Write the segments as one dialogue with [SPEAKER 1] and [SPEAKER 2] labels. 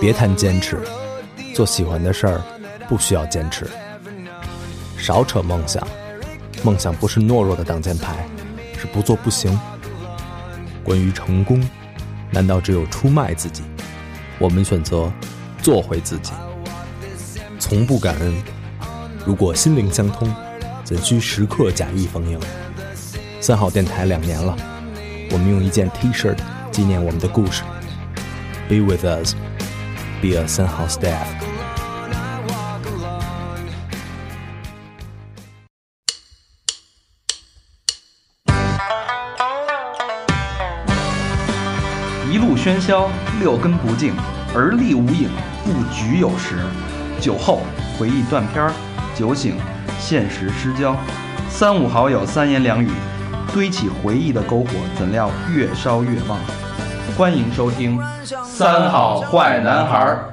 [SPEAKER 1] 别谈坚持，做喜欢的事儿不需要坚持。少扯梦想，梦想不是懦弱的挡箭牌，是不做不行。关于成功，难道只有出卖自己？我们选择做回自己，从不感恩。如果心灵相通，怎需时刻假意逢迎？三好电台两年了，我们用一件 T 恤纪念我们的故事。Be with us, be a 三好 staff。
[SPEAKER 2] 一路喧嚣，六根不净，而立无影，不局有时。酒后回忆断片儿，酒醒现实失焦。三五好友三言两语，堆起回忆的篝火，怎料越烧越旺。欢迎收听《三好坏男孩儿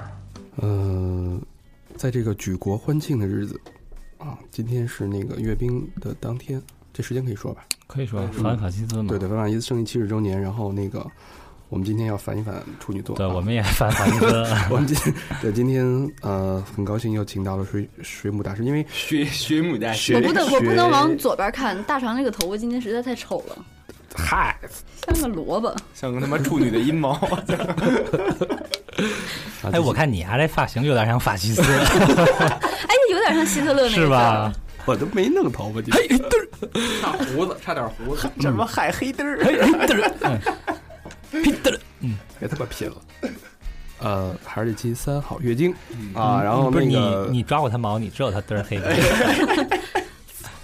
[SPEAKER 3] 嗯，在这个举国欢庆的日子啊，今天是那个阅兵的当天，这时间可以说吧？
[SPEAKER 4] 可以说反法西斯
[SPEAKER 3] 嗯
[SPEAKER 4] 嘛。
[SPEAKER 3] 对对，反法西斯胜利七十周年，然后那个我们今天要反一反处女座啊。啊
[SPEAKER 4] 对我们也反法西 斯。
[SPEAKER 3] 我们今对今天呃很高兴又请到了水水母大师，因为
[SPEAKER 5] 学学母大
[SPEAKER 6] 我
[SPEAKER 5] 学
[SPEAKER 6] 不能，我不
[SPEAKER 3] 学
[SPEAKER 6] 能往左边看。大肠这个头发今天实在太丑了，
[SPEAKER 3] 嗨，
[SPEAKER 6] 像个萝卜。
[SPEAKER 5] 像个他妈处女的阴谋，
[SPEAKER 3] 啊
[SPEAKER 4] 哎，我看你啊，这发型有点像法西 斯，
[SPEAKER 6] 哎，有点像希特勒那个
[SPEAKER 4] 是吧？？
[SPEAKER 3] 我都没弄头发，今天
[SPEAKER 5] 大胡子，差点胡子，
[SPEAKER 3] 什么嗨黑灯儿，
[SPEAKER 4] 屁嘚儿
[SPEAKER 3] 别哎他妈贫了。 呃，还是这期三好月经啊，然后
[SPEAKER 4] 嗯不是
[SPEAKER 3] 那
[SPEAKER 4] 你，
[SPEAKER 3] 个
[SPEAKER 4] 你抓过他毛，你知道他嘚儿黑的。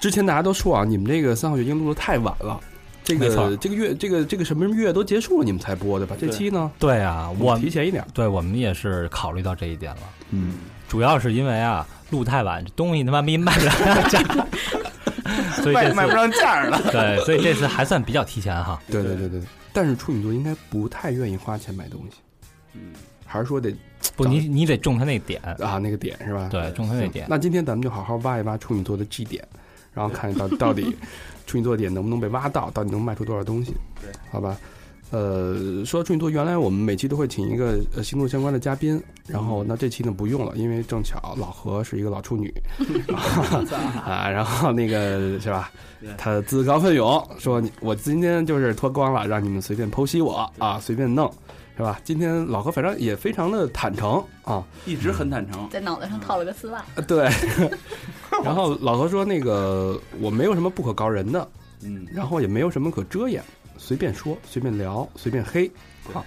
[SPEAKER 3] 之前大家都说啊，你们这个三好月经录的太晚了。这
[SPEAKER 4] 没
[SPEAKER 3] 个
[SPEAKER 4] 错
[SPEAKER 3] 这个月这个这个什么月都结束了，你们才播的吧？这期呢，
[SPEAKER 4] 对啊，我
[SPEAKER 3] 提前一点，
[SPEAKER 4] 对我们也是考虑到这一点了，
[SPEAKER 3] 嗯，
[SPEAKER 4] 主要是因为啊，录太晚，这东西他妈没卖 上价，所以
[SPEAKER 5] 卖
[SPEAKER 4] 这
[SPEAKER 5] 卖不
[SPEAKER 4] 次
[SPEAKER 5] 上价儿了。
[SPEAKER 4] 对，所以这次还算比较提前哈。
[SPEAKER 3] 对对对对。但是处女座应该不太愿意花钱买东西，
[SPEAKER 5] 嗯，
[SPEAKER 3] 还是说得
[SPEAKER 4] 不，你你得中他那点，
[SPEAKER 3] 啊那个点是吧？
[SPEAKER 4] 对，中他那点。
[SPEAKER 3] 那今天咱们就好好挖一挖处女座的 G 点，然后看到 到底处女座点能不能被挖到，到底能卖出多少东西？
[SPEAKER 5] 对，
[SPEAKER 3] 好吧。呃，说到处女座，原来我们每期都会请一个呃星座相关的嘉宾，然后那这期呢不用了，因为正巧老何是一个老处 女啊， 然后那个是吧
[SPEAKER 5] 对？
[SPEAKER 3] 他自告奋勇说你：“我今天就是脱光了，让你们随便剖析我啊，随便弄，是吧？”今天老何反正也非常的坦诚啊，
[SPEAKER 5] 一直很坦诚。
[SPEAKER 6] 在脑袋上套了个丝袜，
[SPEAKER 3] 啊， 对。然后老何说：“那个我没有什么不可告人的，
[SPEAKER 5] 嗯，
[SPEAKER 3] 然后也没有什么可遮掩，随便说，随便聊，随便黑。”
[SPEAKER 5] 对
[SPEAKER 3] 好，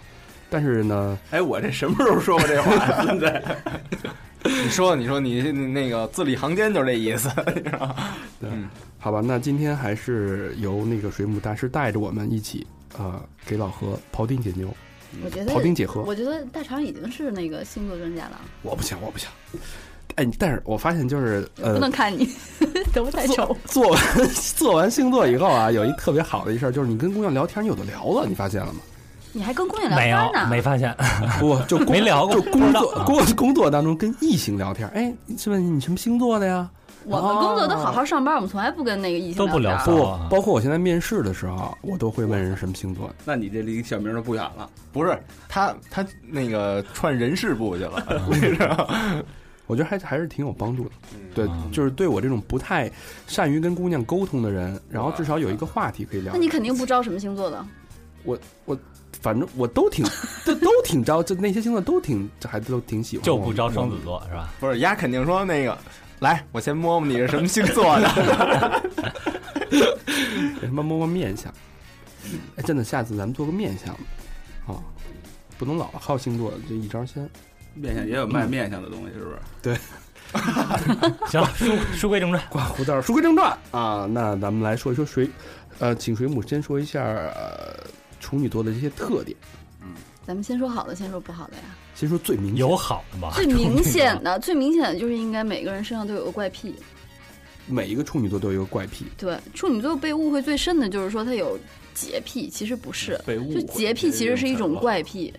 [SPEAKER 3] 但是呢，
[SPEAKER 5] 哎，我这什么时候说过这话呀？现在 你说，你说你那个字里行间就这意思，你知道吗？嗯
[SPEAKER 3] 好吧，那今天还是由那个水母大师带着我们一起，呃，给老何庖丁解牛，
[SPEAKER 6] 我觉
[SPEAKER 3] 嗯庖丁
[SPEAKER 6] 得，
[SPEAKER 3] 解惑。
[SPEAKER 6] 我觉得大肠已经是那个星座专家了，
[SPEAKER 3] 我不行，我不行。哎，但是我发现就是，
[SPEAKER 6] 不
[SPEAKER 3] 呃，
[SPEAKER 6] 能看你， 头发太丑
[SPEAKER 3] 做。做完 做完星座以后啊，有一特别好的一事儿，就是你跟姑娘聊天，你有的聊了，你发现了吗？
[SPEAKER 6] 你还跟姑娘聊
[SPEAKER 4] 没
[SPEAKER 6] 天
[SPEAKER 4] 有，
[SPEAKER 6] 呢？
[SPEAKER 4] 没发现，
[SPEAKER 3] 不， 就工
[SPEAKER 4] 没聊过
[SPEAKER 3] 就工
[SPEAKER 4] 不知
[SPEAKER 3] 作
[SPEAKER 4] 道
[SPEAKER 3] 工工作当中跟异性聊天，哎，是问你什么星座的呀？
[SPEAKER 6] 我们工作都好好上班，我们从来不跟那个异性
[SPEAKER 4] 哦都不
[SPEAKER 6] 聊
[SPEAKER 4] 聊
[SPEAKER 6] 天儿。
[SPEAKER 3] 不
[SPEAKER 4] 哦，
[SPEAKER 3] 包括我现在面试的时候，我都会问人什么星座。
[SPEAKER 5] 那你这离小明儿就不远了。不是他，他那个串人事部去了， 你知道吗？
[SPEAKER 3] 我觉得还还是挺有帮助的，对
[SPEAKER 4] 嗯，
[SPEAKER 3] 就是对我这种不太善于跟姑娘沟通的人，然后至少有一个话题可以聊
[SPEAKER 6] 那。你肯定不知道什么星座的。
[SPEAKER 3] 反正我都挺，这都挺招，这那些星座都挺，这孩子都挺喜欢我。
[SPEAKER 4] 就不招双子座是吧？
[SPEAKER 5] 不是，丫肯定说那个，来，我先摸摸你是什么星座的。
[SPEAKER 3] 嗯，什么摸摸面相。哎，真的，下次咱们做个面相吧，啊，不能老靠星座这一招鲜。
[SPEAKER 7] 面相也有卖面相的东西，是不是？
[SPEAKER 4] 行了，书书归正传，
[SPEAKER 3] 挂胡道儿。书归正传啊，那咱们来说一说水，呃，请水母先说一下、呃、处女座的这些特点。
[SPEAKER 6] 咱们先说好的，先说不好的呀。
[SPEAKER 3] 先说最明显，
[SPEAKER 4] 有好的吗？
[SPEAKER 6] 最明显的，最明显的就是应该每个人身上都有个怪癖。
[SPEAKER 3] 每一个处女座都有一个怪癖，
[SPEAKER 6] 对，处女座被误会最深的就是说他有洁癖，其实不是。
[SPEAKER 5] 被误
[SPEAKER 6] 就洁癖其实是一种怪癖，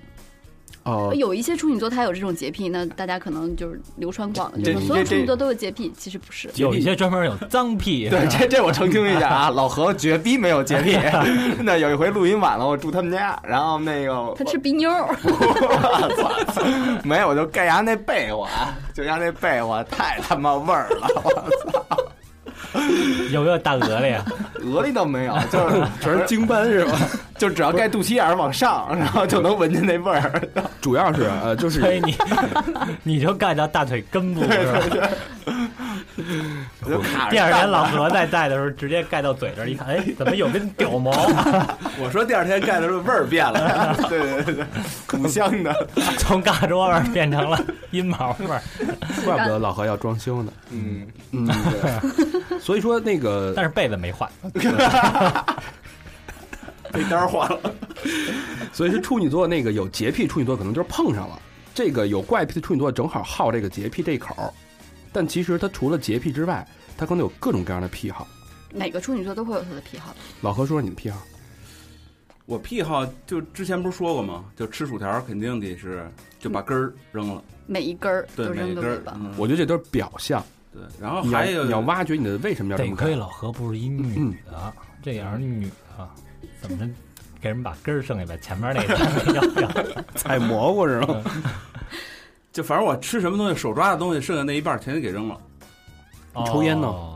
[SPEAKER 3] 哦、
[SPEAKER 6] 有一些处女座他有这种洁癖，那大家可能就是流传广了，
[SPEAKER 5] 这
[SPEAKER 6] 就是所有
[SPEAKER 5] 这
[SPEAKER 6] 处女座都有洁癖，其实不是。
[SPEAKER 4] 有一些专门有脏癖，
[SPEAKER 5] 对，这这我澄清一下啊，老何绝逼没有洁癖。 那有一回录音晚了，我住他们家，然后那个
[SPEAKER 6] 他吃鼻妞儿，
[SPEAKER 5] 我操， 没有，我就盖牙那被窝，啊，就压那被窝太他妈味儿了，
[SPEAKER 4] 有没有大鹅了呀？
[SPEAKER 5] 鹅里倒没有，就是
[SPEAKER 3] 全是精斑是吧？
[SPEAKER 5] 就只要盖肚脐眼儿往上，然后就能闻见那味儿。
[SPEAKER 3] 主要是呃， 就是
[SPEAKER 4] 所以你你就干到大腿根部是 吧？
[SPEAKER 5] 我就卡着
[SPEAKER 4] 第二
[SPEAKER 5] 蛋
[SPEAKER 4] 天老何再带的时候，直接盖到嘴这儿，一看，哎，怎么有根 屌毛？
[SPEAKER 5] 我说第二天盖的时候味儿变了，对 对对对，苦香 的。
[SPEAKER 4] 从嘎吱窝味儿变成了阴毛味儿。
[SPEAKER 3] 怪不得老何要装修呢。
[SPEAKER 5] 嗯，
[SPEAKER 3] 嗯，对所以说那个
[SPEAKER 4] 但是被子没换，
[SPEAKER 5] 被单换了。
[SPEAKER 3] 所以是处女座那个有洁癖处女座可能就是碰上了，这个有怪癖的处女座正好好这个洁癖这一口儿，但其实他除了洁癖之外，他可能有各种各样的癖好。
[SPEAKER 6] 每个处女座都会有他的癖好。
[SPEAKER 3] 老何说说你的癖好，
[SPEAKER 7] 我癖好哦就之前不是说过吗？就吃薯条肯定得是就把根儿扔了，
[SPEAKER 6] 每一根儿
[SPEAKER 7] 对
[SPEAKER 6] 都，
[SPEAKER 7] 每
[SPEAKER 6] 扔
[SPEAKER 7] 一
[SPEAKER 6] 个
[SPEAKER 7] 根
[SPEAKER 6] 尾
[SPEAKER 7] 儿
[SPEAKER 6] 巴，，
[SPEAKER 7] 嗯
[SPEAKER 3] 我觉得这都是表象，
[SPEAKER 7] 对。然后
[SPEAKER 3] 你要
[SPEAKER 7] 哦还有
[SPEAKER 3] 你要挖掘你的为什么要这
[SPEAKER 4] 得
[SPEAKER 3] 么
[SPEAKER 4] 亏
[SPEAKER 3] 干。
[SPEAKER 4] 老何不是一女
[SPEAKER 3] 嗯
[SPEAKER 4] 的，这要是女的，怎么着给人把根儿剩下把前面那个要 要
[SPEAKER 3] 采蘑菇哎是吗？
[SPEAKER 7] 就反正我吃什么东西，手抓的东西，剩下那一半儿全给扔了。
[SPEAKER 3] 你抽烟呢
[SPEAKER 4] 哦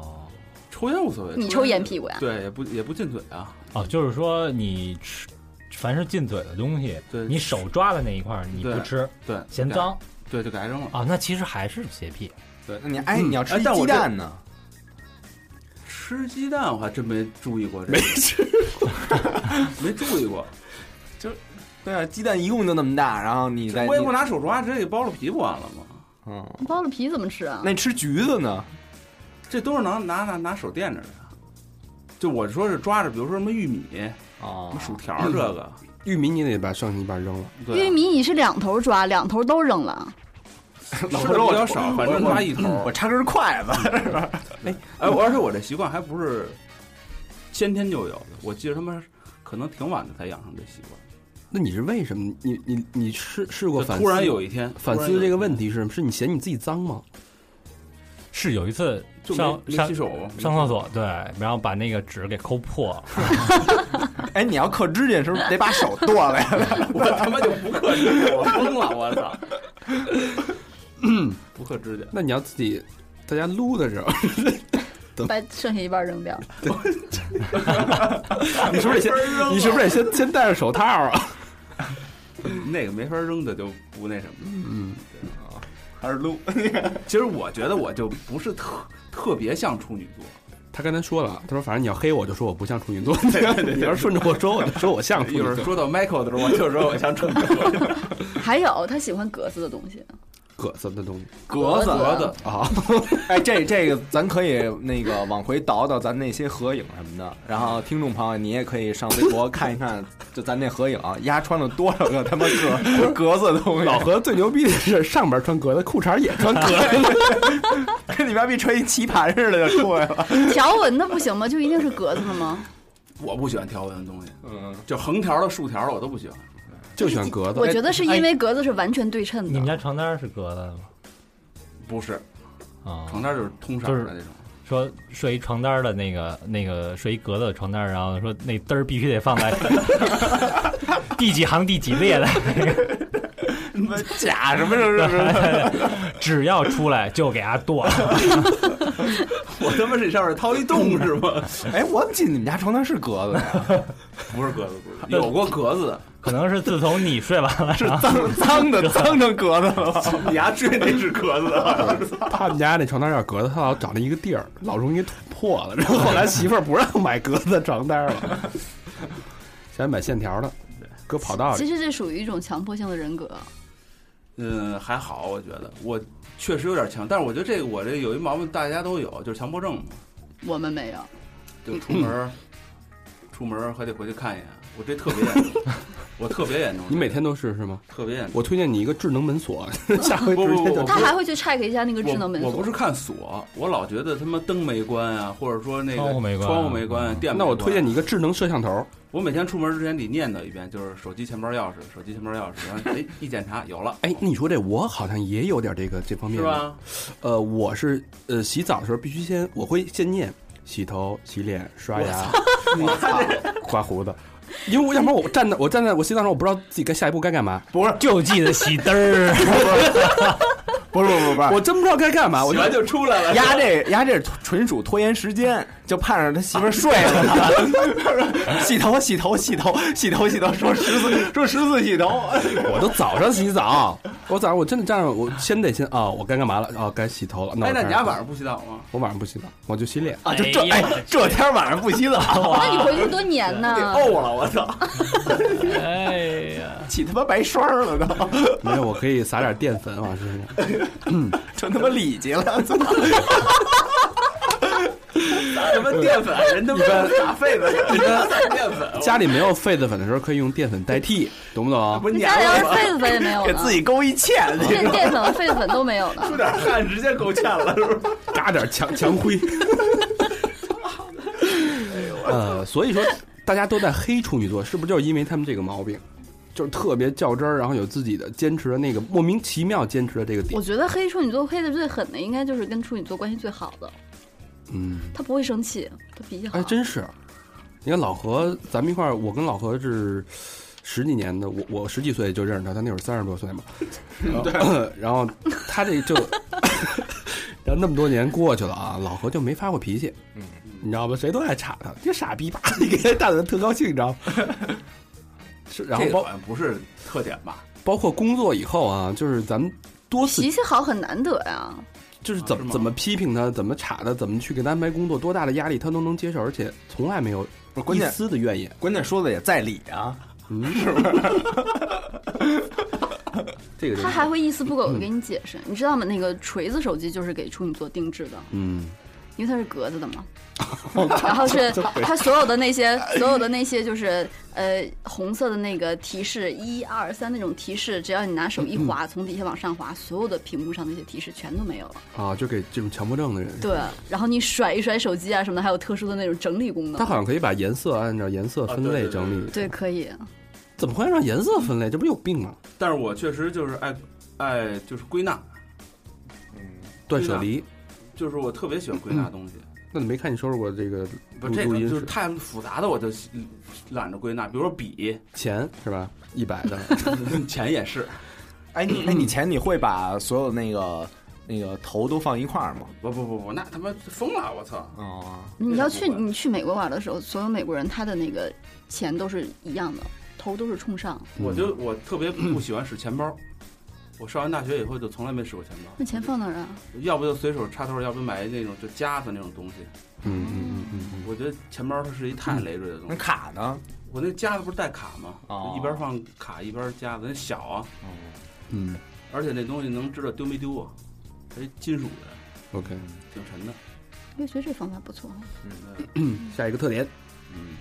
[SPEAKER 7] 抽烟无所谓，
[SPEAKER 6] 你抽烟屁股呀？
[SPEAKER 7] 对，也不也不进嘴啊。
[SPEAKER 4] 哦，就是说你吃，凡是进嘴的东西，
[SPEAKER 7] 对
[SPEAKER 4] 你手抓的那一块儿你不
[SPEAKER 7] 对
[SPEAKER 4] 吃，
[SPEAKER 7] 对，
[SPEAKER 4] 嫌
[SPEAKER 7] 改，
[SPEAKER 4] 脏
[SPEAKER 7] 对，就给它扔了。
[SPEAKER 4] 啊、那其实还是洁癖。
[SPEAKER 5] 那你哎，
[SPEAKER 7] 嗯
[SPEAKER 5] 你要吃
[SPEAKER 7] 哎但我
[SPEAKER 5] 鸡
[SPEAKER 7] 这
[SPEAKER 5] 蛋呢？
[SPEAKER 7] 吃鸡蛋我还真没注意过，没吃过，没注意过。
[SPEAKER 5] 对啊，鸡蛋一共就那么大，然后你再
[SPEAKER 3] 哎
[SPEAKER 7] 我也不拿手抓，直接给剥了皮不完了吗？
[SPEAKER 5] 嗯，
[SPEAKER 6] 你剥了皮怎么吃啊？
[SPEAKER 5] 那吃橘子呢？
[SPEAKER 7] 这都是拿拿拿拿手垫着的。就我说是抓着，比如说什么玉米、什
[SPEAKER 5] 啊
[SPEAKER 7] 么薯条这个，
[SPEAKER 3] 玉米你得把剩下一半扔了，
[SPEAKER 7] 对
[SPEAKER 6] 玉
[SPEAKER 7] 啊，
[SPEAKER 6] 米你是两头抓，两头都扔了，
[SPEAKER 3] 嗯
[SPEAKER 5] 老
[SPEAKER 7] 吃
[SPEAKER 5] 婆
[SPEAKER 7] 的
[SPEAKER 5] 说我
[SPEAKER 7] 比较少，反正抓一头
[SPEAKER 5] 我。插根筷子。
[SPEAKER 7] 哎，我而且我这习惯还不是先天就有的，我记得他们可能挺晚的才养成这习惯，
[SPEAKER 3] 那你是为什么？你你你试试过
[SPEAKER 7] 就
[SPEAKER 3] 反思？
[SPEAKER 7] 突然有一天
[SPEAKER 3] 反
[SPEAKER 7] 突然有
[SPEAKER 3] 思
[SPEAKER 7] 一
[SPEAKER 3] 这个
[SPEAKER 7] 天
[SPEAKER 3] 问题是什么？是你嫌你自己脏吗？
[SPEAKER 4] 是有一次
[SPEAKER 7] 就
[SPEAKER 4] 上
[SPEAKER 7] 没没
[SPEAKER 4] 上
[SPEAKER 7] 洗手，
[SPEAKER 4] 上厕所，对，然后把那个纸给抠破，
[SPEAKER 5] 哎，你要刻指甲是不是得把手剁 了呀？
[SPEAKER 7] 我 他妈就不克制，我疯了，我 操！不克指甲，
[SPEAKER 3] 那你要自己在家撸的时候，
[SPEAKER 6] 把剩下一半扔掉。
[SPEAKER 3] 你是不是得先？你是不是得先先戴上手套啊？
[SPEAKER 7] 那个没法扔的就不那什么。啊
[SPEAKER 5] 还是 撸？
[SPEAKER 7] 其实我觉得我就不是特特别像处女座，
[SPEAKER 3] 他刚才说了，
[SPEAKER 7] 嗯
[SPEAKER 3] 他说反正你要黑我就说我不像处女 座， 你要是顺着我说我就说我像处
[SPEAKER 7] 一
[SPEAKER 3] 女
[SPEAKER 7] 会儿
[SPEAKER 3] 座。
[SPEAKER 7] 说到 Michael 的时候，我就说我像处女座。
[SPEAKER 6] 还有他喜欢格子的东西，
[SPEAKER 3] 葛子的东西
[SPEAKER 5] 格子，
[SPEAKER 6] 格
[SPEAKER 7] 子
[SPEAKER 3] 啊，
[SPEAKER 5] 哎，这这个咱可以那个往回倒倒咱那些合影什么的，然后听众朋友你也可以上微博看一看，就咱那合影，丫穿了多少个他 妈格格子的东西，
[SPEAKER 3] 老何最牛逼的是上边穿格子，裤衩也穿格 子。
[SPEAKER 5] 跟你妈逼穿一棋盘似的就出来了。
[SPEAKER 6] 条纹的不行吗？就一定是格子的吗？
[SPEAKER 7] 我不喜欢条纹的东西，
[SPEAKER 5] 嗯，
[SPEAKER 7] 就横条的、竖条的我都不喜欢。
[SPEAKER 3] 就喜欢格子
[SPEAKER 6] 我觉得是因为格子是完全对称
[SPEAKER 4] 你们
[SPEAKER 6] 的。
[SPEAKER 4] 家床单是格子的吗？
[SPEAKER 7] 不是，
[SPEAKER 4] 啊、
[SPEAKER 7] 床单就是通色的那种。
[SPEAKER 4] 说睡一床单的那个那个睡一格子的床单，然后说那嘚儿必须得放在 第几行第几列的那个
[SPEAKER 5] 他妈假什么什 么什么，
[SPEAKER 4] 只要出来就给它剁了。
[SPEAKER 7] 我他妈是上面掏一洞是吗？
[SPEAKER 5] 哎，我怎么记得你们家床单是格子的 呀？
[SPEAKER 7] 不是格子，不是 有过格子的，
[SPEAKER 4] 可能是自从你睡完了，
[SPEAKER 5] 是脏脏的，脏成格子了吧？
[SPEAKER 7] 你牙追那是格子的。
[SPEAKER 3] 他们家那床单要格子，他老找那一个地 儿，老容易吐破了。然后后来媳妇儿不让买格子的床单了， 现在买线条的，搁跑道
[SPEAKER 6] 其
[SPEAKER 3] 里。
[SPEAKER 6] 实这属于一种强迫性的人格，
[SPEAKER 7] 嗯，还好，我觉得我确实有点强，但是我觉得这个我这有一毛病，大家都有，就是强迫症嘛，
[SPEAKER 6] 我们没有。
[SPEAKER 7] 嗯就出门儿，出门儿还得回去看一眼。我这特别 严重，我特别严重，
[SPEAKER 3] 你每天都是是吗？
[SPEAKER 7] 特别严重。
[SPEAKER 3] 我推荐你一个智能门 锁，下回
[SPEAKER 7] 不
[SPEAKER 3] 直
[SPEAKER 7] 不
[SPEAKER 3] 接
[SPEAKER 7] 不
[SPEAKER 3] 就
[SPEAKER 7] 我
[SPEAKER 6] 他还会去 check 一下那个智能门
[SPEAKER 7] 我我
[SPEAKER 6] 锁。
[SPEAKER 7] 不是看锁，我老觉得他妈灯没关啊，或者说那个
[SPEAKER 4] 窗户没关
[SPEAKER 7] 窗户没关，
[SPEAKER 4] 嗯
[SPEAKER 7] 电没
[SPEAKER 3] 那我
[SPEAKER 7] 关
[SPEAKER 3] 推荐你一个智能摄像头，
[SPEAKER 7] 我每天出门之前得念叨一遍，就是手机、钱包、钥匙，手机、钱包、钥匙，然后哎一检查有了，
[SPEAKER 3] 哎，那你说这我好像也有点这个这方面
[SPEAKER 7] 是
[SPEAKER 3] 的？
[SPEAKER 7] 吧？
[SPEAKER 3] 呃，我是呃洗澡的时候必须先，我会先念洗头、洗脸、刷牙、 刮胡子，因为我要不然我站在我站在我洗澡的时候，我不知道自己该下一步该干嘛，
[SPEAKER 5] 不是
[SPEAKER 4] 就记得洗灯儿。
[SPEAKER 5] 不是不是不是，
[SPEAKER 3] 我真不知道该干嘛，我
[SPEAKER 7] 啊洗
[SPEAKER 3] 哎就
[SPEAKER 7] 完就出来了，
[SPEAKER 5] 压这压这纯属拖延时间，就盼着他媳妇儿睡 了，洗头洗头洗头洗头洗头，说十 次说十次洗头，
[SPEAKER 3] 我都早上洗澡，我早上我真的站着，我先得先啊、我该干嘛了？哦，该洗头了。
[SPEAKER 7] 哎，那你家晚
[SPEAKER 3] 上
[SPEAKER 7] 上不洗澡 吗？
[SPEAKER 3] 我晚上不洗澡，我就洗脸。
[SPEAKER 5] 啊，就这哎哦这天晚上不洗 澡，
[SPEAKER 6] 那你回去多粘
[SPEAKER 5] 给
[SPEAKER 6] 呢？
[SPEAKER 5] 呕了，我操，
[SPEAKER 4] 哎呀，
[SPEAKER 5] 起他妈白霜了都，
[SPEAKER 3] 没有，我可以撒点淀粉往身上。
[SPEAKER 5] 成他妈里脊了，操
[SPEAKER 7] 什么淀粉，人他妈打痱子，人他妈打淀粉，
[SPEAKER 3] 家里没有痱子粉的时候，可以用淀粉代替，懂不懂？
[SPEAKER 5] 不是
[SPEAKER 6] 家里要
[SPEAKER 5] 粘
[SPEAKER 6] 是
[SPEAKER 5] 了吗，
[SPEAKER 6] 痱子粉也没有
[SPEAKER 5] 给
[SPEAKER 6] 呢
[SPEAKER 5] 自，己勾一芡，你
[SPEAKER 6] 淀淀粉、痱子粉都没有呢。
[SPEAKER 7] 出点汗直接够呛了，是不是？
[SPEAKER 3] 嘎点墙墙灰。 呃，所以说大家都在黑处女座，是不是就是因为他们这个毛病，就是特别较真儿，然后有自己的坚持的那个莫名其妙坚持的这个点
[SPEAKER 6] 我？觉得黑处女座黑的最狠的，应该就是跟处女座关系最好的。
[SPEAKER 3] 嗯，
[SPEAKER 6] 他不会生气，他脾气好。
[SPEAKER 3] 哎，真是。你看老何，咱们一块儿，我跟老何是十几年的，我我十几岁就认识他，他那会儿三十多岁嘛。
[SPEAKER 7] 嗯
[SPEAKER 3] 然后然后他这就， 然后那么多年过去了啊，老何就没发过脾气，
[SPEAKER 5] 嗯，
[SPEAKER 3] 你知道吗？谁都爱插他，就傻逼吧，你给他大嘴特高兴，你知道吗？ 是，然后
[SPEAKER 7] 这个
[SPEAKER 3] 包
[SPEAKER 7] 好像不是特点吧？
[SPEAKER 3] 包括工作以后啊，就是咱们多次
[SPEAKER 6] 脾气好很难得呀。
[SPEAKER 3] 就是怎
[SPEAKER 7] 啊是
[SPEAKER 3] 么
[SPEAKER 7] 吗
[SPEAKER 3] 怎么批评他，怎么插他，怎么去给他安排工作，多大的压力他都能接受，而且从来没有
[SPEAKER 5] 不是
[SPEAKER 3] 一丝的怨言。
[SPEAKER 5] 关键说的也在理啊，
[SPEAKER 3] 这个真
[SPEAKER 6] 他
[SPEAKER 3] 是
[SPEAKER 6] 还会一丝不苟的给你解释，你知道吗？那个锤子手机就是给处女座定制的，
[SPEAKER 3] 嗯。
[SPEAKER 6] 因为它是格子的嘛。然后是它所有的那些所有的那些就是呃红色的那个提示一二三那种提示，只要你拿手一滑，从底下往上滑，所有的屏幕上那些提示全都没有了。
[SPEAKER 3] 啊，就给这种强迫症的人。
[SPEAKER 6] 对，然后你甩一甩手机啊什么的，还有特殊的那种整理功
[SPEAKER 3] 他
[SPEAKER 6] 能。
[SPEAKER 3] 好像可以把颜色按照颜色分类整理，
[SPEAKER 6] 对，可以。
[SPEAKER 3] 怎么会按照颜色分类？这不是有病吗？
[SPEAKER 7] 但是我确实就是爱爱就是归纳，
[SPEAKER 3] 断舍离，
[SPEAKER 7] 就是我特别喜欢归
[SPEAKER 4] 嗯
[SPEAKER 7] 纳东西。
[SPEAKER 3] 那你没看你收拾过这个
[SPEAKER 7] 不，
[SPEAKER 3] 录
[SPEAKER 7] 这
[SPEAKER 3] 嗯录
[SPEAKER 7] 个
[SPEAKER 3] 音
[SPEAKER 7] 就是
[SPEAKER 3] 室
[SPEAKER 7] 太复杂的，我就懒着归纳。比如说笔，
[SPEAKER 3] 钱是吧？一百的，
[SPEAKER 7] 钱也是，
[SPEAKER 5] 哎你哎你钱你会把所有那个那个头都放一块儿吗？
[SPEAKER 7] 不不不不，那他妈疯了！我操！
[SPEAKER 5] 哦，
[SPEAKER 6] 你要去
[SPEAKER 7] 那怎么办
[SPEAKER 6] 你去美国玩的时候，所有美国人他的那个钱都是一样的，头都是冲上，
[SPEAKER 7] 我就我特别不喜欢使钱包，我上完大学以后就从来没使过钱包，
[SPEAKER 6] 那钱放哪儿啊？
[SPEAKER 7] 要不就随手插兜，要不买那种就夹子那种东西。
[SPEAKER 3] 嗯嗯嗯嗯
[SPEAKER 7] 我觉得钱包它是一太累赘的东
[SPEAKER 5] 那
[SPEAKER 7] 西。
[SPEAKER 5] 卡呢？
[SPEAKER 7] 我那夹子不是带卡吗？
[SPEAKER 5] 哦
[SPEAKER 7] 就一边放卡一边夹子，那小啊，
[SPEAKER 3] 嗯
[SPEAKER 7] 而且那东西能知道丢没丢啊，它是金属的，
[SPEAKER 3] ，OK，
[SPEAKER 7] 挺沉的。
[SPEAKER 6] 我也觉得这方法不错，
[SPEAKER 3] 下一个特点，
[SPEAKER 7] 嗯，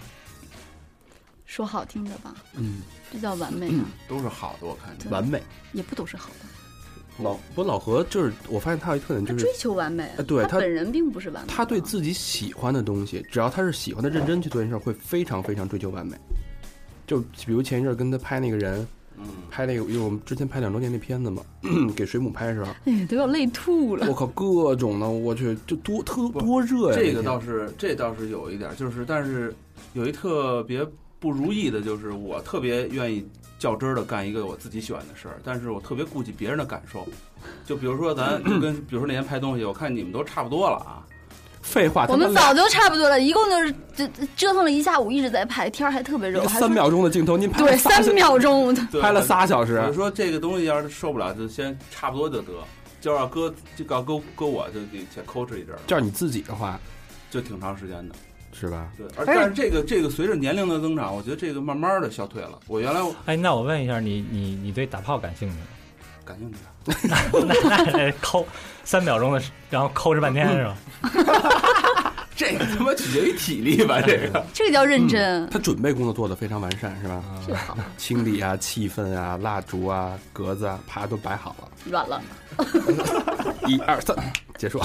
[SPEAKER 6] 说好听的吧，
[SPEAKER 3] 嗯，
[SPEAKER 6] 比较完美啊，
[SPEAKER 7] 都是好的，我看见。
[SPEAKER 3] 完美。
[SPEAKER 6] 也不都是好的。
[SPEAKER 3] 老不老何就是，我发现他有一特点
[SPEAKER 6] 他
[SPEAKER 3] 就
[SPEAKER 6] 追
[SPEAKER 3] 是，
[SPEAKER 6] 求完美
[SPEAKER 3] 呃，对
[SPEAKER 6] 他
[SPEAKER 3] 他
[SPEAKER 6] 本人并不是完美的，啊
[SPEAKER 3] 他对自己喜欢的东西，只要他是喜欢的，认真去做一件事儿，会非常非常追求完美。就比如前一阵儿跟他拍那个人，
[SPEAKER 7] 嗯，
[SPEAKER 3] 拍那个，因为我们之前拍两周年那片子嘛，给水母拍的时候，
[SPEAKER 6] 哎，都要累吐了。
[SPEAKER 3] 我靠，各种的，我去，就多特
[SPEAKER 7] 不
[SPEAKER 3] 多热呀！
[SPEAKER 7] 这
[SPEAKER 3] 那
[SPEAKER 7] 个
[SPEAKER 3] 天
[SPEAKER 7] 倒是这倒是有一点，就是但是有一特别不如意的，就是我特别愿意较真儿的干一个我自己喜欢的事儿，但是我特别顾及别人的感受。就比如说咱就跟比如说那天拍东西，我看你们都差不多了啊，
[SPEAKER 3] 废话，
[SPEAKER 6] 我们
[SPEAKER 3] 他妈
[SPEAKER 6] 早就差不多了，一共就是折折腾了一下午，一直在拍，天儿还特别热，
[SPEAKER 3] 俩
[SPEAKER 6] 我还
[SPEAKER 3] 三秒钟的镜头，您拍了
[SPEAKER 6] 对
[SPEAKER 3] 仨小
[SPEAKER 6] 三秒钟，
[SPEAKER 7] 对
[SPEAKER 3] 拍了。仨小时
[SPEAKER 7] 我，就说这个东西要是受不了，就先差不多就得。就要搁就要搁搁我就得先抠哧一阵儿，
[SPEAKER 3] 这是你自己的话
[SPEAKER 7] 就挺长时间的。
[SPEAKER 3] 是吧？
[SPEAKER 7] 对，而但是这个这个随着年龄的增长，我觉得这个慢慢的消退了。我原来我
[SPEAKER 4] 哎，那我问一下，你你你对打炮感兴趣吗？
[SPEAKER 7] 感兴趣，
[SPEAKER 4] 哎嗯那那得抠三秒钟的，然后抠着半天是吧？
[SPEAKER 7] 这个他妈取决于体力吧，这
[SPEAKER 3] 嗯
[SPEAKER 7] 个啊
[SPEAKER 6] 这个叫认真，
[SPEAKER 3] 他准备工作做得非常完善，是吧？
[SPEAKER 6] 这个好
[SPEAKER 3] 清理啊、气氛啊、蜡烛啊、格子啊，啪都摆好了，
[SPEAKER 6] 软了。
[SPEAKER 3] 一二三，结束。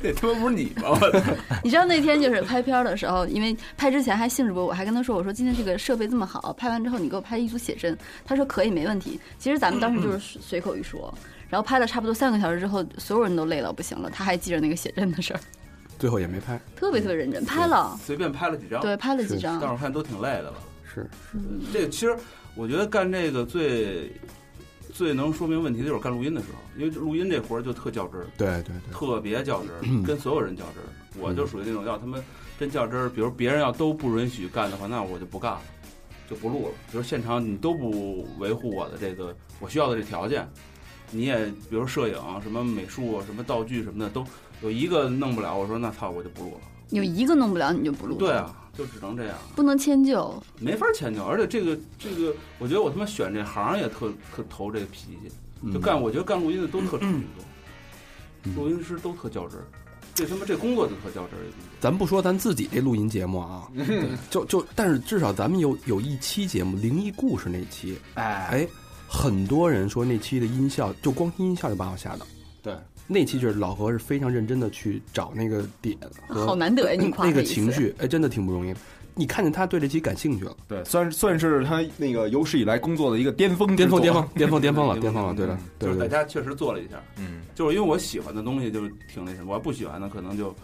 [SPEAKER 7] 这他妈不是你吗？我操
[SPEAKER 6] 你知道那天就是拍片儿的时候，因为拍之前还兴致勃勃，我还跟他说：“我说今天这个设备这么好，拍完之后你给我拍一组写真。”他说：“可以，没问题。”其实咱们当时就是随随口一说，然后拍了差不多三个小时之后，所有人都累了不行了，他还记着那个写真的事儿，
[SPEAKER 3] 最后也没拍，
[SPEAKER 6] 特别特别认真，拍了，
[SPEAKER 7] 随便拍了几张，
[SPEAKER 6] 对，拍了几张嗯
[SPEAKER 7] 但。我看都挺累的吧。
[SPEAKER 3] 是
[SPEAKER 7] 嗯这个其实我觉得干这个最最能说明问题的就是干录音的时候，因为录音这活儿就特较真儿，
[SPEAKER 3] 对对对，
[SPEAKER 7] 特别较真儿，跟所有人较真儿。我就属于那种要他们真较真儿，比如别人要都不允许干的话，那我就不干了，就不录了。比如现场你都不维护我的这个我需要的这条件，你也比如摄影、什么美术、啊什么道具什么的，都有一个弄不了，我说那操我就不录了。
[SPEAKER 6] 有一个弄不了你就不录，
[SPEAKER 7] 对，啊，就只能这样。
[SPEAKER 6] 不能迁就，
[SPEAKER 7] 没法迁就，而且这个这个，我觉得我他妈选这行也特特投这个脾气，就干，我觉得干录音的都特成
[SPEAKER 3] 嗯
[SPEAKER 7] 录音师都特较真儿，这他妈这工作就特较真儿，
[SPEAKER 3] 咱不说咱自己这录音节目啊，
[SPEAKER 7] 嗯
[SPEAKER 3] 就就但是至少咱们有有一期节目《灵异故事》那期，
[SPEAKER 5] 哎，
[SPEAKER 3] 哎，很多人说那期的音效，就光听音效就把我吓到。
[SPEAKER 5] 对，
[SPEAKER 3] 那期就是老何是非常认真的去找那个点和
[SPEAKER 6] 好难得呀！你夸
[SPEAKER 3] 嗯那
[SPEAKER 6] 这
[SPEAKER 3] 个
[SPEAKER 6] 一次
[SPEAKER 3] 情，绪，哎，真的挺不容易的。你看见他对这期感兴趣了，
[SPEAKER 5] 对，算算是他那个有史以来工作的一个巅峰之
[SPEAKER 3] 巅峰
[SPEAKER 5] 作
[SPEAKER 3] 巅峰，巅峰巅峰了
[SPEAKER 7] 嗯
[SPEAKER 3] 巅峰了，对了，
[SPEAKER 7] 就
[SPEAKER 3] 对
[SPEAKER 7] 是在
[SPEAKER 3] 对，
[SPEAKER 7] 家确实做了一下，
[SPEAKER 5] 嗯，
[SPEAKER 7] 就是因为我喜欢的东西就是挺那什么，我要不喜欢的可能就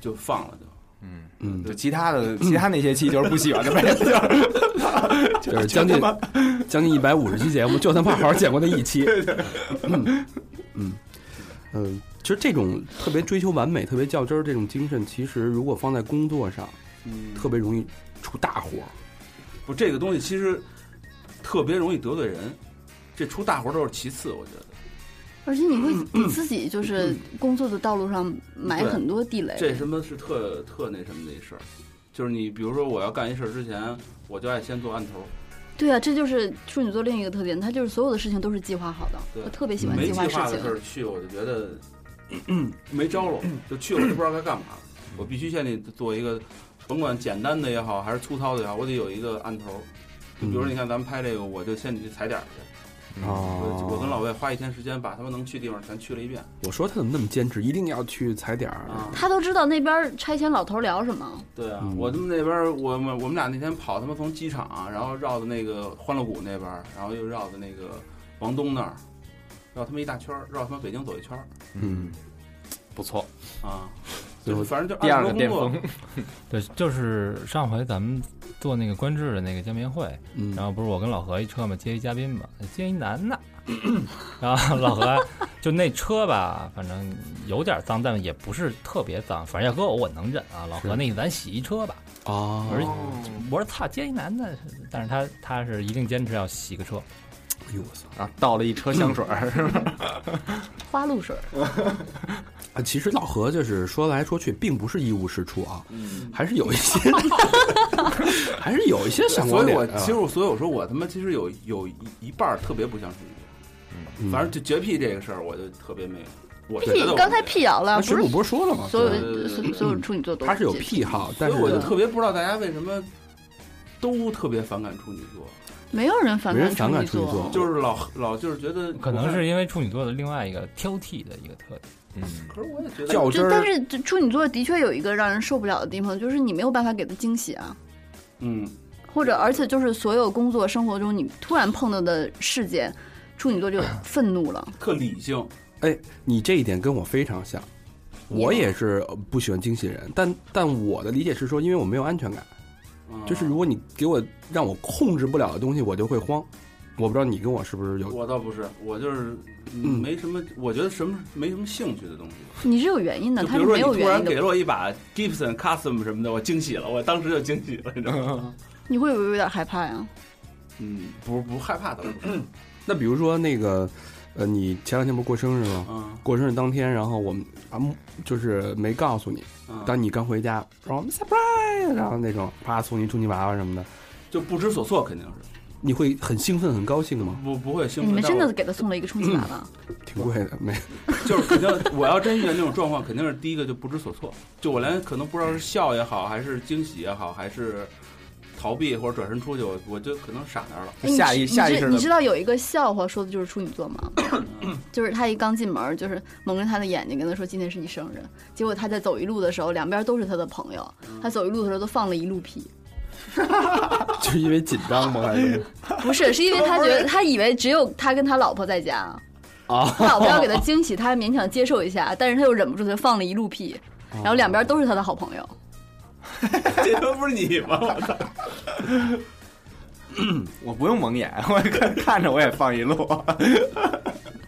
[SPEAKER 7] 就放了就。
[SPEAKER 5] 嗯，
[SPEAKER 3] 嗯，
[SPEAKER 5] 就其他的其他那些期就是不喜欢 的呗，就是
[SPEAKER 3] 嗯就是将近 将近一百五十期节目，就他妈好好剪过那一 期。嗯嗯嗯，其实这种特别追求完美、特别较真儿这种精神，其实如果放在工作上，
[SPEAKER 7] 嗯，
[SPEAKER 3] 特别容易出大祸。
[SPEAKER 7] 不，这个东西其实特别容易得罪人，这出大活都是其次，我觉得
[SPEAKER 6] 而且你会
[SPEAKER 3] 嗯
[SPEAKER 6] 给自己就是工作的道路上埋
[SPEAKER 7] 对
[SPEAKER 6] 很多地雷，
[SPEAKER 7] 这什么是特特那什么的一事儿，就是你比如说我要干一事儿之前，我就爱先做案头。
[SPEAKER 6] 对啊，这就是处女座另一个特点，他就是所有的事情都是计划好的。
[SPEAKER 7] 对
[SPEAKER 6] 我特别喜欢
[SPEAKER 7] 没
[SPEAKER 6] 计
[SPEAKER 7] 计
[SPEAKER 6] 划事
[SPEAKER 7] 划的
[SPEAKER 6] 情
[SPEAKER 7] 事。儿去，我就觉得没招了，就去我就不知道该干嘛了。我必须现在做一个，甭管简单的也好，还是粗糙的也好，我得有一个案头儿。就比如说，你看咱们拍这个，我就先得去踩点儿去。
[SPEAKER 3] 哦
[SPEAKER 7] 我我跟老魏花一天时间，把他们能去地方全去了一遍。
[SPEAKER 3] 我说他怎么那么坚持，一定要去踩点儿？
[SPEAKER 7] 啊，
[SPEAKER 6] 他都知道那边拆迁老头聊什么，
[SPEAKER 7] 对啊，
[SPEAKER 3] 嗯
[SPEAKER 7] 我他们那边儿，我们我们俩那天跑他妈从机场，然后绕到那个欢乐谷那边儿，然后又绕到那个王东那儿，绕他妈一大圈儿，绕他妈北京走一圈儿
[SPEAKER 3] 嗯，
[SPEAKER 5] 不错，
[SPEAKER 7] 啊。
[SPEAKER 3] 最后
[SPEAKER 7] 就反正就
[SPEAKER 5] 第二
[SPEAKER 7] 按
[SPEAKER 5] 个
[SPEAKER 7] 时
[SPEAKER 5] 巅
[SPEAKER 7] 工作
[SPEAKER 5] 峰，
[SPEAKER 4] 对，就是上回咱们做那个官制的那个见面会，
[SPEAKER 3] 嗯
[SPEAKER 4] 然后不是我跟老何一车嘛，接一嘉宾嘛，接一男 的，然后老何啊就那车吧，反正有点脏，但也不是特别脏，反正要搁我我能忍啊。老何
[SPEAKER 3] 是
[SPEAKER 4] 那意思咱洗一车吧，
[SPEAKER 3] 啊，
[SPEAKER 4] 而我说操，接一男的，但是他他是一定坚持要洗个车，
[SPEAKER 3] 哎呦我操！
[SPEAKER 5] 然后啊倒了一车香水儿， 是吧？
[SPEAKER 6] 花露水。
[SPEAKER 3] 啊，其实老何就是说来说去，并不是一无是处啊，
[SPEAKER 7] 嗯，
[SPEAKER 3] 还是有一 些，还是有一些闪光
[SPEAKER 7] 所以
[SPEAKER 3] 点啊
[SPEAKER 7] 我
[SPEAKER 3] 的。
[SPEAKER 7] 其实我所以我说我他妈其实有有一一半儿特别不像处女座，
[SPEAKER 3] 嗯
[SPEAKER 7] 反正就洁癖这个事儿我就特别没有。我觉得
[SPEAKER 6] 辟
[SPEAKER 7] 我
[SPEAKER 6] 刚才辟谣了，
[SPEAKER 3] 那
[SPEAKER 6] 不
[SPEAKER 3] 水
[SPEAKER 6] 是
[SPEAKER 3] 母不是说了吗？
[SPEAKER 6] 所有
[SPEAKER 3] 对
[SPEAKER 6] 的所所有处女座都
[SPEAKER 3] 他是有
[SPEAKER 6] 洁
[SPEAKER 3] 癖好，
[SPEAKER 7] 所
[SPEAKER 3] 但
[SPEAKER 7] 以
[SPEAKER 3] 是
[SPEAKER 7] 我就特别不知道大家为什么都特别反感处女座，
[SPEAKER 6] 没有人反
[SPEAKER 3] 没
[SPEAKER 6] 感
[SPEAKER 3] 人反感
[SPEAKER 6] 处
[SPEAKER 3] 处女座
[SPEAKER 7] 就是老老就是觉得
[SPEAKER 4] 可能是因为处女座的另外一个较剔的一个特点。
[SPEAKER 5] 嗯，
[SPEAKER 7] 可是我也觉得
[SPEAKER 3] 较真
[SPEAKER 6] 就但
[SPEAKER 3] 儿，
[SPEAKER 6] 是这处女座的确有一个让人受不了的地方，就是你没有办法给他惊喜啊，
[SPEAKER 7] 嗯，
[SPEAKER 6] 或者而且就是所有工作生活中你突然碰到的事件，处女座就愤怒 了。
[SPEAKER 7] 特理性，
[SPEAKER 3] 你这一点跟我非常像。我也是呃不喜欢惊喜人，但但我的理解是说，因为我没有安全感，
[SPEAKER 7] 嗯
[SPEAKER 3] 就是如果你给我让我控制不了的东西，我就会慌。我不知道你跟我是不是有
[SPEAKER 7] 我倒不是，我就是
[SPEAKER 3] 嗯
[SPEAKER 7] 没什么，我觉得什么没什么兴趣的东西。
[SPEAKER 6] 你是有原因的，
[SPEAKER 7] 就
[SPEAKER 6] 他
[SPEAKER 7] 比
[SPEAKER 6] 是
[SPEAKER 7] 如说
[SPEAKER 6] 没有
[SPEAKER 7] 你突
[SPEAKER 6] 原
[SPEAKER 7] 然
[SPEAKER 6] 因
[SPEAKER 7] 给
[SPEAKER 6] 的，
[SPEAKER 7] 了我一把 Gibson Custom 什么的，我惊喜了，我当时就惊喜了，你知道吗？
[SPEAKER 6] 你会不会有点害怕呀、
[SPEAKER 7] 嗯，不不害怕的，
[SPEAKER 3] 那比如说那个，呃，你前两天不是过生日吗？
[SPEAKER 7] 嗯
[SPEAKER 3] 过生日当天，然后我们啊，就是没告诉你，
[SPEAKER 6] 啊
[SPEAKER 7] 嗯，
[SPEAKER 3] 当你刚回家，然后我们 surprise，然后那种啪送你充气娃娃什么的，
[SPEAKER 7] 就不知所措，肯定是。
[SPEAKER 3] 你会很兴奋、很高兴的吗？
[SPEAKER 7] 不不会兴
[SPEAKER 6] 哎你
[SPEAKER 7] 奋。
[SPEAKER 6] 们
[SPEAKER 7] 但
[SPEAKER 6] 嗯真的
[SPEAKER 7] 我
[SPEAKER 6] 给他送了一个充气娃 娃，
[SPEAKER 3] 挺贵 的，没
[SPEAKER 7] 就是肯定，我要真遇见那种状况，肯定是第一个就不知所措，就我连可能不知道是笑也好，还是惊喜也好，还是逃避或者转身出去，我我就可能傻那儿了。
[SPEAKER 6] 哎你
[SPEAKER 5] 下意
[SPEAKER 6] 知
[SPEAKER 5] 下意
[SPEAKER 6] 你
[SPEAKER 5] 识
[SPEAKER 6] 知
[SPEAKER 5] 地
[SPEAKER 6] 你知道有一个笑话说的就是处女座 吗？就是他一刚进门，就是蒙着他的眼睛跟他说今天是你生日，结果他在走一路的时候，两边都是他的朋友，他走一路的时候都放了一路屁，
[SPEAKER 3] 就是因为紧张吗？还是
[SPEAKER 6] 不是，是因为他觉得他以为只有他跟他老婆在家。
[SPEAKER 4] 哦
[SPEAKER 6] 他老婆要给他惊喜，他还勉强接受一下，但是他又忍不住，他放了一路
[SPEAKER 4] 哦
[SPEAKER 6] 屁， 然后
[SPEAKER 3] 啊
[SPEAKER 6] 两边都是他的好朋友。
[SPEAKER 7] 这都不是你吗？我操！
[SPEAKER 5] 我不用蒙眼，我看看着我也放一路。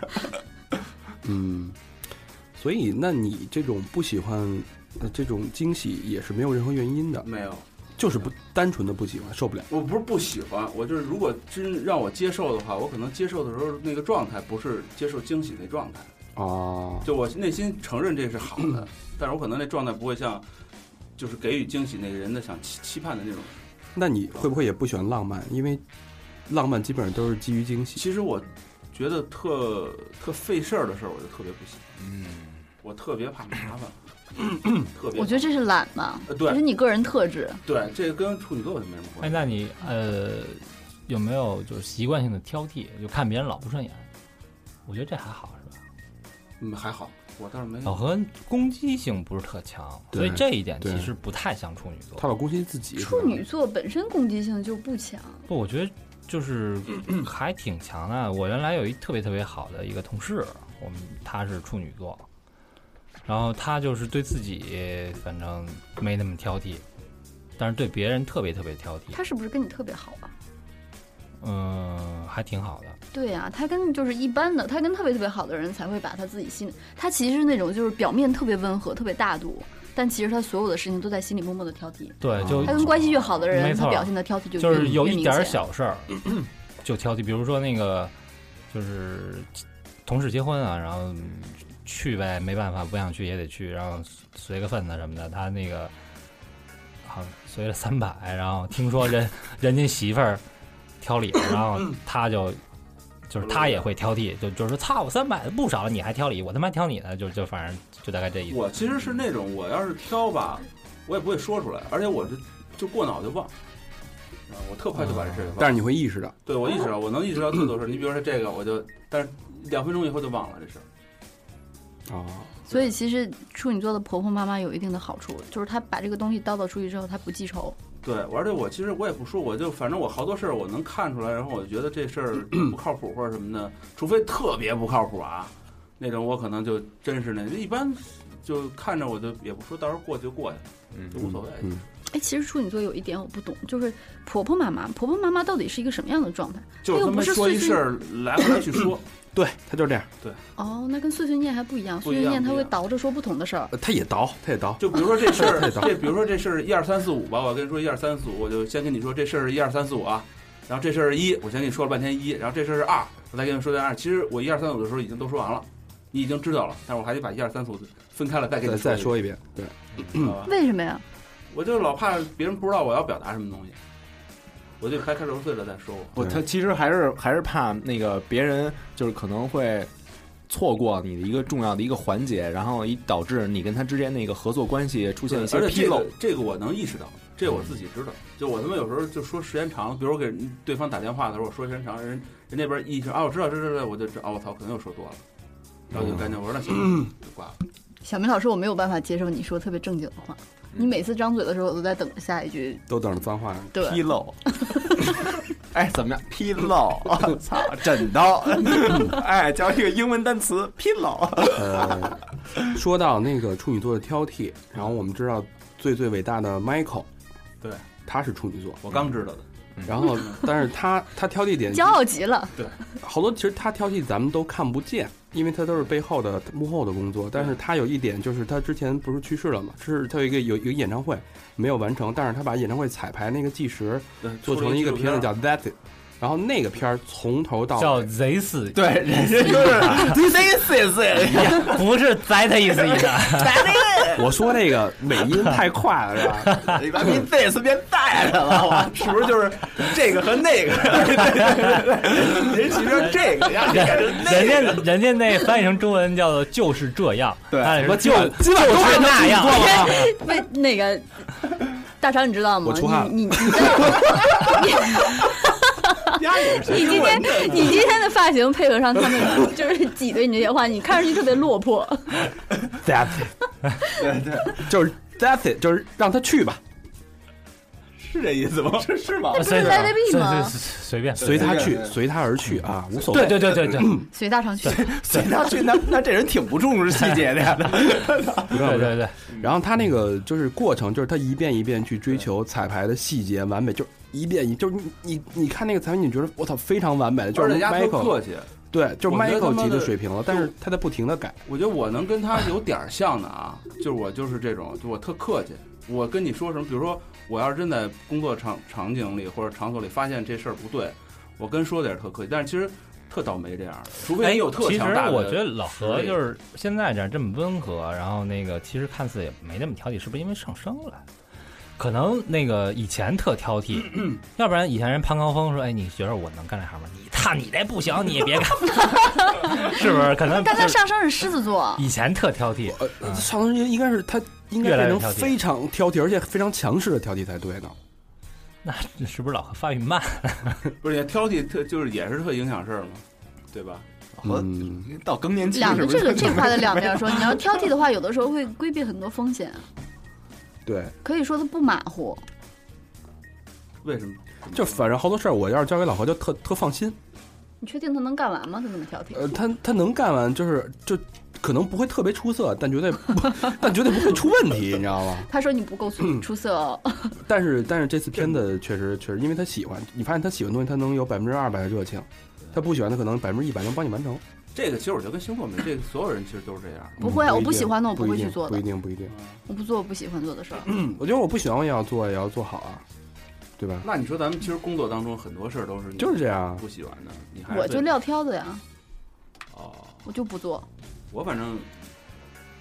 [SPEAKER 3] 嗯，所以那你这种不喜欢，呃，这种惊喜也是没有任何原因的，
[SPEAKER 7] 没有，
[SPEAKER 3] 就是不单纯的不喜欢，受不了。
[SPEAKER 7] 我不是不喜欢，我就是如果真让我接受的话，我可能接受的时候那个状态不是接受惊喜那状态，
[SPEAKER 6] 啊
[SPEAKER 3] 哦，
[SPEAKER 7] 就我内心承认这是好的，但是我可能那状态不会像，就是给予惊喜那个人的想期期盼的那种。
[SPEAKER 3] 那你会不会也不喜欢浪漫？因为浪漫基本上都是基于惊喜。
[SPEAKER 7] 其实我觉得特特费事儿的事儿，我就特别不喜欢，
[SPEAKER 5] 嗯，
[SPEAKER 7] 我特别怕麻烦，
[SPEAKER 3] 嗯
[SPEAKER 7] 特别。
[SPEAKER 6] 我觉得这是懒嘛，
[SPEAKER 7] 呃对
[SPEAKER 6] 这是你个人特质。
[SPEAKER 7] 对，这个跟处女座就没什么
[SPEAKER 4] 哎，
[SPEAKER 7] 关系。
[SPEAKER 4] 那你呃有没有就是习惯性的挑剔，就看别人老不顺眼？我觉得这还好，是吧？
[SPEAKER 7] 嗯，还好，我倒是没
[SPEAKER 3] 哦
[SPEAKER 4] 老
[SPEAKER 7] 有。
[SPEAKER 4] 何攻击性不是特强，所
[SPEAKER 3] 嗯
[SPEAKER 4] 以
[SPEAKER 3] 对
[SPEAKER 4] 这一点
[SPEAKER 3] 对
[SPEAKER 4] 其实不太像处女座
[SPEAKER 3] 他。老攻击自己，
[SPEAKER 6] 处女座本身攻击性就不强，
[SPEAKER 4] 不，我觉得就是还挺强的。我原来有一特别特别好的一个同事，我们他是处女座，然后他就是对自己反正没那么挑剔，但是对别人特别特别挑剔。
[SPEAKER 6] 他是不是跟你特别好啊？
[SPEAKER 4] 嗯，还挺好的。
[SPEAKER 6] 对呀、他跟就是一般的，他跟特别特别好的人才会把他自己心里，他其实是那种就是表面特别温和、特别大度，但其实他所有的事情都在心里默默的挑剔。
[SPEAKER 4] 对，就
[SPEAKER 6] 他跟关系越好的
[SPEAKER 4] 没
[SPEAKER 6] 人，
[SPEAKER 4] 错
[SPEAKER 6] 他表现的挑剔就
[SPEAKER 4] 就
[SPEAKER 6] 越
[SPEAKER 4] 是有
[SPEAKER 6] 越
[SPEAKER 4] 一
[SPEAKER 6] 明
[SPEAKER 4] 点儿
[SPEAKER 6] 显
[SPEAKER 4] 小 事儿就挑剔，比如说那个就是同事结婚啊，然后嗯去呗，没办法，不想去也得去，然后随个份子什么的，他那个好像随了三百，然后听说人人家媳妇儿挑理了，然后他就。就是他也会挑剔，就就是说，操，我三百不少了，你还挑理，我他妈挑你呢，就就反正就大概这意思。
[SPEAKER 7] 我其实是那种，我要是挑吧，我也不会说出来，而且我就就过脑就忘，啊我特快就把这事儿给忘。
[SPEAKER 3] 但是你会意识到，
[SPEAKER 7] 对我意识到，我能意识到特多事儿。你比如说这个，我就，但是两分钟以后就忘了这事儿。
[SPEAKER 3] 哦，
[SPEAKER 6] 所以其实处女座的婆婆妈妈有一定的好处，就是她把这个东西叨叨出去之后，她不记仇。
[SPEAKER 7] 对，而且我其实我也不说，我就反正我好多事儿我能看出来，然后我觉得这 事儿不靠谱或者什么的，除非特别不靠谱啊，那种我可能就真是那，一般就看着我就也不说，到时候过就过去了，就无所谓。
[SPEAKER 3] 嗯，
[SPEAKER 6] 哎，其实处女座有一点我不懂，就是婆婆妈妈，婆婆妈妈到底是一个什么样的状态？
[SPEAKER 7] 就是他们说一事儿来回来去说，
[SPEAKER 3] 对他就是这样，
[SPEAKER 6] 哦，那跟碎碎念还不一样，
[SPEAKER 7] 不
[SPEAKER 6] 碎
[SPEAKER 7] 一
[SPEAKER 6] 碎
[SPEAKER 7] 样
[SPEAKER 6] 念她
[SPEAKER 7] 不一
[SPEAKER 6] 会
[SPEAKER 7] 样
[SPEAKER 6] 倒着说不同的事儿。
[SPEAKER 3] 呃他也倒，他也倒，
[SPEAKER 7] 就比如说这事
[SPEAKER 3] 太
[SPEAKER 7] 儿，
[SPEAKER 3] 早
[SPEAKER 7] 这比如说这事儿一二三四五吧，我跟你说一二三四五，我就先跟你说这事儿是一二三四五啊，然后这事儿是一，我先跟你说了半天一，然后这事儿是二，我再跟你说点二。其实我一二三五的时候已经都说完了，你已经知道了，但是我还得把一二三四五分开了再跟
[SPEAKER 3] 再
[SPEAKER 7] 你
[SPEAKER 3] 再
[SPEAKER 7] 说
[SPEAKER 3] 说
[SPEAKER 7] 一
[SPEAKER 3] 一遍，对，
[SPEAKER 7] 遍，好吧？
[SPEAKER 6] 为什么呀？
[SPEAKER 7] 我就老怕别人不知道我要表达什么东西，我就掰开揉碎了再说我。
[SPEAKER 5] 我他其实还是还是怕那个别人就是可能会错过你的一个重要的一个环节，然后以导致你跟他之间那个合作关系出现一些
[SPEAKER 7] 而且
[SPEAKER 5] 纰
[SPEAKER 7] 这
[SPEAKER 5] 漏
[SPEAKER 7] 个。这个我能意识到，这个我自己知道。就我他妈有时候就说时间长了，比如我给对方打电话的时候，我说时间长，人人那边一听啊，我知道，知道，知道，我就知道，啊我操，可能又说多了，然后就赶紧我说那行，就挂了。
[SPEAKER 6] 小明老师，我没有办法接受你说特别正经的话。你每次张嘴的时候，我都在等着下一句。
[SPEAKER 3] 都等着脏话。
[SPEAKER 5] 纰
[SPEAKER 6] 对，
[SPEAKER 5] 漏。哎，怎么样？纰漏， 我操，枕头，哎，教这个英文单词纰漏。
[SPEAKER 3] 呃，说到那个处女座的挑剔，然后我们知道最最伟大的 Michael，
[SPEAKER 7] 对，
[SPEAKER 3] 他是处女座，
[SPEAKER 7] 我刚知道的，
[SPEAKER 3] 然 后但是他他挑剔点
[SPEAKER 6] 骄傲极了。
[SPEAKER 3] 好多，其实他挑剔咱们都看不见，因为他都是背后的幕后的工作。但是他有一点就是，他之前不是去世了嘛，是他有一个有有一个演唱会没有完成，但是他把演唱会彩排那个计时
[SPEAKER 7] 对，
[SPEAKER 3] 做
[SPEAKER 7] 出了
[SPEAKER 3] 成一个
[SPEAKER 7] 纪录
[SPEAKER 3] 片子
[SPEAKER 7] 儿
[SPEAKER 3] 叫《That It》，然后那个片儿从头到
[SPEAKER 4] 叫
[SPEAKER 3] 尾，
[SPEAKER 4] 贼死，
[SPEAKER 5] 对，人家就是哎 this is it，
[SPEAKER 4] 不是 栽他一次一的。
[SPEAKER 3] 我说那个尾音太快了，是吧？
[SPEAKER 5] 你把 this 变带上了，我是不是就是这个和那 个？人其实这个，然后你改成
[SPEAKER 4] 人家人家那翻译成中文叫做就是这样，
[SPEAKER 5] 对
[SPEAKER 4] 他也
[SPEAKER 3] 我
[SPEAKER 4] 是
[SPEAKER 3] 基
[SPEAKER 4] 就
[SPEAKER 3] 本基本都
[SPEAKER 4] 就是那样，
[SPEAKER 6] 被那个大肠，你知道吗？
[SPEAKER 3] 我出汗了
[SPEAKER 6] 你你你的你今天你今天的发型配合上他们就是挤兑你这些话，你看上去特别落魄。
[SPEAKER 3] That's it，对对，就是 That's it，就是让他去吧，
[SPEAKER 5] 是这意思吗？ 是是吗？
[SPEAKER 6] 不是 Let it be 吗
[SPEAKER 4] 随随便，
[SPEAKER 3] 随他去
[SPEAKER 5] 对，对
[SPEAKER 3] 随他而去啊，无所谓。
[SPEAKER 4] 嗯对对对对对
[SPEAKER 6] 随大肠去，
[SPEAKER 5] 所以他去那那这人挺不重视细节的呀。
[SPEAKER 4] 对对对，
[SPEAKER 3] 然后他那个就是过程，就是他一遍一遍去追求彩排的细节完美，就一遍一就是你你你看那个彩排，你觉得我操非常完美的，就
[SPEAKER 7] 而
[SPEAKER 3] 是
[SPEAKER 7] 且丫特
[SPEAKER 3] Michael
[SPEAKER 7] 客气，
[SPEAKER 3] 对，就是
[SPEAKER 7] 我觉得他
[SPEAKER 3] Michael
[SPEAKER 7] 妈
[SPEAKER 3] 级
[SPEAKER 7] 的
[SPEAKER 3] 水平了，但是他在不停的改，
[SPEAKER 7] 我觉得我能跟他有点儿像的啊，就是我就是这种，就我特客气。我跟你说什么，比如说我要是真在工作场场景里或者场所里发现这事儿不对，我跟说的也是特客气，但是其实特倒霉这样，除非
[SPEAKER 4] 哎
[SPEAKER 7] 你有特
[SPEAKER 4] 其实
[SPEAKER 7] 强大的。
[SPEAKER 4] 我觉得老何就是现在这样这么温和，然后那个其实看似也没那么挑剔，是不是因为上升了？可能那个以前特挑剔，要不然以前人潘高峰说：“哎，你觉得我能干这行吗？你 他你那不行，你也别干，是不是？”可能
[SPEAKER 6] 但他
[SPEAKER 4] 就是
[SPEAKER 6] 上升是狮子座，
[SPEAKER 4] 以前特挑剔，
[SPEAKER 3] 呃，上升应该是他应该
[SPEAKER 4] 越来
[SPEAKER 3] 变成
[SPEAKER 4] 越挑剔
[SPEAKER 3] 非常挑剔，而且非常强势的挑剔才对呢。
[SPEAKER 4] 那是不是老何发育慢？
[SPEAKER 7] 不是也挑剔特就是也是特影响事儿嘛，对吧？
[SPEAKER 5] 我
[SPEAKER 3] 嗯，
[SPEAKER 5] 到更年期
[SPEAKER 6] 两
[SPEAKER 5] 是
[SPEAKER 6] 个
[SPEAKER 5] 不是
[SPEAKER 6] 这个这块的两面说，你要挑剔的话，有的时候会规避很多风险，
[SPEAKER 3] 对，
[SPEAKER 6] 可以说他不马虎。
[SPEAKER 7] 为什么？
[SPEAKER 3] 就反正好多事儿，我要是交给老何就特特放心，
[SPEAKER 6] 你确定他能干完吗？他这么挑剔，
[SPEAKER 3] 呃，他他能干完就是就可能不会特别出色，但绝对但绝对不会 出问题，你知道吗？
[SPEAKER 6] 他说你不够出出色哦。
[SPEAKER 3] 但是但是这次片子确实确实，因为他喜欢，你发现他喜欢的东西，他能有百分之二百的热情；他不喜欢的，可能百分之一百能帮你完成。
[SPEAKER 7] 这个其实我觉得跟星座没，这个所有人其实都是这样。
[SPEAKER 6] 不会啊，
[SPEAKER 3] 嗯
[SPEAKER 6] 我
[SPEAKER 3] 一
[SPEAKER 6] 不
[SPEAKER 3] 定
[SPEAKER 6] 喜欢的我
[SPEAKER 3] 不
[SPEAKER 6] 会
[SPEAKER 3] 一定
[SPEAKER 6] 去做
[SPEAKER 3] 不
[SPEAKER 6] 的
[SPEAKER 3] 一，定不一定。
[SPEAKER 6] 我不做我不喜欢做的事儿。
[SPEAKER 3] 嗯我觉得我不喜欢我也要做，也要做好啊，对吧？
[SPEAKER 7] 那你说咱们其实工作当中很多事儿都是你
[SPEAKER 3] 就是这样啊。
[SPEAKER 7] 不喜欢的，你还是
[SPEAKER 6] 我就
[SPEAKER 7] 哎对
[SPEAKER 6] 撂挑子呀，
[SPEAKER 7] 哦，
[SPEAKER 6] 我就不做。
[SPEAKER 7] 我反正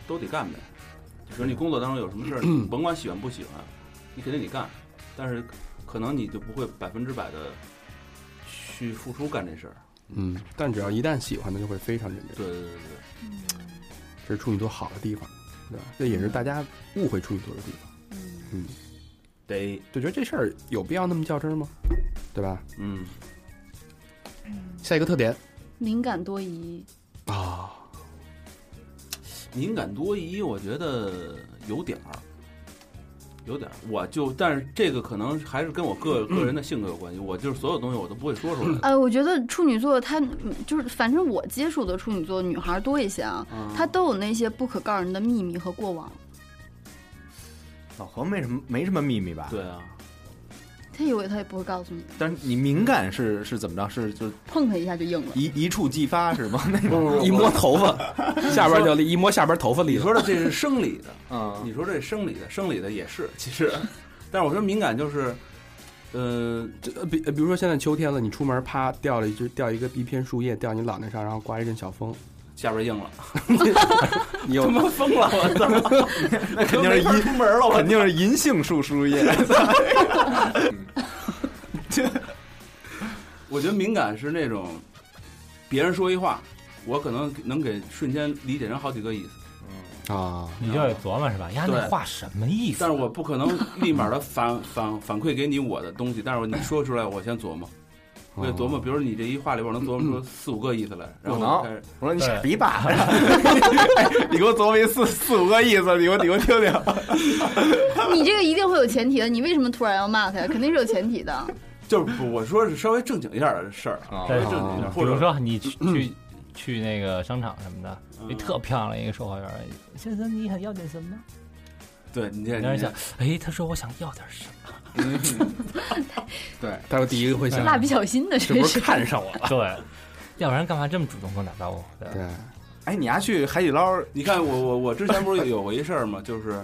[SPEAKER 7] 都得干呗。比如你工作当中有什么事儿，你甭管喜欢不喜欢，你肯定得干，但是可能你就不会百分之百的去付出干这事儿。
[SPEAKER 3] 嗯，但只要一旦喜欢的，就会非常认真。
[SPEAKER 7] 对对对对
[SPEAKER 3] 这是处女座好的地方，对吧？这也是大家误会处女座的地方，
[SPEAKER 7] 对，
[SPEAKER 3] 就
[SPEAKER 7] 得
[SPEAKER 3] 觉得这事儿有必要那么较真儿吗？对吧？
[SPEAKER 7] 嗯，
[SPEAKER 3] 下一个特点
[SPEAKER 6] 敏感多疑，
[SPEAKER 3] 啊，
[SPEAKER 7] 敏感多疑，我觉得有点儿。有点儿，我就，但是这个可能还是跟我 个个人的性格有关系。我就是所有东西我都不会说出来的。
[SPEAKER 6] 呃，我觉得处女座她嗯就是，反正我接触的处女座女孩儿多一些啊，
[SPEAKER 7] 嗯
[SPEAKER 6] 她都有那些不可告人的秘密和过往，
[SPEAKER 5] 老何没什么没什么秘密吧？
[SPEAKER 7] 对啊，
[SPEAKER 6] 她以为她也不会告诉你，
[SPEAKER 5] 但是你敏感是是怎么着？是就
[SPEAKER 6] 碰她一下就硬 了。
[SPEAKER 5] 一一触即发是 吗？那种
[SPEAKER 3] 一摸头发， 下边就一摸下边头发立
[SPEAKER 7] 你
[SPEAKER 3] 了。
[SPEAKER 7] 说的这是生理 的，
[SPEAKER 5] 嗯，
[SPEAKER 7] 你说这生理的，生理的也是，其实，但是我说敏感就是，呃，
[SPEAKER 3] 这呃比呃比如说现在秋天了，你出门啪掉了一只掉一个一片树叶掉你脑袋上，然后刮一阵小风，
[SPEAKER 7] 下边硬了，
[SPEAKER 3] 你有
[SPEAKER 7] 妈疯了，我操，
[SPEAKER 5] 那肯定是
[SPEAKER 7] 没法
[SPEAKER 5] 银
[SPEAKER 7] 出门了，我
[SPEAKER 5] 肯定是银杏树树叶。
[SPEAKER 7] 我觉得敏感是那种，别人说一话，我可能能给瞬间理解成好几个意思，
[SPEAKER 3] 啊，
[SPEAKER 4] 你就得琢磨是吧？呀，
[SPEAKER 7] 对
[SPEAKER 4] 那话什么意思
[SPEAKER 7] 但？是我不可能立马的反反反馈给你我的东西，但是你说出来，我先琢
[SPEAKER 5] 哦
[SPEAKER 7] 磨，我得琢磨，比如你这一话里边，我能琢磨出四五个意思来，然后我就开始，
[SPEAKER 5] 我说你傻逼 吧，哎你给我琢磨一四四五个意思，你给我你给我听听。
[SPEAKER 6] 你这个一定会有前提的，你为什么突然要骂她呀？肯定是有前提 的。
[SPEAKER 7] 就是不我说是稍微正经一点的事儿，
[SPEAKER 5] 啊
[SPEAKER 7] 稍微正经一点，
[SPEAKER 4] 比
[SPEAKER 7] 或者嗯
[SPEAKER 4] 如说你去去去那个商场什么的，一特漂亮一个售货员，先生你想要点什么？
[SPEAKER 7] 对你这
[SPEAKER 4] 然后
[SPEAKER 7] 你这
[SPEAKER 4] 想，哎，他说我想要点 什么？
[SPEAKER 5] 对，
[SPEAKER 3] 待会第一个会想，
[SPEAKER 6] 蜡
[SPEAKER 7] 哎
[SPEAKER 6] 笔小新的
[SPEAKER 3] 是
[SPEAKER 6] 真
[SPEAKER 3] 不是
[SPEAKER 6] 是，
[SPEAKER 3] 看上我了？
[SPEAKER 4] 对，要不然干嘛这么主动跟我打招呼？对吧
[SPEAKER 3] 对，
[SPEAKER 5] 哎，你还去海底捞？
[SPEAKER 7] 你看我我我之前不是有过一事儿吗？就是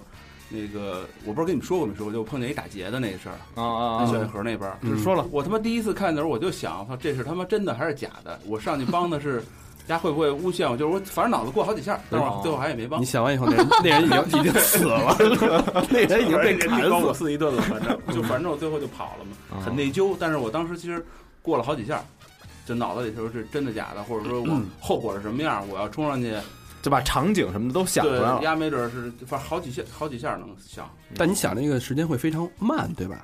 [SPEAKER 7] 那个我不是跟你们说过没说过，就碰见一打劫的那个事儿，
[SPEAKER 5] 啊啊
[SPEAKER 7] 在
[SPEAKER 5] 啊
[SPEAKER 7] 小！运河那边儿，
[SPEAKER 3] 嗯
[SPEAKER 7] 就说 了，我他妈第一次看的时候我就想，操，这是他妈真的还是假的？我上去帮的是， 家会不会诬陷我？就是我反正脑子过好几下，但
[SPEAKER 5] 哦
[SPEAKER 7] 是我最后还也没帮
[SPEAKER 3] 你。想完以后，那人那人已经已经死了，那人已 经被砍死
[SPEAKER 7] 人家光我
[SPEAKER 3] 了。
[SPEAKER 7] 四一顿了，反正就反正我最后就跑了嘛，
[SPEAKER 5] 嗯
[SPEAKER 7] 很内疚。但是我当时其实过了好几下，就脑子里头是真的假的，或者说我
[SPEAKER 3] 嗯
[SPEAKER 7] 后果是什么样，我要冲上去，
[SPEAKER 5] 就把场景什么的都想出来
[SPEAKER 7] 对，
[SPEAKER 5] 了。
[SPEAKER 7] 压没准是反正好几下好几下能想，
[SPEAKER 3] 但你想，那个时间会非常慢，对吧？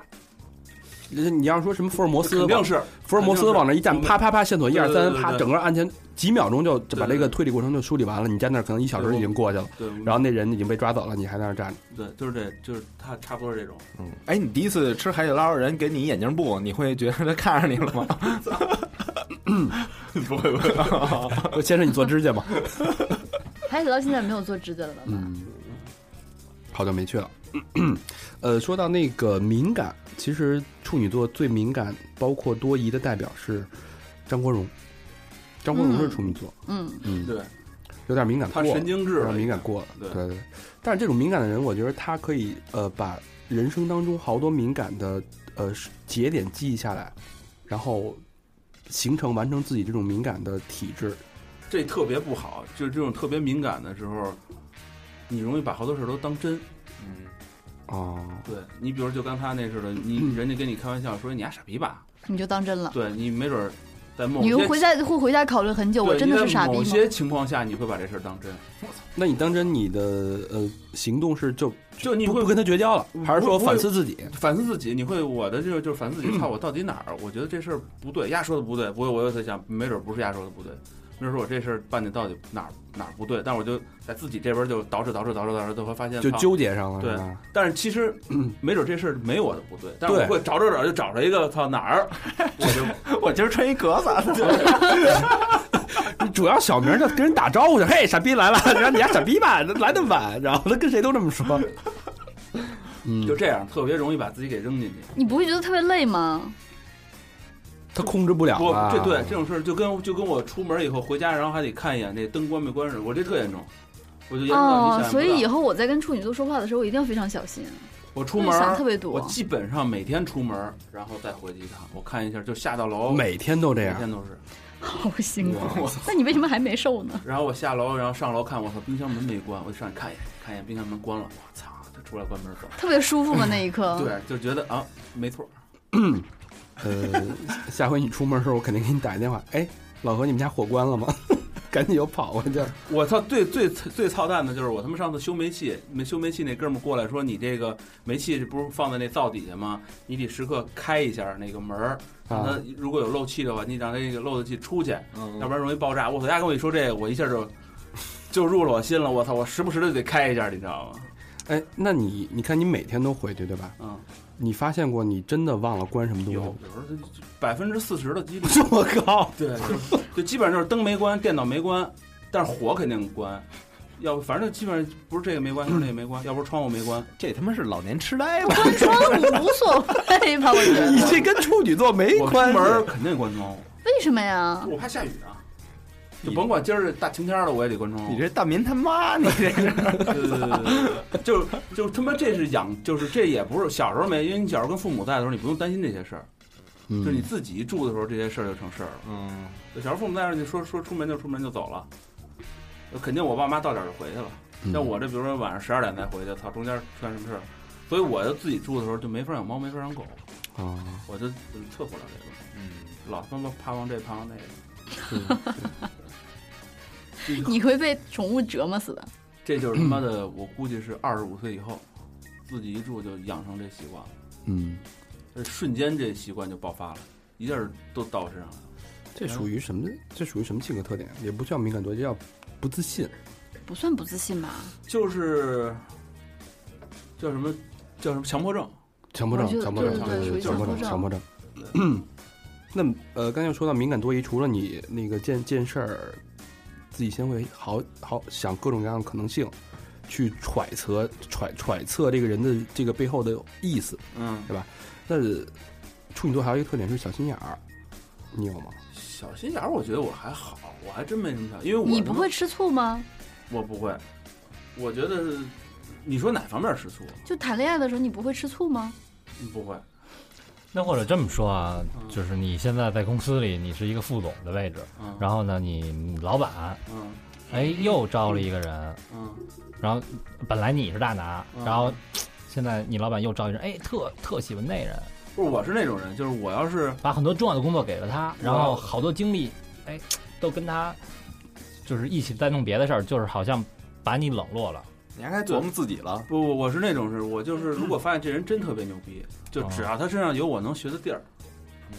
[SPEAKER 3] 你要说什么福尔摩斯
[SPEAKER 7] 肯
[SPEAKER 3] 往，
[SPEAKER 7] 定是
[SPEAKER 3] 福尔摩斯往那一站，
[SPEAKER 7] 肯定
[SPEAKER 3] 啪
[SPEAKER 7] 是嗯
[SPEAKER 3] 啪啪，线索一二
[SPEAKER 7] 对
[SPEAKER 3] 三，
[SPEAKER 7] 对对
[SPEAKER 3] 啪，
[SPEAKER 7] 对
[SPEAKER 3] 整个案件几秒钟就就把这
[SPEAKER 7] 对对
[SPEAKER 3] 个
[SPEAKER 7] 对
[SPEAKER 3] 推理过程就梳理完了。你在那儿可能一小时已经过去了，
[SPEAKER 7] 对，
[SPEAKER 3] 然后那人已经被抓走了，你还在那儿站着。
[SPEAKER 7] 对，就是这就是他差不多是这种。
[SPEAKER 5] 嗯，哎，你第一次吃海底捞，人给你眼镜布，你会觉得他看上你了吗？ 不会不会，
[SPEAKER 3] 先生，你做指甲吧。
[SPEAKER 6] 海底捞现在没有做指甲了吧？
[SPEAKER 3] 嗯，好久没 去了。呃，说到那个敏感，其实处女座最敏感，包括多疑的代表是张国荣。张国荣是
[SPEAKER 6] 嗯
[SPEAKER 3] 处女座，
[SPEAKER 6] 嗯，
[SPEAKER 3] 嗯，
[SPEAKER 7] 对，
[SPEAKER 3] 有点敏感过
[SPEAKER 7] 他
[SPEAKER 3] 了，
[SPEAKER 7] 神经质
[SPEAKER 3] 有
[SPEAKER 7] 了，
[SPEAKER 3] 点敏感过了，
[SPEAKER 7] 对
[SPEAKER 3] 对对。但是这种敏感的人，我觉得他可以呃把人生当中好多敏感的呃节点记忆下来，然后形成完成自己这种敏感的体质。
[SPEAKER 7] 这特别不好，就是这种特别敏感的时候，你容易把好多事儿都当真。
[SPEAKER 5] 嗯，
[SPEAKER 3] 哦，
[SPEAKER 7] 对你，比如就刚他那似的，你、
[SPEAKER 3] 嗯
[SPEAKER 7] 人家跟你开玩笑说你丫傻逼吧，
[SPEAKER 6] 你就当真了。
[SPEAKER 7] 对你没准儿在某
[SPEAKER 6] 你
[SPEAKER 7] 些
[SPEAKER 6] 又回家会回家考虑很久，
[SPEAKER 7] 对
[SPEAKER 6] 我真的是傻逼
[SPEAKER 7] 你
[SPEAKER 6] 吗？
[SPEAKER 7] 在某些情况下你会把这事儿当真，
[SPEAKER 3] 那你当真你的呃行动是就
[SPEAKER 7] 就你
[SPEAKER 3] 不
[SPEAKER 7] 会
[SPEAKER 3] 不跟他绝交了，还是说
[SPEAKER 7] 不
[SPEAKER 3] 反思自己？
[SPEAKER 7] 反思自己，你会我的这个就是反思 自己，操我到底哪儿？我觉得这事儿不对，丫说的不对，我我又在想，没准儿不是丫说的不对，没准儿是我这事儿办的到底哪儿哪儿不对，但我就在自己这边就捯饬捯饬捯饬捯饬，最后发现
[SPEAKER 3] 就
[SPEAKER 7] 操
[SPEAKER 3] 纠结上了，
[SPEAKER 7] 对
[SPEAKER 3] 是吧？
[SPEAKER 7] 但是 其实没准这事儿没我的不对，但是我
[SPEAKER 3] 对
[SPEAKER 7] 会找找找就找着一个，操哪儿，我就
[SPEAKER 5] 我今儿穿一格子，
[SPEAKER 3] 你主要小明就跟人打招呼去，嘿，傻逼来了， 然后你家傻逼吧，来的晚，然后他跟谁都这么 说。嗯
[SPEAKER 7] 就，这样，特别容易把自己给扔进去。
[SPEAKER 6] 你不会觉得特别累吗？
[SPEAKER 3] 他控制不了
[SPEAKER 7] 我
[SPEAKER 3] 啊
[SPEAKER 7] 这对这种事儿就跟就跟我出门以后回家，然后还得看一眼那灯关没关似的，我这特严重，我就严重到你
[SPEAKER 6] 哦
[SPEAKER 7] 想，象不
[SPEAKER 6] 所以以
[SPEAKER 7] 到
[SPEAKER 6] 后我在跟处女座说话的时候，我一定要非常小心，
[SPEAKER 7] 我出
[SPEAKER 6] 因为想特
[SPEAKER 7] 门，
[SPEAKER 6] 别
[SPEAKER 7] 我
[SPEAKER 6] 多。
[SPEAKER 7] 基本上每天出门，然后再回去一趟，我看一下就下到楼，
[SPEAKER 3] 每天都这
[SPEAKER 7] 每
[SPEAKER 3] 样。
[SPEAKER 7] 天都是。
[SPEAKER 6] 好辛苦
[SPEAKER 7] 我。
[SPEAKER 6] 那你为什么还没瘦呢？
[SPEAKER 7] 然后我下楼，然后上楼看，我操，冰箱门没关，我就上去看一眼，看一眼冰箱门关了，我操，就出来关门走。
[SPEAKER 6] 特别舒服吗？那一刻？
[SPEAKER 7] 对，就觉得啊，没错儿，
[SPEAKER 3] 呃，下回你出门的时候，我肯定给你打一电话。哎，老何，你们家火关了吗？ 赶紧又跑过去。啊
[SPEAKER 7] 我操，最最最操蛋的就是我他妈上次修煤气，没修煤气那哥们儿过来说，你这个煤气不是放在那灶底下吗？你得时刻开一下那个门儿，让它
[SPEAKER 3] 啊，
[SPEAKER 7] 如果有漏气的话，你让它那个漏的气出去，要
[SPEAKER 5] 嗯，
[SPEAKER 7] 不然容易爆炸。我操，丫跟我一说这个，我一下就 就入了我心了。我操，我时不时的就得开一下，你知道吗？
[SPEAKER 3] 哎，那你你看你每天都回去对吧？
[SPEAKER 7] 嗯，
[SPEAKER 3] 你发现过你真的忘了关什么东西
[SPEAKER 7] 有
[SPEAKER 3] 吗？
[SPEAKER 7] 有时候百分之四十的几率，
[SPEAKER 3] 这么高？
[SPEAKER 7] 对，就就基本上就是灯没关，电脑没关，但是火肯定关。要不反正基本上不是这个没关，就是那个没关，要不是窗户没关。
[SPEAKER 5] 这他妈是老年痴呆 吧？
[SPEAKER 6] 关窗户无所谓吧？我觉得
[SPEAKER 3] 你。这跟处女座没
[SPEAKER 7] 我出
[SPEAKER 3] 关系
[SPEAKER 7] 门。儿肯定关窗户。
[SPEAKER 6] 为什么呀？
[SPEAKER 7] 我怕下雨啊。就甭管今儿这大晴天儿了，我也得关窗户。
[SPEAKER 5] 你这大民他妈，你这是
[SPEAKER 7] 对对对对对，就是就是他妈这是养，就是这也不是小时候没，因为你小时候跟父母在的时候，你不用担心这些事儿，
[SPEAKER 3] 嗯
[SPEAKER 7] 就你自己住的时候，这些事儿就成事儿了。
[SPEAKER 5] 嗯，
[SPEAKER 7] 就小时候父母在的时候，你说说出门就出门就走了，肯定我爸妈到点儿就回去了。像我这，比如说晚上十二点才回去，操，中间出现什么事儿，所以我就自己住的时候就没法养猫，没法养狗，
[SPEAKER 3] 啊，
[SPEAKER 7] 我就测不了这个，
[SPEAKER 5] 嗯，
[SPEAKER 7] 老他妈盼望这盼望那个。
[SPEAKER 6] 你会被宠物折磨死的。
[SPEAKER 7] 这就是他妈的，我估计是二十五岁以后，自己一住就养成这习惯了，
[SPEAKER 3] 嗯，
[SPEAKER 7] 这瞬间这习惯就爆发了，一下都到我身上来了。
[SPEAKER 3] 这属于什么？这属于什么性格特点？也不叫敏感多，就叫不自信。
[SPEAKER 6] 不算不自信吧？
[SPEAKER 7] 就是叫什么叫什么强迫症，
[SPEAKER 3] 强迫症
[SPEAKER 7] 哦
[SPEAKER 6] 我觉，得
[SPEAKER 3] 强迫症，
[SPEAKER 7] 对对对
[SPEAKER 3] 对，
[SPEAKER 7] 属于
[SPEAKER 3] 强迫症，强
[SPEAKER 6] 强
[SPEAKER 3] 迫
[SPEAKER 6] 迫
[SPEAKER 3] 症。嗯那么呃，刚才又说到敏感多疑，除了你那个见见事儿，自己先会好好想各种各样的可能性，去揣测揣揣测这个人的这个背后的意思。
[SPEAKER 7] 嗯，
[SPEAKER 3] 那处女座还有一个特点是小心眼儿，你有吗？
[SPEAKER 7] 小心眼儿，我觉得我还好，我还真没什么小，因为我
[SPEAKER 6] 你不会吃醋吗？
[SPEAKER 7] 我不会，我觉得你说哪方面吃醋？
[SPEAKER 6] 就谈恋爱的时候，你不会吃醋吗？
[SPEAKER 7] 嗯不会，
[SPEAKER 4] 那或者这么说啊，就是你现在在公司里，你是一个副总的位置，
[SPEAKER 7] 嗯，
[SPEAKER 4] 然后呢，你老板
[SPEAKER 7] 嗯
[SPEAKER 4] 哎又招了一个人，
[SPEAKER 7] 嗯
[SPEAKER 4] 然后本来你是大拿，
[SPEAKER 7] 嗯
[SPEAKER 4] 然后现在你老板又招一人，哎，特特喜欢那人，
[SPEAKER 7] 不是，我是那种人，就是我要是
[SPEAKER 4] 把很多重要的工作给了他，然
[SPEAKER 7] 哦
[SPEAKER 4] 后好多精力，哎，都跟他就是一起在弄别的事儿，就是好像把你冷落了。
[SPEAKER 5] 你还该琢磨自己了。
[SPEAKER 7] 不不，我是那种是，我就是如果发现这人真特别牛逼，
[SPEAKER 4] 哦
[SPEAKER 7] 就只要他身上有我能学的地儿，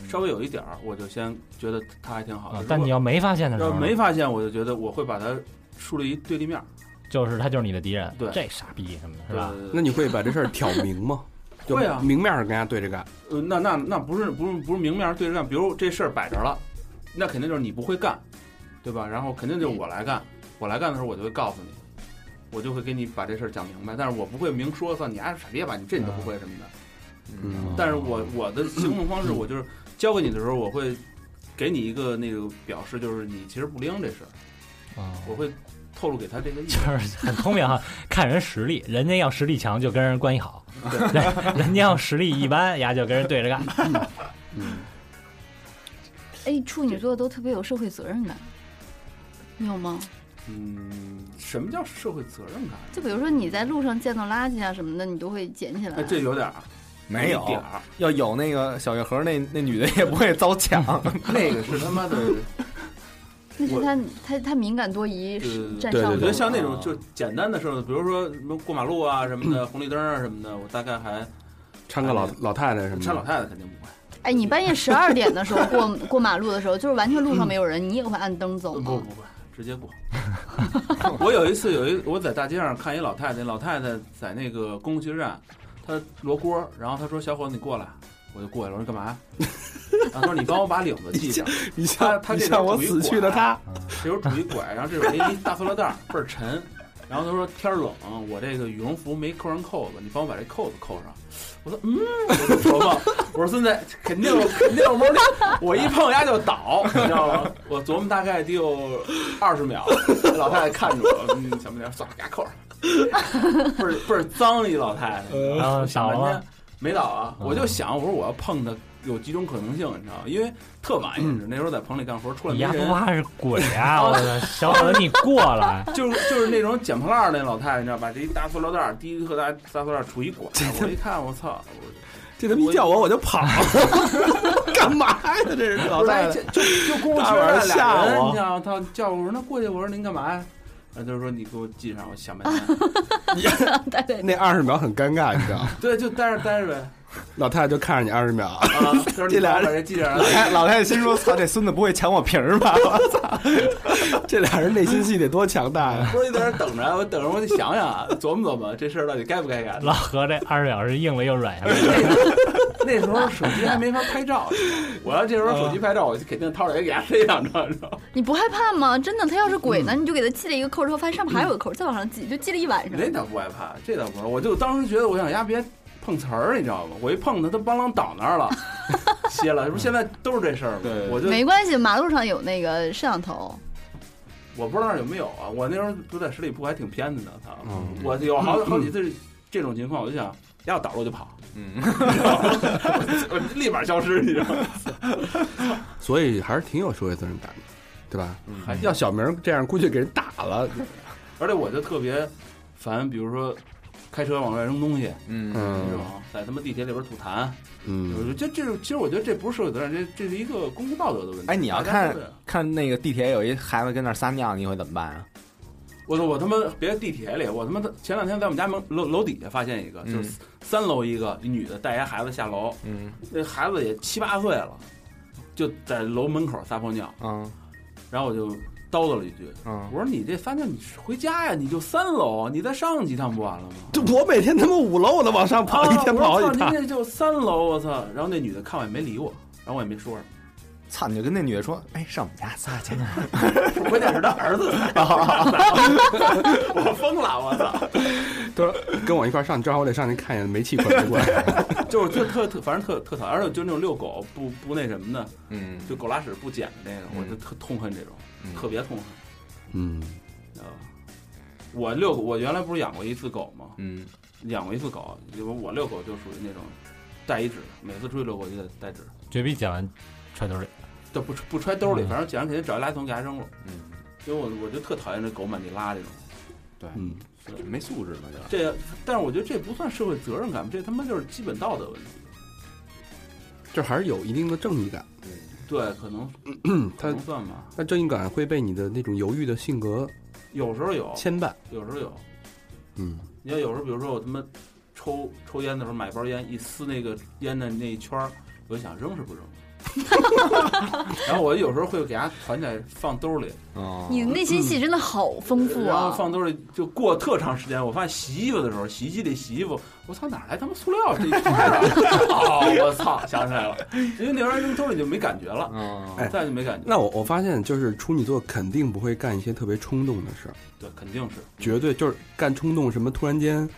[SPEAKER 7] 稍微有一点儿，我就先觉得他还挺好
[SPEAKER 4] 嗯啊
[SPEAKER 7] 的。
[SPEAKER 4] 但你
[SPEAKER 7] 要
[SPEAKER 4] 要没发现的时
[SPEAKER 7] 要
[SPEAKER 4] 候
[SPEAKER 7] 是
[SPEAKER 4] 呢，
[SPEAKER 7] 没发现，我就觉得我会把他树立一对立面儿，
[SPEAKER 4] 就是他就是你的敌人，
[SPEAKER 7] 对
[SPEAKER 4] 这傻逼什么的，是吧？
[SPEAKER 7] 对？对
[SPEAKER 3] 那
[SPEAKER 7] 对
[SPEAKER 3] 你会把这事儿挑明 吗？就
[SPEAKER 7] 会啊
[SPEAKER 3] 明面儿跟人家对着干。
[SPEAKER 7] 呃那那那不是不是不是明面儿对着干，比如这事儿摆着了，那肯定就是你不会干，对吧？然后肯定就是我来干，我来干的时候我就会告诉你，我就会给你把这事儿讲明白，但是我不会明说，算你丫傻逼吧，你这你都不会什么的。
[SPEAKER 3] 嗯，
[SPEAKER 7] 但是我我的行动方式，我就是交给你的时候，我会给你一个那个表示，就是你其实不灵这事儿，
[SPEAKER 4] 啊
[SPEAKER 7] 我会透露给他这个意
[SPEAKER 4] 就
[SPEAKER 7] 见。
[SPEAKER 4] 是很聪明啊，看人实力，人家要实力强就跟人关系好，人 人家要实力一般，呀就跟人对着 干。
[SPEAKER 6] 哎，处女座都特别有社会责任感，你有吗？
[SPEAKER 7] 嗯，什么叫社会责任感？啊
[SPEAKER 6] 就比如说你在路上见到垃圾啊什么的，你都会捡起来。
[SPEAKER 7] 哎，这有点儿
[SPEAKER 5] 没有
[SPEAKER 7] 一 点儿，
[SPEAKER 5] 要有那个小月盒那那女的也不会遭 抢，
[SPEAKER 7] 那个是他 妈的，
[SPEAKER 6] 那是
[SPEAKER 7] 我
[SPEAKER 6] 他他他敏感多疑是
[SPEAKER 7] 对
[SPEAKER 6] 占
[SPEAKER 3] 对
[SPEAKER 6] 上
[SPEAKER 7] 我
[SPEAKER 3] 对
[SPEAKER 7] 觉
[SPEAKER 6] 风
[SPEAKER 7] 得像那种就简单的事儿，比如说什么过马路啊什么的，红绿灯啊什么的，我大概还
[SPEAKER 3] 掺个老老太太
[SPEAKER 5] 嗯
[SPEAKER 3] 什么的。
[SPEAKER 7] 哎掺老太太肯定不会。
[SPEAKER 6] 哎，你半夜十二点的时候过过马路的时候，就是完全路上没有人，你也会按灯走
[SPEAKER 7] 不
[SPEAKER 6] 吗
[SPEAKER 7] 呃不？不，直 接过。我有一次有一我在大街上看一老太太，老太太在那个公共汽车站，她罗锅，然后她说：“小伙子，你过来。”我就过去了，我说干嘛呀？然后她说：“你帮我把领子系上。
[SPEAKER 3] 你
[SPEAKER 7] 像 你像我死去的
[SPEAKER 3] 他，”
[SPEAKER 7] 这手拄一拐，然后这手拎一大塑料袋儿，倍儿沉。然后她说：“天儿冷，我这个羽绒服没扣上扣子，你帮我把这扣子扣上。”我说：“嗯。”我就琢磨，我说：“孙子，肯定肯定有猫腻。”我一碰丫就倒，你知道吗？我琢磨大概得有二十秒，老太太看着我，嗯，想不想算了，给她扣上。 倍儿倍儿脏一老太太，
[SPEAKER 4] 然后
[SPEAKER 7] 想
[SPEAKER 4] 呃倒
[SPEAKER 7] 半天
[SPEAKER 4] 了，
[SPEAKER 7] 没倒啊，
[SPEAKER 4] 嗯
[SPEAKER 7] 我就想，我说我要碰它有几种可能性，你知道吗？因为特晚也是，那时候在棚里干活，出来
[SPEAKER 4] 嗯你
[SPEAKER 7] 没
[SPEAKER 4] 丫不
[SPEAKER 7] 人，
[SPEAKER 4] 怕是鬼呀、 我操，小伙子你过来，
[SPEAKER 7] 就是就是那种捡破烂儿那老太太，你知道吧，把这一大塑料袋儿，第一个大大塑料袋儿杵一 管，我一看，我操，
[SPEAKER 3] 这他妈一叫我我就跑， 干嘛呀？这是
[SPEAKER 7] 我
[SPEAKER 3] 老
[SPEAKER 7] 后来
[SPEAKER 3] 太太，
[SPEAKER 7] 就哎 就就公共
[SPEAKER 3] 大
[SPEAKER 7] 区
[SPEAKER 3] 晚上
[SPEAKER 7] 那俩
[SPEAKER 3] 吓
[SPEAKER 7] 人，
[SPEAKER 3] 我
[SPEAKER 7] 你知道，他叫我我说那过去，我说您干嘛呀？然后他就说你给我系上，我想半天，
[SPEAKER 6] 对对，
[SPEAKER 3] 那二十秒很尴尬，你知道 吗？
[SPEAKER 7] 对，就待着待 着呗。
[SPEAKER 3] 老太太就看着你二十秒，
[SPEAKER 7] 啊，他说你
[SPEAKER 3] 这俩
[SPEAKER 7] 把
[SPEAKER 3] 人
[SPEAKER 7] 这系上
[SPEAKER 5] 老，太老太太心说：“操，这孙子不会抢我皮儿吧？” 我操，
[SPEAKER 3] 这俩人内心戏得多强大呀！
[SPEAKER 7] 不是你在那儿等着，我等着我得想想啊，琢磨琢磨这事儿到底该不该干。
[SPEAKER 4] 老何这二十秒是硬了又软下来。
[SPEAKER 7] 那时候手机还没法拍照， 我要这时候手机拍照，我就肯定掏出来给他塞两张，知道吗？
[SPEAKER 6] 你不害怕吗？真的，他要是鬼
[SPEAKER 7] 嗯
[SPEAKER 6] 呢，你就给他系了一个扣，之后发现上面还有个扣，再往上系，就系了一晚上。
[SPEAKER 7] 那倒不害怕，这倒不是。我就当时觉得，我想丫别碰瓷儿，你知道吗？我一碰他，他邦啷倒那儿 了，歇了。这不是现在都是这事儿吗？
[SPEAKER 5] 对
[SPEAKER 7] 我就
[SPEAKER 6] 没关系，马路上有那个摄像头，
[SPEAKER 7] 我不知道那儿有没有啊。我那时候不在十里铺还挺偏的呢，操！
[SPEAKER 3] 嗯
[SPEAKER 7] 我有 好好几次这种情况，我就想丫要倒了我 就跑，
[SPEAKER 5] 嗯，
[SPEAKER 7] 我立马消失，你知道吗？
[SPEAKER 3] 所以还是挺有社会责任感的，对吧？
[SPEAKER 7] 还
[SPEAKER 3] 要小明这样，估计给人打了。
[SPEAKER 7] 而且我就特别烦，比如说开车往外扔东西，
[SPEAKER 5] 嗯，
[SPEAKER 7] 你知
[SPEAKER 3] 嗯
[SPEAKER 7] 道吗？在他妈地铁里边吐痰。我
[SPEAKER 3] 嗯，
[SPEAKER 7] 觉得这这其实我觉得这不是社会责任，这这是一个公共道德的问题。
[SPEAKER 5] 哎你要
[SPEAKER 7] 大家
[SPEAKER 5] 看
[SPEAKER 7] 都是
[SPEAKER 5] 看那个地铁有一孩子跟那儿撒尿，你会怎么办啊？
[SPEAKER 7] 我说我他妈别地铁里，我他妈的前两天在我们家门楼楼底下发现一个，
[SPEAKER 5] 嗯
[SPEAKER 7] 就是三楼一个一女的带一孩子下楼，
[SPEAKER 5] 嗯
[SPEAKER 7] 那孩子也七八岁了，就在楼门口撒泡尿，
[SPEAKER 5] 嗯
[SPEAKER 7] 然后我就叨叨了一句，
[SPEAKER 5] 嗯
[SPEAKER 7] 我说你这撒尿你回家呀，你就三楼，你再上几趟不完了吗？
[SPEAKER 3] 这我每天他妈五楼我都往上跑， 一天跑
[SPEAKER 7] 啊我
[SPEAKER 3] 好
[SPEAKER 7] 说
[SPEAKER 3] 几
[SPEAKER 7] 操，
[SPEAKER 3] 趟。
[SPEAKER 7] 您这就三楼，我操！然后那女的看我也没理我，然后我也没说什么，
[SPEAKER 5] 操，你就跟那女的说：“哎，上我们家撒去。
[SPEAKER 7] 关键是他儿子 撒尿， 我疯了，我操！
[SPEAKER 3] 他说跟我一块儿上，正好我得上去看一眼煤气 管没过来。
[SPEAKER 7] 就是特特特，反正特特讨厌，而且就那种遛狗不不那什么的，”
[SPEAKER 5] 嗯，
[SPEAKER 7] 就狗拉屎不捡的那个，
[SPEAKER 5] 嗯
[SPEAKER 7] 我就特痛恨这种，
[SPEAKER 5] 嗯
[SPEAKER 7] 特别痛恨，
[SPEAKER 3] 嗯，
[SPEAKER 7] 知道吧？我遛狗，我原来不是养过一次狗吗？
[SPEAKER 5] 嗯，
[SPEAKER 7] 养过一次狗，因为我遛狗就属于那种带一指，每次出去遛狗就得带指，
[SPEAKER 4] 绝逼讲完揣兜里，
[SPEAKER 7] 就不不揣兜里，
[SPEAKER 4] 嗯
[SPEAKER 7] 反正捡上肯定找一垃圾桶给它扔了。
[SPEAKER 5] 嗯，
[SPEAKER 7] 因为我我就特讨厌这狗满地拉这种。
[SPEAKER 5] 对，
[SPEAKER 3] 嗯，
[SPEAKER 5] 没素质嘛，就是
[SPEAKER 7] 这，但是我觉得这不算社会责任感，这他妈就是基本道德问题。
[SPEAKER 3] 这还是有一定的正义感，
[SPEAKER 7] 对，可 能
[SPEAKER 3] 嗯，
[SPEAKER 7] 可
[SPEAKER 3] 它
[SPEAKER 7] 能算吧，
[SPEAKER 3] 但正义感会被你的那种犹豫的性格
[SPEAKER 7] 有时候有，
[SPEAKER 3] 牵绊，
[SPEAKER 7] 有时候有。
[SPEAKER 3] 嗯，
[SPEAKER 7] 你要有时候，比如说我他妈抽抽烟的时候买包烟，一撕那个烟的那一圈儿，我就想扔是不扔。 然后我有时候会给它团起来放兜里，
[SPEAKER 5] 哦
[SPEAKER 6] 你的内心戏真的好丰富
[SPEAKER 7] 嗯然后
[SPEAKER 6] 啊！
[SPEAKER 7] 放兜里就过特长时间。我发现洗衣服的时候，洗衣机里洗衣服，我操哪来他妈塑料这一圈儿啊！哦，我操，想起来了，因为那时候扔兜里就没感觉了，
[SPEAKER 5] 哦，
[SPEAKER 3] 哎
[SPEAKER 7] 再就没感觉。
[SPEAKER 3] 那我我发现就是处女座肯定不会干一些特别冲动的事儿，
[SPEAKER 7] 对，肯定是
[SPEAKER 3] 绝对就是干冲动什么突然间嗯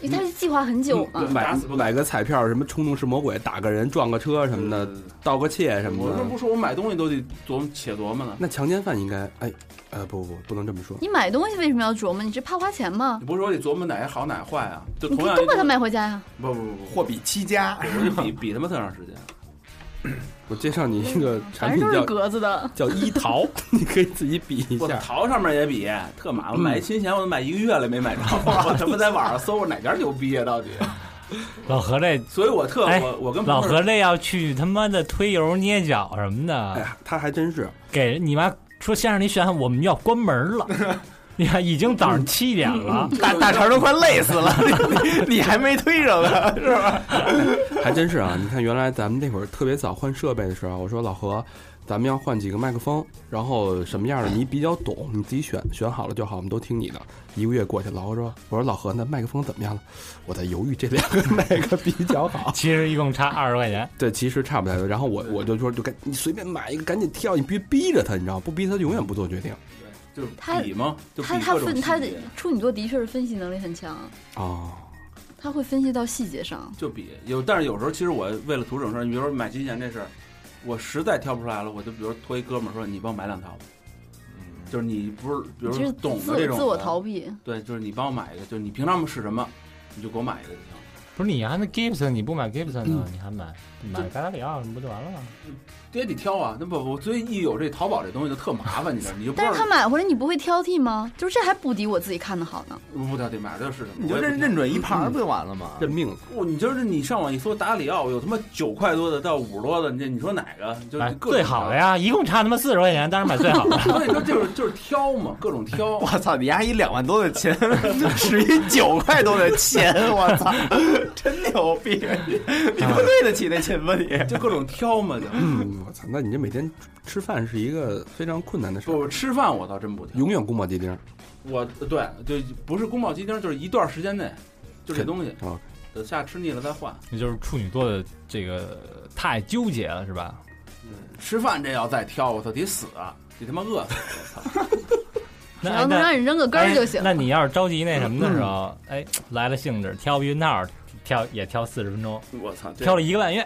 [SPEAKER 6] 因为他是计划很久嘛，
[SPEAKER 3] 买
[SPEAKER 7] 打死不干
[SPEAKER 3] 买个彩票什么冲动是魔鬼，打个人撞个车什么的，
[SPEAKER 7] 对
[SPEAKER 3] 盗个窃什么
[SPEAKER 7] 我这
[SPEAKER 3] 的。
[SPEAKER 7] 不说我买东西都得琢磨且琢磨呢。
[SPEAKER 3] 那强奸犯应该哎呃不不不能这么说，
[SPEAKER 6] 你买东西为什么要琢磨？你是怕花钱吗？
[SPEAKER 7] 你不是说得琢磨哪些好哪些坏啊？就
[SPEAKER 6] 你
[SPEAKER 7] 同
[SPEAKER 6] 可
[SPEAKER 7] 样
[SPEAKER 6] 以
[SPEAKER 7] 一
[SPEAKER 6] 都把它
[SPEAKER 7] 个
[SPEAKER 6] 买回家呀。
[SPEAKER 7] 不不不不，
[SPEAKER 5] 货比七 家，
[SPEAKER 7] 我就比比他妈特长时间。
[SPEAKER 3] 我介绍你一个产
[SPEAKER 6] 反
[SPEAKER 3] 品
[SPEAKER 6] 正都是
[SPEAKER 3] 叫
[SPEAKER 6] 格子的，
[SPEAKER 3] 叫一淘， 你可以自己比一
[SPEAKER 7] 我
[SPEAKER 3] 下。
[SPEAKER 7] 淘上面也比特麻烦，买一新鞋我都买一个月了没买着，我他妈在网上搜我哪家牛逼啊到底？
[SPEAKER 4] 老何这
[SPEAKER 7] 所以我特
[SPEAKER 4] 哎
[SPEAKER 7] 我我跟
[SPEAKER 4] 老
[SPEAKER 7] 朋友
[SPEAKER 4] 何这要去他妈的推油捏脚什么
[SPEAKER 3] 哎
[SPEAKER 4] 的，
[SPEAKER 3] 呀，他还真是，
[SPEAKER 4] 给你妈说先生你选我们要关门了， 你看已经早上七点了，。
[SPEAKER 5] 大大肠都快累死了， 你你还没推上呢，是吧？
[SPEAKER 3] 还真是啊！你看，原来咱们那会儿特别早换设备的时候，我说老何，咱们要换几个麦克风，然后什么样的你比较懂，你自己选选好了就好，我们都听你的。一个月过去，老何说：“我说老何，那麦克风怎么样了？”我在犹豫这两个哪个比较好
[SPEAKER 4] 其实一共差二十块钱。
[SPEAKER 3] 对，其实差不太多。然后我我就说，就赶你随便买一个，赶紧挑，你别逼着他，你知道，不逼他永远不做决定
[SPEAKER 7] 就是
[SPEAKER 6] 他
[SPEAKER 7] 比嘛，就比
[SPEAKER 6] 他他
[SPEAKER 7] 各种
[SPEAKER 6] 分他的
[SPEAKER 7] 细节，
[SPEAKER 6] 处女座的确是分析能力很强，
[SPEAKER 3] 哦。
[SPEAKER 6] 他会分析到细节上。
[SPEAKER 7] 就比有，但是有时候其实我为了图省事儿，你比如说买新鞋这事儿，我实在挑不出来了，我就比如托一哥们儿说你帮我买两套吧，
[SPEAKER 5] 嗯
[SPEAKER 7] 就是你不是比如
[SPEAKER 6] 就是自
[SPEAKER 7] 说懂的这种
[SPEAKER 6] 自我
[SPEAKER 7] 的
[SPEAKER 6] 逃避，
[SPEAKER 7] 对，就是你帮我买一个，就是你平常是什么，你就给我买一个就行。
[SPEAKER 4] 不是你还那 Gibson，你不买 Gibson 呢？
[SPEAKER 6] 嗯
[SPEAKER 4] 你还买买加达里奥，你不就完了吗？
[SPEAKER 7] 爹得挑啊，那不我所以一有这淘宝这东西就特麻烦，你知道，你就不知
[SPEAKER 6] 但
[SPEAKER 7] 道
[SPEAKER 6] 是他买回来你不会挑剔吗？就是这还不敌我自己看的好呢。
[SPEAKER 7] 不挑得买这是什么，
[SPEAKER 5] 你
[SPEAKER 7] 我
[SPEAKER 5] 就
[SPEAKER 7] 也不
[SPEAKER 5] 认
[SPEAKER 7] 挑
[SPEAKER 5] 认准一盘儿不就完了吗？
[SPEAKER 3] 认命了，
[SPEAKER 7] 我你就是你上网一搜达里奥，有他妈九块多的到五十多的，你你说哪个？就
[SPEAKER 4] 买
[SPEAKER 7] 是各种
[SPEAKER 4] 最好的，呀，一共差他妈四十块钱，当然买最好 的。
[SPEAKER 7] 所以说就是就是挑嘛，各种 挑。
[SPEAKER 5] 我操，你阿姨两万多的钱，使一九块多的钱，我操，真牛逼！你不对得起那钱 吧你？
[SPEAKER 7] 就各种挑嘛，就
[SPEAKER 3] 嗯，我操，那你这每天吃饭是一个非常困难的事儿，
[SPEAKER 7] 不吃饭我倒真不挑，
[SPEAKER 3] 永远宫保鸡丁啊、
[SPEAKER 7] 我对就不是宫保鸡丁，就是一段时间内，就这东西，
[SPEAKER 4] 哦
[SPEAKER 7] 等下吃腻了再换。
[SPEAKER 4] 那 就是处女座的这个太纠结了，是吧？
[SPEAKER 7] 吃饭这要再挑，我操得死啊，得他妈饿死！
[SPEAKER 6] 只
[SPEAKER 4] 那
[SPEAKER 6] 要
[SPEAKER 4] 那
[SPEAKER 7] 哎
[SPEAKER 6] 能让你扔个根儿就行嗯
[SPEAKER 4] 哎。那你要是着急那什么的时候，哎，来了兴致，挑避孕套，挑也挑四十分钟，
[SPEAKER 7] 我操，这
[SPEAKER 4] 挑了一个半月。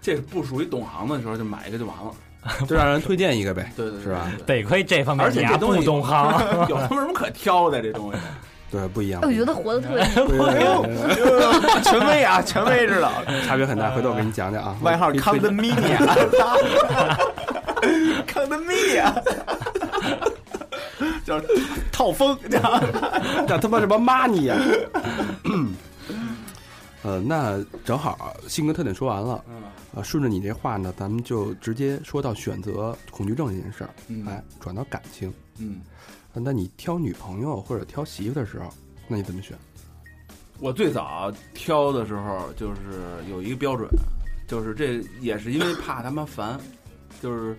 [SPEAKER 7] 这不属于懂行的时候就买一个就完了，
[SPEAKER 3] 就让人推荐一个呗。
[SPEAKER 7] 对对对
[SPEAKER 3] 是吧？
[SPEAKER 7] 对
[SPEAKER 4] 得亏这方面
[SPEAKER 7] 而且
[SPEAKER 4] 你
[SPEAKER 7] 这
[SPEAKER 4] 还
[SPEAKER 7] 东西
[SPEAKER 4] 不懂行，
[SPEAKER 7] 对有他妈什么可挑的这东西？
[SPEAKER 3] 对，不一样。
[SPEAKER 6] 哎，我觉得活得特别，
[SPEAKER 3] 不一样
[SPEAKER 5] 哎权威啊，权威知道，
[SPEAKER 3] 差别很大，回头我给你讲 讲啊。
[SPEAKER 5] 外号
[SPEAKER 3] 我可以
[SPEAKER 5] 康
[SPEAKER 3] 推
[SPEAKER 5] 德
[SPEAKER 3] 荐
[SPEAKER 5] 米尼亚， 康德米尼 亚，叫套风，叫
[SPEAKER 3] 叫他妈什么妈你啊呀？ 呃，那正好性格特点说完了，
[SPEAKER 7] 嗯
[SPEAKER 4] 哎
[SPEAKER 3] 呃，顺着你这话呢，咱们就直接说到选择恐惧症这件事儿，
[SPEAKER 7] 嗯
[SPEAKER 3] 哎，转到感情。
[SPEAKER 7] 嗯。
[SPEAKER 3] 呃那你挑女朋友或者挑媳妇的时候，那你怎么选？
[SPEAKER 7] 我最早挑的时候，就是有一个标准，就是这也是因为怕他妈烦，就是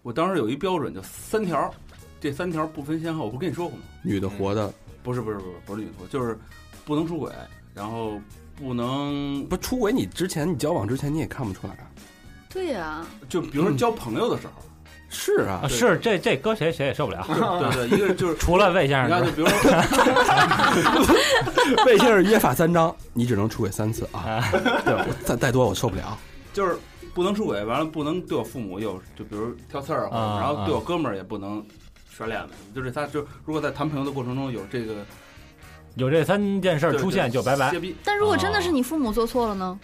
[SPEAKER 7] 我当时有一标准，就三条，这三条不分先后。我不跟你说过吗？
[SPEAKER 3] 女的活的，
[SPEAKER 7] 不是不是不是不是女同，就是不能出轨，然后不能
[SPEAKER 3] 不是出轨，你之前你交往之前你也看不出来啊。
[SPEAKER 6] 对呀，
[SPEAKER 7] 就比如说交朋友的时候，
[SPEAKER 3] 是啊
[SPEAKER 4] 啊，是这这搁谁谁也受不了，
[SPEAKER 7] 对对，一个就是
[SPEAKER 4] 除了魏先
[SPEAKER 7] 你
[SPEAKER 4] 生
[SPEAKER 7] 看，
[SPEAKER 4] 之
[SPEAKER 7] 就
[SPEAKER 4] 外。
[SPEAKER 7] 比如说
[SPEAKER 3] 魏先生约法三章，你只能出轨三次啊， 对，我再再多我受不了。
[SPEAKER 7] 就是不能出轨，完了不能对我父母有，就比如挑刺儿，
[SPEAKER 4] 啊
[SPEAKER 7] 然后对我哥们儿也不能甩脸子什么，就这仨，就如果在谈朋友的过程中有这个
[SPEAKER 4] 有这三件事儿出现就拜拜
[SPEAKER 7] 歇。逼，
[SPEAKER 6] 但如果真的是你父母做错了呢？
[SPEAKER 3] 哦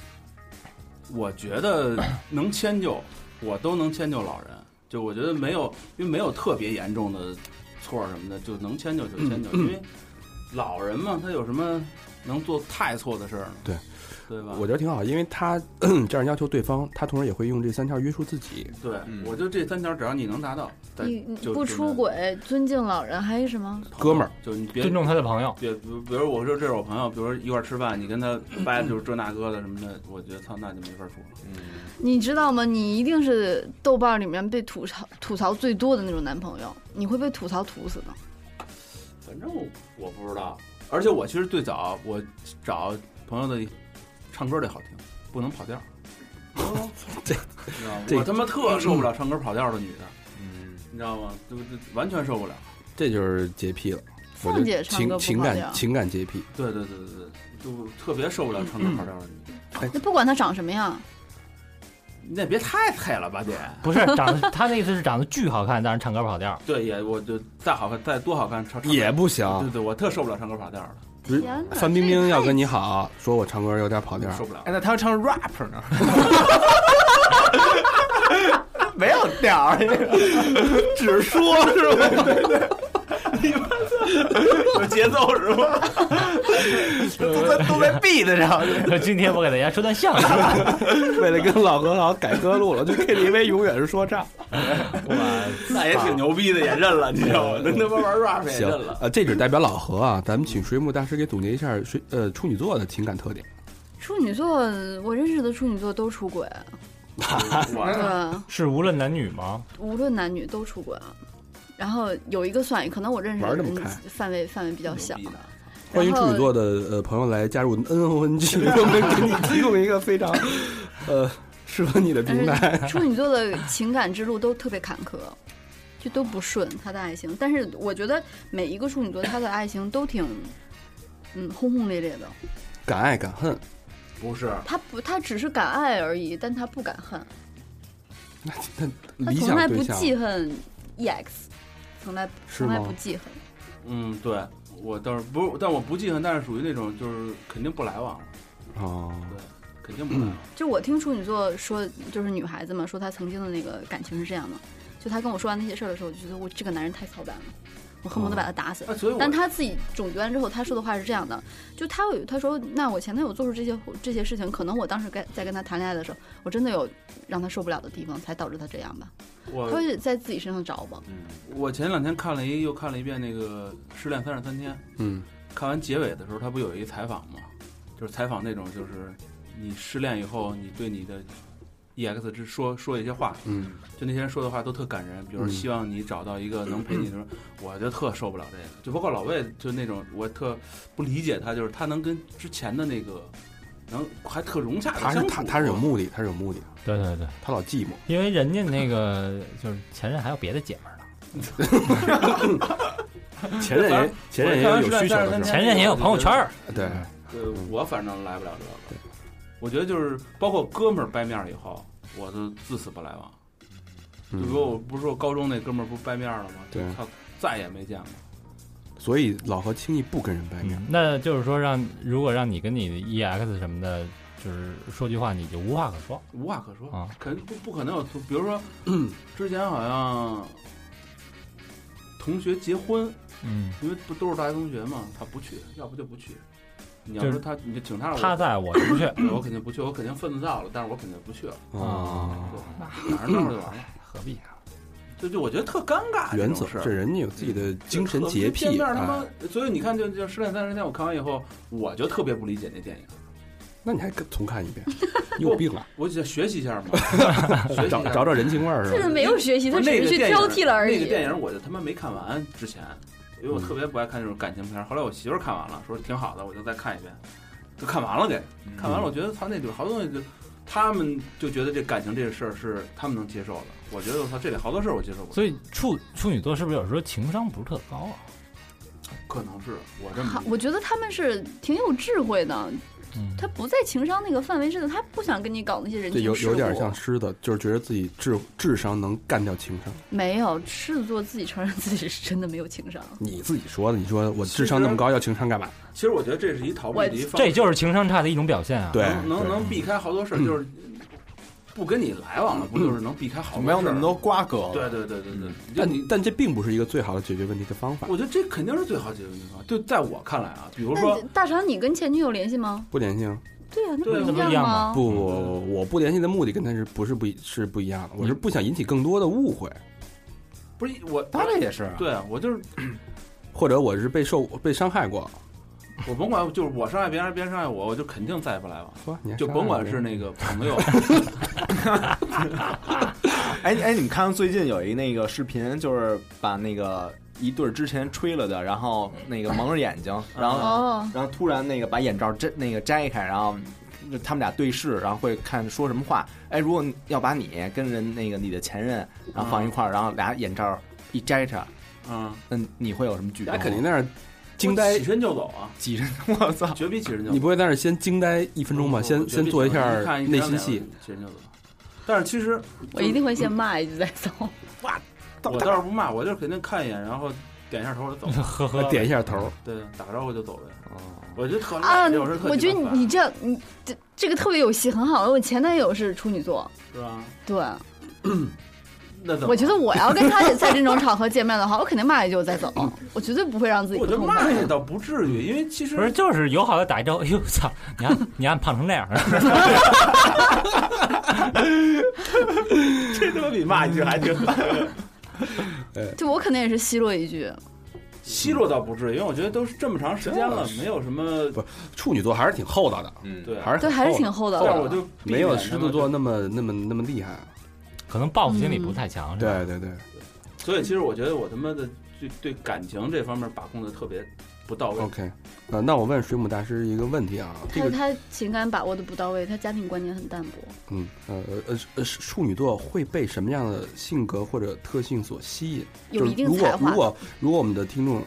[SPEAKER 7] 我觉 得能迁就，我都能迁就老人。就我觉得没有，因为没有特别严重的错儿什么的，就能迁就就 迁就，因为老人嘛，他有什么能做太错的事儿呢？
[SPEAKER 3] 对，
[SPEAKER 7] 对吧？
[SPEAKER 3] 我觉得挺好，因为他这样要求对方，他同时也会用这三条约束自己。
[SPEAKER 7] 对
[SPEAKER 5] 嗯，
[SPEAKER 7] 我就这三条，只要你能达到，咱
[SPEAKER 6] 你你
[SPEAKER 7] 就
[SPEAKER 6] 不出，轨，尊敬老人，还有什么？
[SPEAKER 7] 就
[SPEAKER 3] 哥们儿，
[SPEAKER 7] 就你别
[SPEAKER 4] 尊重他的朋友，
[SPEAKER 7] 对，比如比如我说这是我朋友，比如说一块儿吃饭，你跟他掰就是这那哥的什么的，我觉得操，那就没法处了。
[SPEAKER 6] 你知道吗？你一定是豆瓣里面被吐槽吐槽最多的那种男朋友，你会被吐槽吐死的。
[SPEAKER 7] 反正我我不知道，而且我其实最早我找朋友的唱歌得好听，不能跑调。哦
[SPEAKER 3] 这
[SPEAKER 7] 我他妈特受不了唱歌跑调的女的，
[SPEAKER 5] 嗯，
[SPEAKER 7] 你知道吗？这不这完全受不了。
[SPEAKER 3] 这就是洁癖了。我
[SPEAKER 6] 凤
[SPEAKER 3] 觉
[SPEAKER 6] 姐
[SPEAKER 3] 得
[SPEAKER 6] 唱歌
[SPEAKER 3] 情情
[SPEAKER 6] 不啊跑调
[SPEAKER 3] 感，情感洁癖，
[SPEAKER 7] 对对对对对，就特别受不了唱歌跑调的女的。
[SPEAKER 6] 那不管他长什么样，
[SPEAKER 7] 你得嗯别太菜了吧，得。
[SPEAKER 4] 不是长得他那意思是长得巨好看，但是唱歌跑调。
[SPEAKER 7] 对，也我就再好看，再多好看，唱唱歌
[SPEAKER 3] 也不行。
[SPEAKER 7] 对对，我特受不了唱歌跑调的，
[SPEAKER 3] 比如
[SPEAKER 6] 天哪
[SPEAKER 3] 范冰冰
[SPEAKER 6] 哎
[SPEAKER 3] 要跟你好，说我唱歌有点跑调，
[SPEAKER 7] 受不了
[SPEAKER 5] 哎，。那他要唱 rap 呢？ 没有调儿， 只说是吧？ 有节奏是吧？ 都在都在 beat 上，
[SPEAKER 4] 今天我给大家说段相声，
[SPEAKER 3] 为了跟老何好改歌路了，就 KTV 永远是说唱。
[SPEAKER 7] 那也哎挺牛逼的，也认了，你知道吗？那他妈玩 rap 也
[SPEAKER 3] 行
[SPEAKER 7] 认了，。
[SPEAKER 3] 呃，这只代表老何啊，咱们请水母大师给总结一下水呃处女座的情感特点。
[SPEAKER 6] 处女座，我认识的处女座都出轨， 对、
[SPEAKER 7] 我
[SPEAKER 4] 是无论男女吗？
[SPEAKER 6] 无论男女都出轨啊。然后有一个算一个，可能我认识的
[SPEAKER 3] 玩儿这
[SPEAKER 6] 人
[SPEAKER 3] 么开嗯
[SPEAKER 6] 范围范围比较
[SPEAKER 7] 牛
[SPEAKER 6] 小。
[SPEAKER 7] 逼呢。
[SPEAKER 3] 欢迎
[SPEAKER 6] 然后
[SPEAKER 3] 处女座的呃朋友来加入 NONG，我 们给你提供一个非常呃适合你的平台。
[SPEAKER 6] 但是处女座的情感之路都特别坎坷，就都不顺他的爱情。但是我觉得每一个处女座他的爱情都挺，嗯，轰轰烈烈的。
[SPEAKER 3] 敢爱敢恨，
[SPEAKER 7] 不是，
[SPEAKER 6] 他不，他只是敢爱而已，但他不敢恨，
[SPEAKER 3] 那那
[SPEAKER 6] 他
[SPEAKER 3] 理
[SPEAKER 6] 从
[SPEAKER 3] 想
[SPEAKER 6] 来不
[SPEAKER 3] 对象
[SPEAKER 6] 记恨 EX，从来
[SPEAKER 3] 是
[SPEAKER 6] 从来不
[SPEAKER 3] 吗？
[SPEAKER 6] 记恨。
[SPEAKER 7] 嗯，对，我倒是不是，但我不记恨，但是属于那种就是肯定不来往了，
[SPEAKER 3] 哦，
[SPEAKER 7] 肯定不来往。
[SPEAKER 6] 就我听处女座说，就是女孩子嘛，说她曾经的那个感情是这样的。就她跟我说完那些事儿的时候，我就觉得我这个男人太操蛋了，我
[SPEAKER 3] 哦
[SPEAKER 6] 恨不得把他打死。
[SPEAKER 7] 那所以我
[SPEAKER 6] 但他自己总结完之后，他说的话是这样的：就他有他说，那我前男友做出这些这些事情，可能我当时该在跟他谈恋爱的时候，我真的有让他受不了的地方，才导致他这样吧。他
[SPEAKER 7] 我
[SPEAKER 6] 会在自己身上找吧。
[SPEAKER 7] 我前两天看了一又看了一遍那个《失恋三十三天》，
[SPEAKER 3] 嗯，
[SPEAKER 7] 看完结尾的时候，他不有一采访吗？就是采访那种就是你失恋以后，你对你的 EX 之说说一些话，
[SPEAKER 3] 嗯，
[SPEAKER 7] 就那些人说的话都特感人，比如说
[SPEAKER 3] 嗯
[SPEAKER 7] 希望你找到一个能陪 你的人，我就特受不了这个，就包括老魏，就那种我特不理解他，就是他能跟之前的那个能还特融洽地
[SPEAKER 3] 他是
[SPEAKER 7] 相处
[SPEAKER 3] 他他是有目的，他是有目的，啊
[SPEAKER 4] 对对对，
[SPEAKER 3] 他老寂寞。
[SPEAKER 4] 因为人家那个就是前任还有别的姐们儿呢，
[SPEAKER 7] 嗯
[SPEAKER 3] 前任也前任也有需求的时候，
[SPEAKER 4] 前任也有朋友圈儿。
[SPEAKER 3] 对，
[SPEAKER 7] 呃，我反正来不了这个。我觉得就是包括哥们儿掰面儿以后，我都自死不来往。就比如
[SPEAKER 3] 嗯，
[SPEAKER 7] 我不是说高中那哥们儿不掰面儿了吗？就
[SPEAKER 3] 对
[SPEAKER 7] 他再也没见过。
[SPEAKER 3] 所以老何轻易不跟人掰面。
[SPEAKER 4] 嗯那就是说让，如果让你跟你的 EX 什么的，就是说句话，你就无话可说
[SPEAKER 7] 无话可
[SPEAKER 3] 嗯
[SPEAKER 7] 说，
[SPEAKER 4] 啊。
[SPEAKER 7] 肯定不不可能有突。比 如说，之前好像同学结婚，
[SPEAKER 4] 嗯，
[SPEAKER 7] 因为不都是大学同学嘛，他不去，要不就不去。你要
[SPEAKER 4] 就是
[SPEAKER 7] 说他，你就请他，
[SPEAKER 4] 他在我不去，
[SPEAKER 7] 我我肯定不去，我肯定分得到了，但是我肯定不去了。
[SPEAKER 3] 哦，
[SPEAKER 7] 对，反正闹着就完 了。
[SPEAKER 4] 何必啊？
[SPEAKER 7] 就就我觉得特尴尬，
[SPEAKER 3] 原则
[SPEAKER 7] 啊这种事儿
[SPEAKER 3] 这人家有自己的
[SPEAKER 7] 嗯
[SPEAKER 3] 精神洁
[SPEAKER 7] 见
[SPEAKER 3] 癖。
[SPEAKER 7] 面他妈
[SPEAKER 3] 哎，
[SPEAKER 7] 所以你看，就就《失恋三十天》，我看完以后，我就特别不理解那电影，
[SPEAKER 3] 那你还跟重看一 遍？你有病啊！
[SPEAKER 7] 我就学习 一下嘛，学习一
[SPEAKER 3] 找
[SPEAKER 7] 下
[SPEAKER 3] 找找人情味儿
[SPEAKER 6] 这
[SPEAKER 3] 是
[SPEAKER 6] 个
[SPEAKER 3] 吧？
[SPEAKER 6] 没有学习，
[SPEAKER 7] 呃不
[SPEAKER 6] 他只
[SPEAKER 7] 是那
[SPEAKER 6] 是
[SPEAKER 7] 个
[SPEAKER 6] 去
[SPEAKER 7] 电影
[SPEAKER 6] 挑剔了而已。
[SPEAKER 7] 那个电影我就他妈没看完之前，因为我特别不爱看这种感情片儿。后来我媳妇儿看完了，说挺好的，我就再看一遍，就看完了给看完了。我觉得他那里好多东西就。他们就觉得这感情这个事儿是他们能接受的，我觉得我操，这里好多事儿我接受不了，
[SPEAKER 4] 所以处处女座是不是有时候情商不是特高啊？
[SPEAKER 7] 可能是我这么
[SPEAKER 6] 好
[SPEAKER 7] 理解
[SPEAKER 6] 我觉得他们是挺有智慧的，
[SPEAKER 4] 嗯
[SPEAKER 6] 他不在情商那个范围之内，他不想跟你搞那些人
[SPEAKER 3] 对，
[SPEAKER 6] 情
[SPEAKER 3] 有
[SPEAKER 6] 世
[SPEAKER 3] 有点
[SPEAKER 6] 故啊
[SPEAKER 3] 像狮子，就是觉得自己智智商能干掉情商。
[SPEAKER 6] 没有狮子座自己承认自己是真的没有情商。
[SPEAKER 3] 你自己说的，你说我
[SPEAKER 7] 其
[SPEAKER 3] 智商那
[SPEAKER 7] 实
[SPEAKER 3] 么高，要情商干嘛？
[SPEAKER 7] 其实我觉得这是一逃避的一方式，
[SPEAKER 4] 这就是情商差的一种表现啊。
[SPEAKER 3] 对，
[SPEAKER 7] 能能
[SPEAKER 3] 对
[SPEAKER 7] 能避开好多事儿，就是不跟你来往了，不就是能避开好多事儿？
[SPEAKER 5] 没有那么多瓜葛。
[SPEAKER 7] 对对对对对，你就
[SPEAKER 3] 但你但这并不是一个最好的解决问题的方法。
[SPEAKER 7] 我觉得这肯定是最好解决的方法。对，在我看来啊，比如
[SPEAKER 6] 那
[SPEAKER 7] 说
[SPEAKER 6] 你大肠，你跟前女友联系吗？
[SPEAKER 3] 不联系啊？
[SPEAKER 6] 对呀、那
[SPEAKER 7] 对
[SPEAKER 4] 那不
[SPEAKER 6] 不一
[SPEAKER 4] 一样，
[SPEAKER 6] 吗？
[SPEAKER 3] 不，我我不联系的目的跟他是不是不一是不一样的？我是不想引起更多的误会，
[SPEAKER 7] 不是我，
[SPEAKER 5] 他这也是啊，
[SPEAKER 7] 对啊，我就是
[SPEAKER 3] 或者我是被受被伤害过。
[SPEAKER 7] 我甭管，就是我伤害别人，别人伤害我，我就肯定再也不来往，
[SPEAKER 3] 说你还
[SPEAKER 7] 就
[SPEAKER 3] 伤
[SPEAKER 7] 甭
[SPEAKER 3] 害
[SPEAKER 7] 管
[SPEAKER 3] 别
[SPEAKER 7] 是
[SPEAKER 3] 人
[SPEAKER 7] 那个 朋友，
[SPEAKER 5] 哎哎，你们看最近有一那个视频，就是把那个一对儿之前吹了的，然后那个蒙着眼睛，然后
[SPEAKER 6] 哦，
[SPEAKER 5] 然后突然那个把眼罩摘那个摘开，然后他们俩对视，然后会看说什么话。哎，如果你要把你跟人那个你的前任，然后放一块儿，然后俩眼罩一摘上，
[SPEAKER 7] 嗯，
[SPEAKER 5] 那你会有什么举动？
[SPEAKER 3] 那肯定在那儿惊呆
[SPEAKER 7] 起，身就走啊，
[SPEAKER 5] 挤着，我操！
[SPEAKER 7] 绝逼起身就走。
[SPEAKER 3] 你不会在那儿先惊呆一分钟吧？
[SPEAKER 7] 哦我
[SPEAKER 3] 先
[SPEAKER 7] 绝
[SPEAKER 3] 先
[SPEAKER 7] 逼
[SPEAKER 3] 做一
[SPEAKER 7] 起身
[SPEAKER 3] 下
[SPEAKER 7] 你看
[SPEAKER 3] 内
[SPEAKER 7] 张
[SPEAKER 3] 心
[SPEAKER 7] 脸
[SPEAKER 3] 戏。
[SPEAKER 7] 起身就走。但是其实
[SPEAKER 6] 我一定会先骂一句再走。
[SPEAKER 7] 我倒是不骂，我就是肯定看一眼，然后点一下头我就走
[SPEAKER 4] 呵呵，
[SPEAKER 3] 点一下头，
[SPEAKER 7] 对，打个招呼就走了。我觉得特
[SPEAKER 6] 啊
[SPEAKER 7] 累，有时候，特
[SPEAKER 6] 我觉
[SPEAKER 7] 鸡
[SPEAKER 6] 得
[SPEAKER 7] 巴
[SPEAKER 6] 你
[SPEAKER 7] 烦
[SPEAKER 6] 你这样你这这个特别有戏，很好。我前男友是处女座，
[SPEAKER 7] 是吧？
[SPEAKER 6] 对，
[SPEAKER 7] 那怎么？
[SPEAKER 6] 我觉得我要跟他在这种场合见面的话，我肯定骂一句我再走，
[SPEAKER 3] 嗯
[SPEAKER 6] 我绝对不会让自己
[SPEAKER 7] 我
[SPEAKER 6] 不
[SPEAKER 7] 觉得
[SPEAKER 6] 痛
[SPEAKER 7] 骂
[SPEAKER 6] 快。
[SPEAKER 7] 也倒不至于，因为其实
[SPEAKER 4] 不是就是友好的打一招，哎呦操，你看你看胖成那样，
[SPEAKER 5] 这他妈比骂一句 还挺狠。
[SPEAKER 6] 就我肯定也是奚落一句，
[SPEAKER 7] 奚落倒不至于，因为我觉得都是这么长时间了，没有什么
[SPEAKER 3] 不处女座还是挺厚道的，
[SPEAKER 5] 嗯，
[SPEAKER 7] 对。啊
[SPEAKER 3] 还是
[SPEAKER 6] 对，还啊是挺
[SPEAKER 3] 厚
[SPEAKER 6] 厚道
[SPEAKER 7] 但是我
[SPEAKER 6] 的。
[SPEAKER 7] 就
[SPEAKER 3] 的没有
[SPEAKER 7] 避免他
[SPEAKER 3] 狮
[SPEAKER 7] 们
[SPEAKER 3] 子
[SPEAKER 7] 就
[SPEAKER 3] 座那么那么那么厉害。
[SPEAKER 4] 可能报复心理不太
[SPEAKER 7] 嗯
[SPEAKER 4] 强，是吧？
[SPEAKER 3] 对对对，
[SPEAKER 7] 所以其实我觉得我他妈的对对感情这方面把控的特别不到位。
[SPEAKER 3] OK，呃，那我问水母大师一个问题啊，这
[SPEAKER 6] 他
[SPEAKER 3] 个
[SPEAKER 6] 他情感把握的不到位，他家庭观念很淡薄。
[SPEAKER 3] 嗯呃呃呃，处女座会被什么样的性格或者特性所吸引？
[SPEAKER 6] 有
[SPEAKER 3] 就是
[SPEAKER 6] 一定
[SPEAKER 3] 如
[SPEAKER 6] 才
[SPEAKER 3] 果
[SPEAKER 6] 华
[SPEAKER 3] 如果如果我们的听众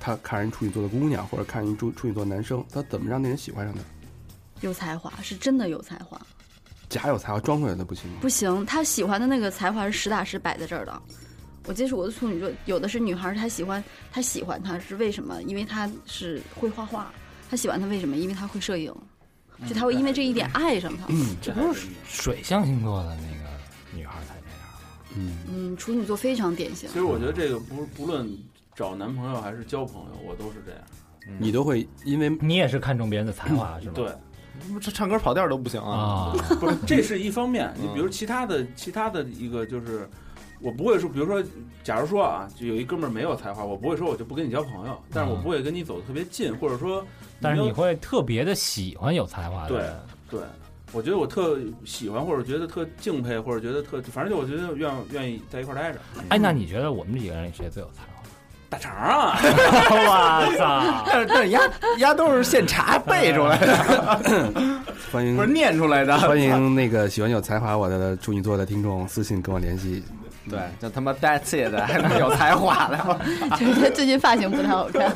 [SPEAKER 3] 他看人处女座的姑娘或者看人处处女座男生，他怎么让那人喜欢上他？
[SPEAKER 6] 有才华是真的有才华，
[SPEAKER 3] 假有才华装出来的不行吗？
[SPEAKER 6] 不行，他喜欢的那个才华是实打实摆在这儿的。我接触过的处女座，有的是女孩儿，她喜欢她喜欢他是为什么？因为她是会画画，她喜欢他为什么？因为她会摄影，就她会因为这一点爱上他。
[SPEAKER 7] 嗯这还是
[SPEAKER 4] 水象星座的那个女孩才这样吧。
[SPEAKER 3] 嗯，
[SPEAKER 6] 嗯，处女座非常典 型
[SPEAKER 7] 其。实我觉得这个不不论找男朋友还是交朋友，我都是这样。
[SPEAKER 3] 你都会因为
[SPEAKER 4] 你也是看重别人的才华是吧？
[SPEAKER 7] 对，
[SPEAKER 5] 这唱歌跑调都不行啊！
[SPEAKER 4] 啊，
[SPEAKER 7] 不是这是一方面，
[SPEAKER 5] 嗯
[SPEAKER 7] 你比如其他的其他的一个就是。我不会说，比如说，假如说啊，就有一哥们儿没有才华，我不会说我就不跟你交朋友，但是我不会跟你走得特别近，或者说，
[SPEAKER 4] 但是
[SPEAKER 7] 没
[SPEAKER 4] 你
[SPEAKER 7] 有
[SPEAKER 4] 会特别的喜欢有才华的人。
[SPEAKER 7] 对，我觉得我特喜欢，或者觉得特敬佩，或者觉得特，反正就我觉得愿愿意在一块儿待着。
[SPEAKER 4] 哎，那你觉得我们几个人谁最有才 华？
[SPEAKER 7] 大肠啊，
[SPEAKER 4] 我 操！
[SPEAKER 5] 但是但是丫丫都是现查背出来的，
[SPEAKER 3] 欢迎
[SPEAKER 5] 不是念出来的。
[SPEAKER 3] 欢迎那个喜欢有才华我的处女座的听众私信跟我联系。
[SPEAKER 5] 对，就他妈 that's it，还能有才华的。
[SPEAKER 6] 就是他最近发型不太好看，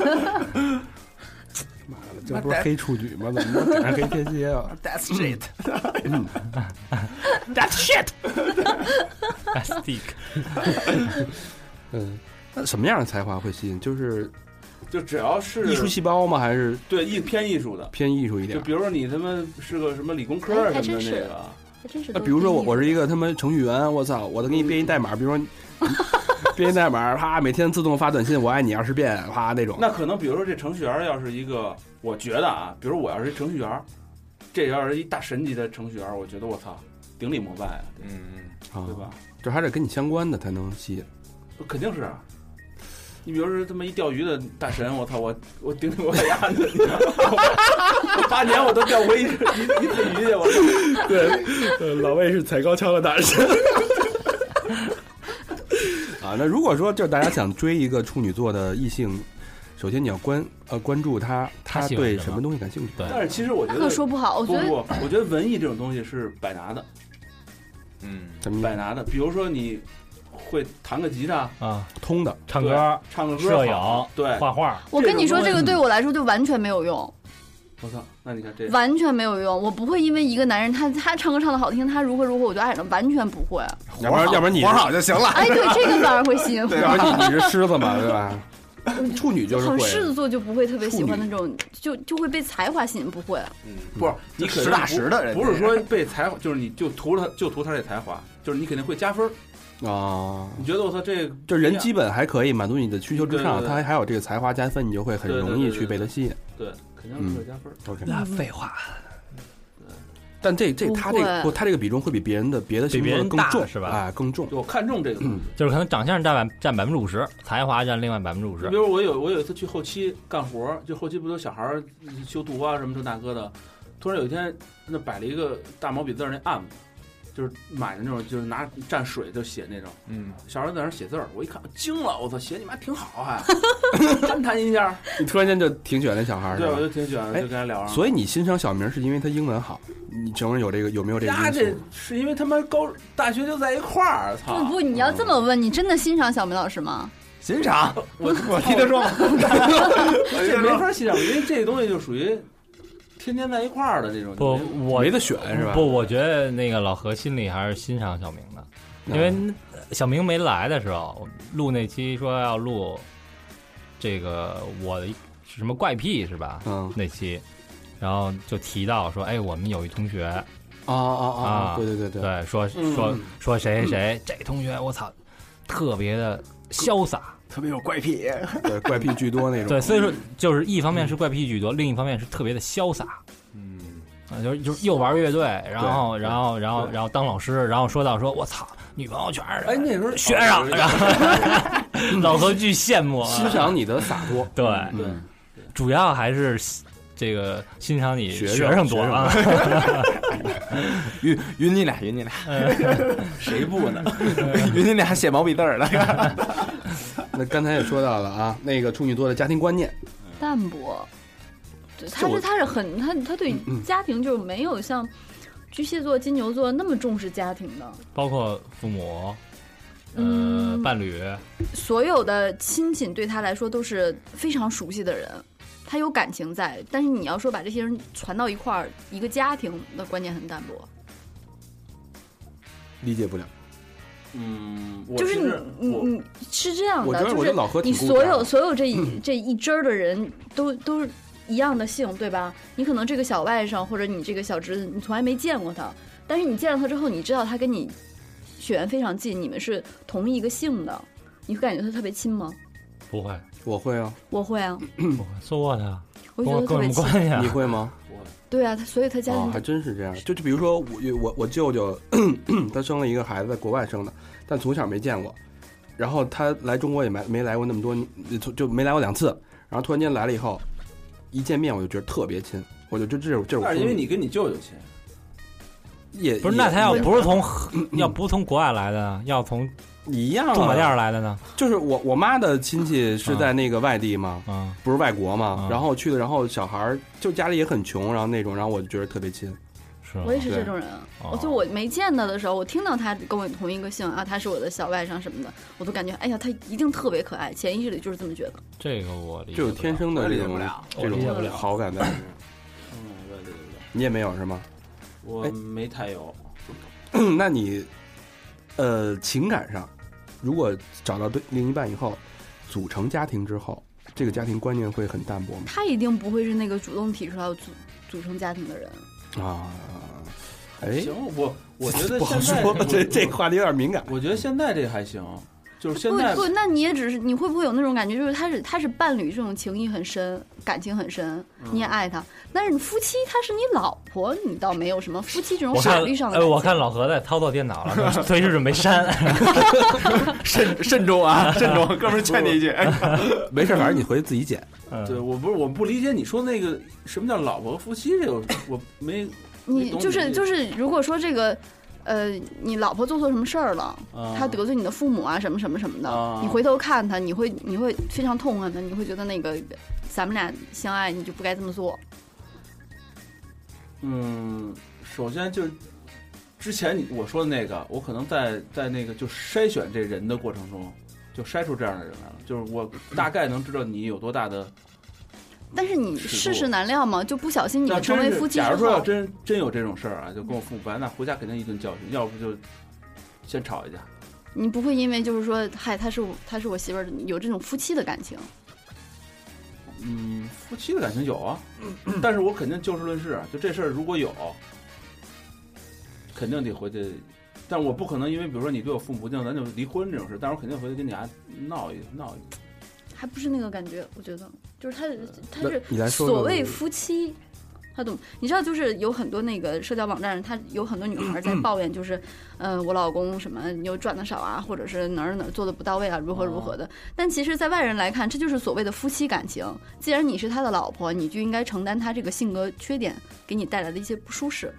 [SPEAKER 3] 这不是黑处女吗？怎么能赶上黑天蝎 啊？
[SPEAKER 5] That's shit。嗯
[SPEAKER 4] 哎 Stick
[SPEAKER 3] 嗯，那什么样的才华会吸引？就是
[SPEAKER 7] 就只要是
[SPEAKER 3] 艺术细胞吗？还是
[SPEAKER 7] 对艺偏艺术的，
[SPEAKER 3] 偏艺术一点
[SPEAKER 7] 就？比如说你他妈是个什么理工科啊
[SPEAKER 6] 哎还
[SPEAKER 7] 什
[SPEAKER 6] 真
[SPEAKER 7] 么的
[SPEAKER 6] 是
[SPEAKER 7] 那个，
[SPEAKER 6] 还真是
[SPEAKER 3] 那
[SPEAKER 6] 都。
[SPEAKER 3] 比如说我我是一个他妈程序员，我操，我都给你编一代码，比如说编一代码，啪，每天自动发短信“我爱你”二十遍，啪那种。
[SPEAKER 7] 那可能比如说这程序员要是一个，我觉得啊，比如我要是一程序员，这要是一大神级的程序员，我觉得我操，顶礼膜拜啊，
[SPEAKER 5] 嗯，
[SPEAKER 3] 啊
[SPEAKER 7] 对？吧？
[SPEAKER 3] 这还得跟你相关的才能吸引。
[SPEAKER 7] 肯定是啊。你比如说他妈一钓鱼的大神，我操，我我顶礼膜拜呀！我八年我都钓过一一一次鱼去，我操
[SPEAKER 3] 对，老魏是踩高跷的大神。啊，那如果说就是大家想追一个处女座的异性，首先你要关呃关注他，
[SPEAKER 4] 他
[SPEAKER 3] 他
[SPEAKER 4] 喜欢
[SPEAKER 3] 对
[SPEAKER 4] 什
[SPEAKER 3] 什么
[SPEAKER 4] 么
[SPEAKER 3] 东西感兴趣？
[SPEAKER 7] 但是其实我觉
[SPEAKER 6] 那
[SPEAKER 7] 得
[SPEAKER 6] 可说不好，我觉
[SPEAKER 7] 不
[SPEAKER 6] 得
[SPEAKER 7] 不，我觉得文艺这种东西是百搭的，
[SPEAKER 5] 嗯，
[SPEAKER 3] 什么
[SPEAKER 7] 百搭的。比如说你会弹个吉他，
[SPEAKER 4] 啊，
[SPEAKER 3] 通的？
[SPEAKER 4] 唱歌、
[SPEAKER 7] 唱个歌
[SPEAKER 4] 摄
[SPEAKER 7] 好，
[SPEAKER 4] 影、
[SPEAKER 7] 对，哎
[SPEAKER 4] 画画，
[SPEAKER 6] 我跟你说
[SPEAKER 7] 这
[SPEAKER 6] 这
[SPEAKER 7] 种东
[SPEAKER 6] 个
[SPEAKER 7] 西
[SPEAKER 6] 对我来说就完全没有用。
[SPEAKER 7] 我操，那你看这
[SPEAKER 6] 完全没有用。我不会因为一个男人他他唱歌唱的好听，他如何如何我就爱上，完全不会。
[SPEAKER 3] 要不然要不然你
[SPEAKER 5] 活好就行了。
[SPEAKER 6] 哎，对，这个反而会吸引 我。
[SPEAKER 3] 要不然你你是狮子嘛，对吧？处女就是
[SPEAKER 6] 好像
[SPEAKER 3] 会，
[SPEAKER 6] 狮子座就不会特别喜欢那种，就就会被才华吸引，不会。
[SPEAKER 7] 不是你肯定
[SPEAKER 5] 实打
[SPEAKER 7] 不
[SPEAKER 5] 实的人家
[SPEAKER 7] 不是说被才华，就是你就图了他就图他这才华，就是你肯定会加分儿。
[SPEAKER 3] 啊，
[SPEAKER 7] 你觉得我操这个
[SPEAKER 3] 就人基本还可以满足你的需求之上，
[SPEAKER 7] 对对对
[SPEAKER 3] 他还还有这个才华加分，你就会很容易去被他吸引。
[SPEAKER 7] 对，肯定会加分儿。
[SPEAKER 5] 嗯
[SPEAKER 3] OK，
[SPEAKER 4] 那废话，
[SPEAKER 3] 但这这
[SPEAKER 6] 嗯不
[SPEAKER 3] 他这个
[SPEAKER 6] 会
[SPEAKER 3] 不，他这个比重会比别人的别的星
[SPEAKER 4] 比别
[SPEAKER 3] 座
[SPEAKER 4] 人
[SPEAKER 3] 更
[SPEAKER 4] 大
[SPEAKER 3] 重
[SPEAKER 4] 是吧
[SPEAKER 3] 哎，更重
[SPEAKER 7] 就。我看中这个东
[SPEAKER 5] 嗯
[SPEAKER 7] 西。
[SPEAKER 4] 就是可能长相占百占百分之五十，才华占另外百分之五
[SPEAKER 7] 就
[SPEAKER 4] 十
[SPEAKER 7] 比。如我有我有一次去后期干活儿，就后期不都小孩儿修图啊什么这大哥的，突然有一天那摆了一个大毛笔字儿那案子，就是买的那种，就是拿蘸水就写那种，
[SPEAKER 5] 嗯，
[SPEAKER 7] 小孩儿在那儿写字儿，我一看惊了，我操，写你妈挺好 还，赞叹一下，
[SPEAKER 3] 你突然间就挺喜欢那小孩儿，
[SPEAKER 7] 对，
[SPEAKER 3] 是
[SPEAKER 7] 我
[SPEAKER 3] 吧？
[SPEAKER 7] 就挺喜欢，就跟他聊啊上了。
[SPEAKER 3] 所以你欣赏小明是因为他英文好，你承认有这个有没有这个
[SPEAKER 7] 呀，
[SPEAKER 3] 因
[SPEAKER 7] 这
[SPEAKER 3] 素？
[SPEAKER 7] 是因为他妈高大学就在一块儿，操！
[SPEAKER 3] 啊
[SPEAKER 6] 不不，你要这么问，你真的欣赏小明老师吗？
[SPEAKER 5] 欣赏
[SPEAKER 7] 我
[SPEAKER 5] 我听他说，
[SPEAKER 7] 这没法欣赏，因为这东西就属于天天在一块儿的这种。
[SPEAKER 4] 不，我
[SPEAKER 3] 没得选是吧？
[SPEAKER 4] 不，我觉得那个老何心里还是欣赏小明的，
[SPEAKER 3] 嗯
[SPEAKER 4] 因为小明没来的时候，录那期说要录这个我的什么怪癖是吧？
[SPEAKER 3] 嗯
[SPEAKER 4] 那期，然后就提到说，哎，我们有一同学，
[SPEAKER 3] 啊啊啊！
[SPEAKER 4] 啊
[SPEAKER 3] 对对对对，
[SPEAKER 4] 对，说
[SPEAKER 7] 嗯
[SPEAKER 4] 说说谁谁谁，这同学我操，特别的潇洒。
[SPEAKER 5] 特别有怪癖，
[SPEAKER 3] 对怪癖居多那种。嗯
[SPEAKER 4] 对，所以说就是一方面是怪癖居多，另一方面是特别的潇洒。
[SPEAKER 5] 嗯，
[SPEAKER 4] 啊，就是就是又玩乐队，然后然后然后
[SPEAKER 3] 对
[SPEAKER 4] 然后当老师，然后说到说，我操，女朋友全是
[SPEAKER 7] 哎，那时候
[SPEAKER 4] 学生，然后 老何巨羡慕啊，
[SPEAKER 3] 哦欣赏你的洒脱，
[SPEAKER 4] 对，
[SPEAKER 7] 对
[SPEAKER 3] 嗯
[SPEAKER 4] 主要还是这个欣赏你
[SPEAKER 3] 学生
[SPEAKER 4] 生多啊，
[SPEAKER 5] 晕晕你俩，晕你俩，
[SPEAKER 7] 谁 不呢？
[SPEAKER 5] 晕你俩写毛笔字儿的，
[SPEAKER 3] 那刚才也说到了啊，那个处女座的家庭观念，
[SPEAKER 6] 淡薄。对，他
[SPEAKER 3] 嗯我嗯
[SPEAKER 6] 是他是很他他对家庭就没有像巨蟹座、金牛座那么重视家庭的。
[SPEAKER 4] 包括父母，呃
[SPEAKER 6] 嗯，
[SPEAKER 4] 伴侣，
[SPEAKER 6] 所有的亲戚对他来说都是非常熟悉的人，他有感情在，但是你要说把这些人传到一块儿，一个家庭的观念很淡薄。
[SPEAKER 3] 理解不了。
[SPEAKER 7] 嗯，我
[SPEAKER 6] 就是
[SPEAKER 7] 其实
[SPEAKER 6] 你你
[SPEAKER 7] 我
[SPEAKER 6] 你是这样
[SPEAKER 3] 我觉
[SPEAKER 6] 的，
[SPEAKER 3] 得
[SPEAKER 6] 就
[SPEAKER 3] 我觉
[SPEAKER 6] 是
[SPEAKER 3] 得老何挺
[SPEAKER 6] 你
[SPEAKER 3] 固
[SPEAKER 6] 所
[SPEAKER 3] 执
[SPEAKER 6] 有
[SPEAKER 3] 的
[SPEAKER 6] 所有这
[SPEAKER 4] 嗯
[SPEAKER 6] 一这一支儿的人都都是一样的姓，对吧？你可能这个小外甥或者你这个小侄子，你从来没见过他，但是你见到他之后，你知道他跟你血缘非常近，你们是同一个姓的，你会感觉他特别亲吗？
[SPEAKER 4] 不会
[SPEAKER 3] 我会啊，
[SPEAKER 6] 我会啊，
[SPEAKER 4] 不会错过的，
[SPEAKER 6] 我
[SPEAKER 4] 跟
[SPEAKER 6] 就觉
[SPEAKER 4] 我
[SPEAKER 6] 得
[SPEAKER 4] 嗯跟
[SPEAKER 6] 特
[SPEAKER 4] 我
[SPEAKER 6] 别
[SPEAKER 4] 有什么。关
[SPEAKER 6] 亲
[SPEAKER 4] 系啊
[SPEAKER 3] 你？会吗？
[SPEAKER 6] 对啊，他所以他家
[SPEAKER 3] 哦
[SPEAKER 6] 庭，
[SPEAKER 3] 还真是这样。就就比如说我我我舅舅， 他生了一个孩子，在国外生的，但从小没见过。然后他来中国也没没来过那么多年，就就没来过两次。然后突然间来了以后，一见面我就觉得特别亲，我就这这是我这是我
[SPEAKER 7] 但是
[SPEAKER 3] 父
[SPEAKER 7] 因为
[SPEAKER 3] 母
[SPEAKER 7] 你跟你舅舅亲，
[SPEAKER 3] 也
[SPEAKER 4] 不是，
[SPEAKER 3] 也
[SPEAKER 4] 那他要
[SPEAKER 3] 也
[SPEAKER 4] 不是从要不是从国外来的呢，要从
[SPEAKER 3] 一样啊
[SPEAKER 4] 驻马店儿来的呢？
[SPEAKER 3] 就是我我妈的亲戚是在那个外地嘛，
[SPEAKER 4] 啊，
[SPEAKER 3] 不是外国嘛，
[SPEAKER 4] 嗯
[SPEAKER 3] 然后去的，然后小孩儿就家里也很穷，然后那种，然后我就觉得特别亲。
[SPEAKER 4] 是吗
[SPEAKER 6] 我也是
[SPEAKER 3] 对
[SPEAKER 6] 这种人。
[SPEAKER 4] 哦
[SPEAKER 6] 我就我没见他的时候，我听到他跟我同一个姓啊，他是我的小外甥什么的，我都感觉哎呀，他一定特别可爱，潜意识里就是这么觉得。
[SPEAKER 4] 这个我理解
[SPEAKER 3] 就有
[SPEAKER 4] 不
[SPEAKER 3] 天
[SPEAKER 4] 了
[SPEAKER 3] 生的
[SPEAKER 5] 我
[SPEAKER 3] 这
[SPEAKER 5] 理解
[SPEAKER 3] 种
[SPEAKER 5] 不了
[SPEAKER 3] 这
[SPEAKER 4] 我理解不
[SPEAKER 3] 种
[SPEAKER 4] 了
[SPEAKER 3] 好感在里面。
[SPEAKER 7] 嗯，我也理解不了，
[SPEAKER 3] 你也没有是吗？
[SPEAKER 7] 我
[SPEAKER 3] 哎
[SPEAKER 7] 没太有。
[SPEAKER 3] 那你，呃，情感上，如果找到对另一半以后，组成家庭之后，这个家庭观念会很淡薄吗？
[SPEAKER 6] 他一定不会是那个主动提出来要组组成家庭的人。
[SPEAKER 3] 啊，哎，
[SPEAKER 7] 行，我我觉 得
[SPEAKER 3] 不好
[SPEAKER 7] 现在
[SPEAKER 3] 说，这
[SPEAKER 7] 我
[SPEAKER 3] 这个话题有点敏感。
[SPEAKER 7] 我觉得现在这还行，就是现
[SPEAKER 6] 不
[SPEAKER 7] 在
[SPEAKER 6] 不，那你也只是你会不会有那种感觉，就是他是他是伴侣这种情谊很深，感情很深，
[SPEAKER 7] 嗯
[SPEAKER 6] 你也爱他，但是你夫妻他是你老婆，你倒没有什么夫妻这种
[SPEAKER 4] 我
[SPEAKER 6] 法
[SPEAKER 4] 看
[SPEAKER 6] 律上，的
[SPEAKER 4] 哎，
[SPEAKER 6] 感
[SPEAKER 4] 我
[SPEAKER 6] 情
[SPEAKER 4] 看老何在操作电脑了， 随时准 备删。
[SPEAKER 5] 慎慎重啊，慎重，哥们儿劝你一句，哎
[SPEAKER 3] 没事，反正你回去自己剪。
[SPEAKER 7] 对
[SPEAKER 4] 嗯，
[SPEAKER 7] 我不是我不理解你说那个什么叫老婆和夫妻这个，我 没
[SPEAKER 6] 你
[SPEAKER 7] 懂
[SPEAKER 6] 就
[SPEAKER 7] 你
[SPEAKER 6] 是
[SPEAKER 7] 这
[SPEAKER 6] 就是，如果说这个，呃，你老婆做错什么事儿了，
[SPEAKER 7] 啊
[SPEAKER 6] 她得罪你的父母啊，什么什么什么的，
[SPEAKER 7] 啊
[SPEAKER 6] 你回头看她，你会你会非常痛恨她，你会觉得那个咱们俩相爱，你就不该这么做。
[SPEAKER 7] 嗯，首先就是之前你我说的那个，我可能在在那个就筛选这人的过程中，就筛出这样的人来了。就是我大概能知道你有多大的
[SPEAKER 6] 但是你世事难料嘛，就不小心你
[SPEAKER 7] 那
[SPEAKER 6] 们成
[SPEAKER 7] 真
[SPEAKER 6] 为
[SPEAKER 7] 是
[SPEAKER 6] 夫妻
[SPEAKER 7] 假
[SPEAKER 6] 之
[SPEAKER 7] 如说要
[SPEAKER 6] 后，
[SPEAKER 7] 真真有这种事儿啊，就跟我父母掰，那回家肯定一顿教训，要不就先吵一架。
[SPEAKER 6] 你不会因为就是说，嗨，她是我，她是我媳妇儿，有这种夫妻的感情。
[SPEAKER 7] 嗯，夫妻的感情有啊，
[SPEAKER 6] 嗯
[SPEAKER 7] 但是我肯定就事论事啊，就这事儿如果有，肯定得回去。但我不可能因为比如说你对我父母不敬，咱就离婚这种事，但是我肯定回去跟你家闹一闹一。
[SPEAKER 6] 还不是那个感觉，我觉得就是他是他
[SPEAKER 3] 那
[SPEAKER 6] 是
[SPEAKER 3] 你来说说
[SPEAKER 6] 所谓夫妻，他懂？你知道，就是有很多那个社交网站，他有很多女孩在抱怨，就是， 呃，我老公什么又赚的少啊，或者是哪儿哪儿做的不到位啊，如何如何
[SPEAKER 3] 哦
[SPEAKER 6] 的。但其实，在外人来看，这就是所谓的夫妻感情。既然你是他的老婆，你就应该承担他这个性格缺点给你带来的一些不舒适，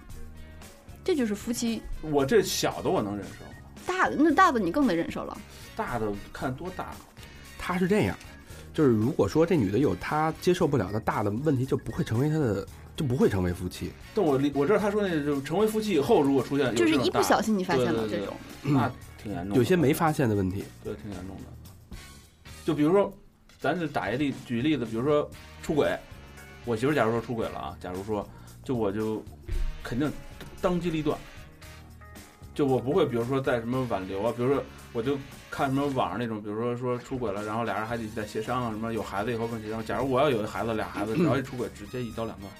[SPEAKER 6] 这就是夫妻。
[SPEAKER 7] 我这小的我能忍受，
[SPEAKER 6] 大的那大的你更得忍受了，
[SPEAKER 7] 大的看多大。
[SPEAKER 3] 他是这样，就是如果说这女的有她接受不了的大的问题，就不会成为她的，就不会成为夫妻。
[SPEAKER 7] 但我理我知道他说那就是成为夫妻以后，如果出现有
[SPEAKER 6] 就是
[SPEAKER 7] 这种
[SPEAKER 6] 一
[SPEAKER 7] 大
[SPEAKER 6] 不小心你发现了
[SPEAKER 7] 对对
[SPEAKER 6] 这
[SPEAKER 7] 对
[SPEAKER 6] 种，
[SPEAKER 7] 那挺严重的。
[SPEAKER 3] 有些没发现的问题，
[SPEAKER 7] 对，挺严重的。就比如说，咱就打一例，举例子，比如说出轨，我媳妇儿假如说出轨了啊，假如说，就我就肯定当机立断，就我不会，比如说在什么挽留啊，比如说我就看什么网上那种，比如说说出轨了，然后俩人还得再协商啊，什么有孩子以后更协商。假如我要有一孩子，俩孩子，只要一出轨，直接一刀两断。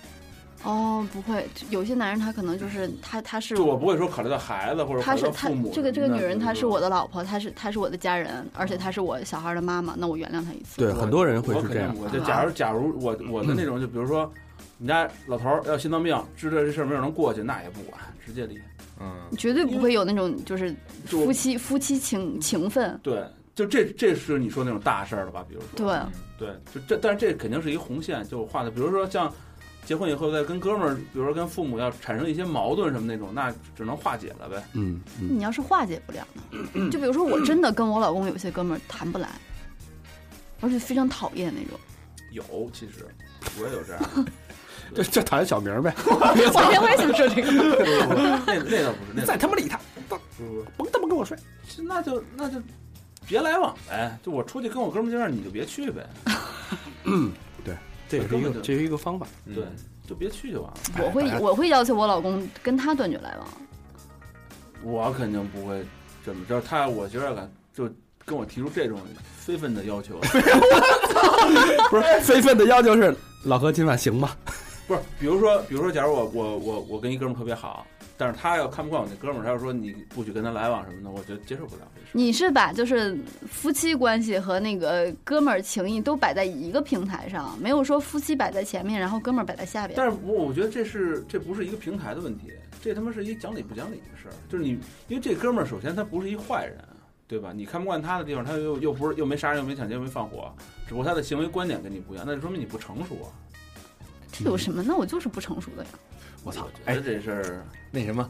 [SPEAKER 6] 哦，不会，有些男人他可能就是他他是
[SPEAKER 7] 就我不会说考虑到孩子或者考
[SPEAKER 6] 她
[SPEAKER 7] 虑
[SPEAKER 6] 是
[SPEAKER 7] 到
[SPEAKER 6] 她
[SPEAKER 7] 父母
[SPEAKER 6] 这个这个
[SPEAKER 7] 什么
[SPEAKER 6] 女
[SPEAKER 7] 的
[SPEAKER 6] 人，
[SPEAKER 7] 就
[SPEAKER 6] 她是我的老婆，她是她是我的家人，而且她是我小孩的妈妈，那我原谅她一次。
[SPEAKER 3] 对，很啊多人会
[SPEAKER 7] 我
[SPEAKER 3] 是
[SPEAKER 7] 肯
[SPEAKER 3] 这
[SPEAKER 7] 定
[SPEAKER 3] 样。
[SPEAKER 7] 不会就假如假如我我的那种，就比如说，你家老头儿要心脏病，知道这事儿没有人过去，那也不管，直接离。
[SPEAKER 5] 嗯，
[SPEAKER 6] 绝对不会有那种就是
[SPEAKER 7] 就
[SPEAKER 6] 夫妻夫妻情情分，
[SPEAKER 7] 对，就这这是你说那种大事儿了吧？比如说，
[SPEAKER 6] 对，
[SPEAKER 7] 对，就这，但是这肯定是一红线，就画的。比如说像结婚以后再跟哥们儿，比如说跟父母要产生一些矛盾什么那种，那只能化解了呗。
[SPEAKER 3] 嗯嗯，
[SPEAKER 6] 你要是化解不了 呢？就比如说我真的跟我老公有些哥们儿谈不来，而且非常讨厌 那种。
[SPEAKER 7] 有，其实我也有这样，
[SPEAKER 3] 这这讨厌小名儿 呗，
[SPEAKER 6] 我也我也想说这个，
[SPEAKER 7] 那那倒不是，那
[SPEAKER 3] 再
[SPEAKER 7] 倒
[SPEAKER 3] 他妈理他，
[SPEAKER 7] 不是，
[SPEAKER 3] 甭他妈跟我睡。
[SPEAKER 7] 是那就那就别来往呗。就我出去跟我哥们儿见面，你就别去呗。
[SPEAKER 3] 这也是一
[SPEAKER 7] 根
[SPEAKER 3] 个
[SPEAKER 7] 本就
[SPEAKER 3] 这是一个方法。
[SPEAKER 7] 对，就别去就完了。
[SPEAKER 6] 我会我会要求我老公跟他断绝来往。
[SPEAKER 7] 我肯定不会这么着。他我觉得敢就跟我提出这种非分的要求，
[SPEAKER 3] 不是非分的要求是老何今晚行吗？
[SPEAKER 7] 不是，比如说，比如说，假如我我我我跟一哥们儿特别好，但是他要看不惯我那哥们儿，他要说你不许跟他来往什么的，我觉得接受不了这事儿。
[SPEAKER 6] 你是把就是夫妻关系和那个哥们儿情谊都摆在一个平台上，没有说夫妻摆在前面，然后哥们儿摆在下边。
[SPEAKER 7] 但是我我觉得这是这不是一个平台的问题，这他妈是一讲理不讲理的事儿。就是你，因为这哥们儿首先他不是一坏人，对吧？你看不惯他的地方，他又又不是又没杀人，又没抢劫，又没放火，只不过他的行为观点跟你不一样，那就说明你不成熟啊。
[SPEAKER 6] 这有什么？那我就是不成熟的呀。
[SPEAKER 7] 我操，觉
[SPEAKER 5] 哎
[SPEAKER 7] 得这事儿
[SPEAKER 5] 那什么，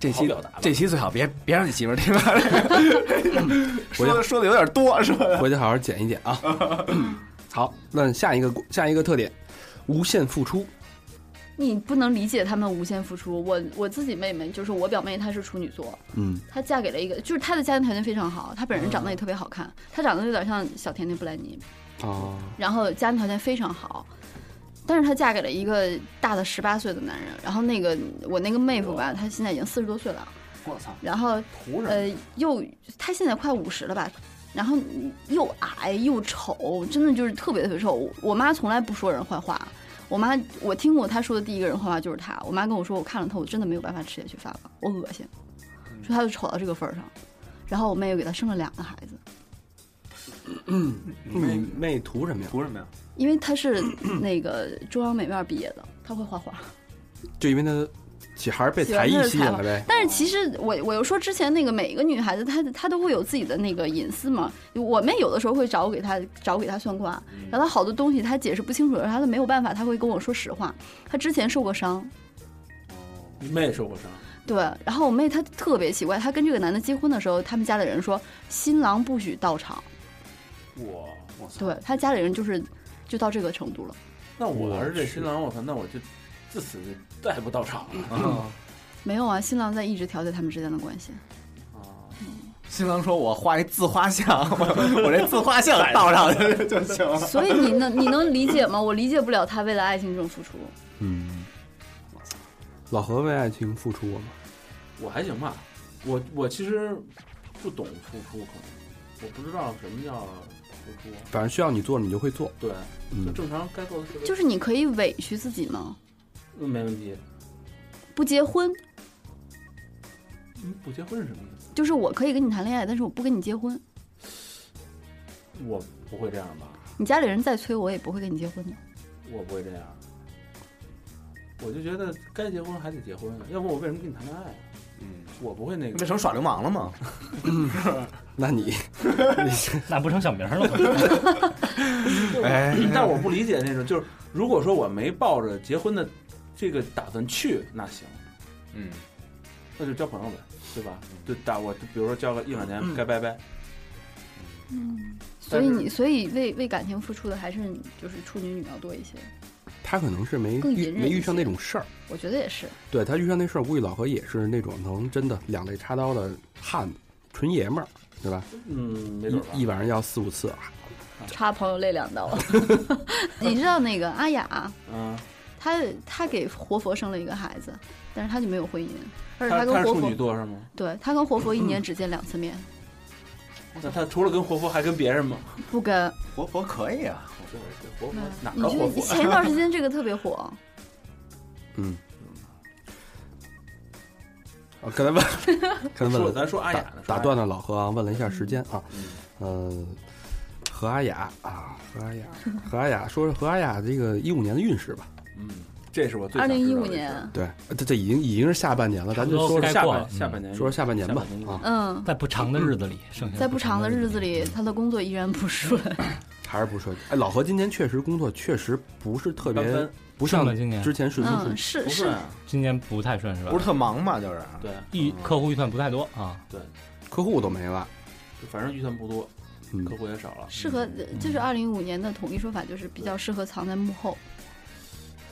[SPEAKER 5] 这
[SPEAKER 7] 好
[SPEAKER 5] 期
[SPEAKER 7] 表达吧。
[SPEAKER 5] 这期最好别别让你媳妇儿听了，说
[SPEAKER 3] 我
[SPEAKER 5] 的说的有点多，是吧？
[SPEAKER 3] 回去好好剪一剪啊。好，那下一个下一个特点，无限付出。
[SPEAKER 6] 你不能理解他们无限付出。我我自己妹妹就是我表妹，她是处女座，
[SPEAKER 3] 嗯，
[SPEAKER 6] 她嫁给了一个，就是她的家庭条件非常好，她本人长得也特别好看，她长得有点像小甜甜布兰妮，
[SPEAKER 3] 哦，
[SPEAKER 6] 然后家庭条件非常好，但是她嫁给了一个大她十八岁的男人。然后那个我那个妹夫吧，他现在已经四十多岁了，
[SPEAKER 5] 我操，
[SPEAKER 6] 然后
[SPEAKER 5] 图什么？
[SPEAKER 7] 哎
[SPEAKER 6] 呃，又他现在快五十了吧，然后又矮又丑，真的就是特别特别丑。我我妈从来不说人坏话，我妈我听过她说的第一个人坏话就是她。我妈跟我说，我看了她，我真的没有办法吃下去饭了，我恶心，说她就丑到这个份儿上。然后我妹又给她生了两个孩子，
[SPEAKER 3] 你妹图什么呀？
[SPEAKER 5] 图什么呀？
[SPEAKER 6] 因为她是那个中央美院毕业的，她会画画。
[SPEAKER 3] 就因为她喜孩儿被才艺吸引了呗。
[SPEAKER 6] 但是其实我我又说之前那个每一个女孩子她她都会有自己的那个隐私嘛，我妹有的时候会找我给她找我给她算卦，然后她好多东西她解释不清楚的时候，她都没有办法，她会跟我说实话。她之前受过伤，
[SPEAKER 7] 你妹受过伤，
[SPEAKER 6] 对，然后我妹她特别奇怪，她跟这个男的结婚的时候，他们家里人说新郎不许到场，
[SPEAKER 7] 我我操！
[SPEAKER 6] 对她家里人就是就到这个程度了。
[SPEAKER 7] 那我要是这新郎，我操，那我就自此就再也不到场了。
[SPEAKER 6] 啊没有啊，新郎在一直调节他们之间的关系。
[SPEAKER 5] 新郎说我画一自画像，我我这自画像倒上去 就行了。
[SPEAKER 6] 所以你能你能理解吗？我理解不了他为了爱情这种付出。
[SPEAKER 3] 嗯，老何为爱情付出过吗？
[SPEAKER 7] 我还行吧，我我其实不懂付出，可能我不知道什么叫付出。
[SPEAKER 3] 反正需要你做，你就会做。
[SPEAKER 7] 对，就
[SPEAKER 3] 嗯，
[SPEAKER 7] 正常该做的事都
[SPEAKER 6] 就是你可以委屈自己吗？
[SPEAKER 7] 嗯没问题。
[SPEAKER 6] 不结婚，
[SPEAKER 7] 嗯，不结婚是什么意思？
[SPEAKER 6] 就是我可以跟你谈恋爱，但是我不跟你结婚。
[SPEAKER 7] 我不会这样吧？
[SPEAKER 6] 你家里人再催我，也不会跟你结婚的。
[SPEAKER 7] 我不会这样。我就觉得该结婚还得结婚，要不我为什么跟你谈恋爱啊？
[SPEAKER 5] 嗯，
[SPEAKER 7] 我不会那个
[SPEAKER 5] 那。成耍流氓了吗？
[SPEAKER 3] 那你
[SPEAKER 4] 那不成小名了吗？
[SPEAKER 5] 哎，
[SPEAKER 7] 但我不理解那种，就是如果说我没抱着结婚的这个打算去，那行，
[SPEAKER 5] 嗯，
[SPEAKER 7] 那就交朋友呗，对吧？就打我，比如说交个一两年，该拜拜。
[SPEAKER 6] 嗯，所以你所以为为感情付出的还是就是处女女要多一些，
[SPEAKER 3] 他可能是没
[SPEAKER 6] 更
[SPEAKER 3] 遇
[SPEAKER 6] 隐忍
[SPEAKER 3] 没
[SPEAKER 6] 一
[SPEAKER 3] 遇
[SPEAKER 6] 些
[SPEAKER 3] 上那种事儿，
[SPEAKER 6] 我觉得也是。
[SPEAKER 7] 啊
[SPEAKER 3] 对他遇上那事儿，估计老何也是那种能真的两肋插刀的汉子，纯爷们儿，对吧？
[SPEAKER 7] 嗯，没准儿吧
[SPEAKER 3] 一一晚上要四五次，啊
[SPEAKER 6] 插朋友肋两 刀。你知道那个阿雅，
[SPEAKER 7] 嗯，
[SPEAKER 6] 她她给活佛生了一个孩子，但是她就没有婚姻，而且她
[SPEAKER 7] 他他
[SPEAKER 6] 跟
[SPEAKER 7] 是
[SPEAKER 6] 活
[SPEAKER 7] 处女
[SPEAKER 6] 佛，
[SPEAKER 7] 座嗯是吗？
[SPEAKER 6] 对她跟活佛一年只见两次面，
[SPEAKER 7] 那他除了跟活佛还跟别人吗？
[SPEAKER 6] 不跟。
[SPEAKER 5] 活佛可以啊，
[SPEAKER 7] 对对，活佛
[SPEAKER 6] 嗯
[SPEAKER 7] 哪
[SPEAKER 6] 你
[SPEAKER 7] 个活
[SPEAKER 6] 这
[SPEAKER 7] 佛？
[SPEAKER 6] 前一段时间这个特别火，
[SPEAKER 3] 嗯。啊，刚才问，刚才问
[SPEAKER 7] 说
[SPEAKER 3] 了
[SPEAKER 7] 咱说阿雅
[SPEAKER 3] 打
[SPEAKER 7] 呢，
[SPEAKER 3] 打断了老何啊，问了一下时间啊，
[SPEAKER 7] 嗯
[SPEAKER 3] 嗯，何阿雅啊，何阿雅，何阿雅，说说何阿雅这个一五年的运势吧。
[SPEAKER 7] 嗯，这是我最
[SPEAKER 6] 二
[SPEAKER 7] 想
[SPEAKER 6] 零一
[SPEAKER 7] 知道
[SPEAKER 6] 五
[SPEAKER 7] 的事
[SPEAKER 6] 年
[SPEAKER 7] 儿，
[SPEAKER 3] 对，这这已经已经是下半年了，咱就说说
[SPEAKER 4] 差不多
[SPEAKER 7] 下
[SPEAKER 4] 过了
[SPEAKER 7] 半下半年
[SPEAKER 3] 说下半年吧
[SPEAKER 7] 下半年
[SPEAKER 3] 啊，
[SPEAKER 6] 嗯，
[SPEAKER 4] 在不长的日 子里，剩下
[SPEAKER 6] 在不长的日子里，她的工作依然不 顺，
[SPEAKER 3] 还是不顺。哎，老何今年确实工作确实不是特
[SPEAKER 7] 一般
[SPEAKER 3] 别
[SPEAKER 7] 般，
[SPEAKER 3] 不
[SPEAKER 4] 顺
[SPEAKER 3] 像
[SPEAKER 4] 吧今年
[SPEAKER 3] 之前顺风
[SPEAKER 6] 嗯，
[SPEAKER 3] 顺，
[SPEAKER 6] 是
[SPEAKER 7] 不
[SPEAKER 6] 是
[SPEAKER 7] 顺，啊，
[SPEAKER 4] 今年不太顺是吧？
[SPEAKER 5] 不是特忙嘛，就是
[SPEAKER 7] 对，
[SPEAKER 4] 预客户预算不太多啊，
[SPEAKER 3] 客户都没了。
[SPEAKER 7] 就反正预算不多，
[SPEAKER 3] 嗯
[SPEAKER 7] 客户也少了。
[SPEAKER 6] 适合就是二零一五年的统一说法就是比较适合藏在幕后，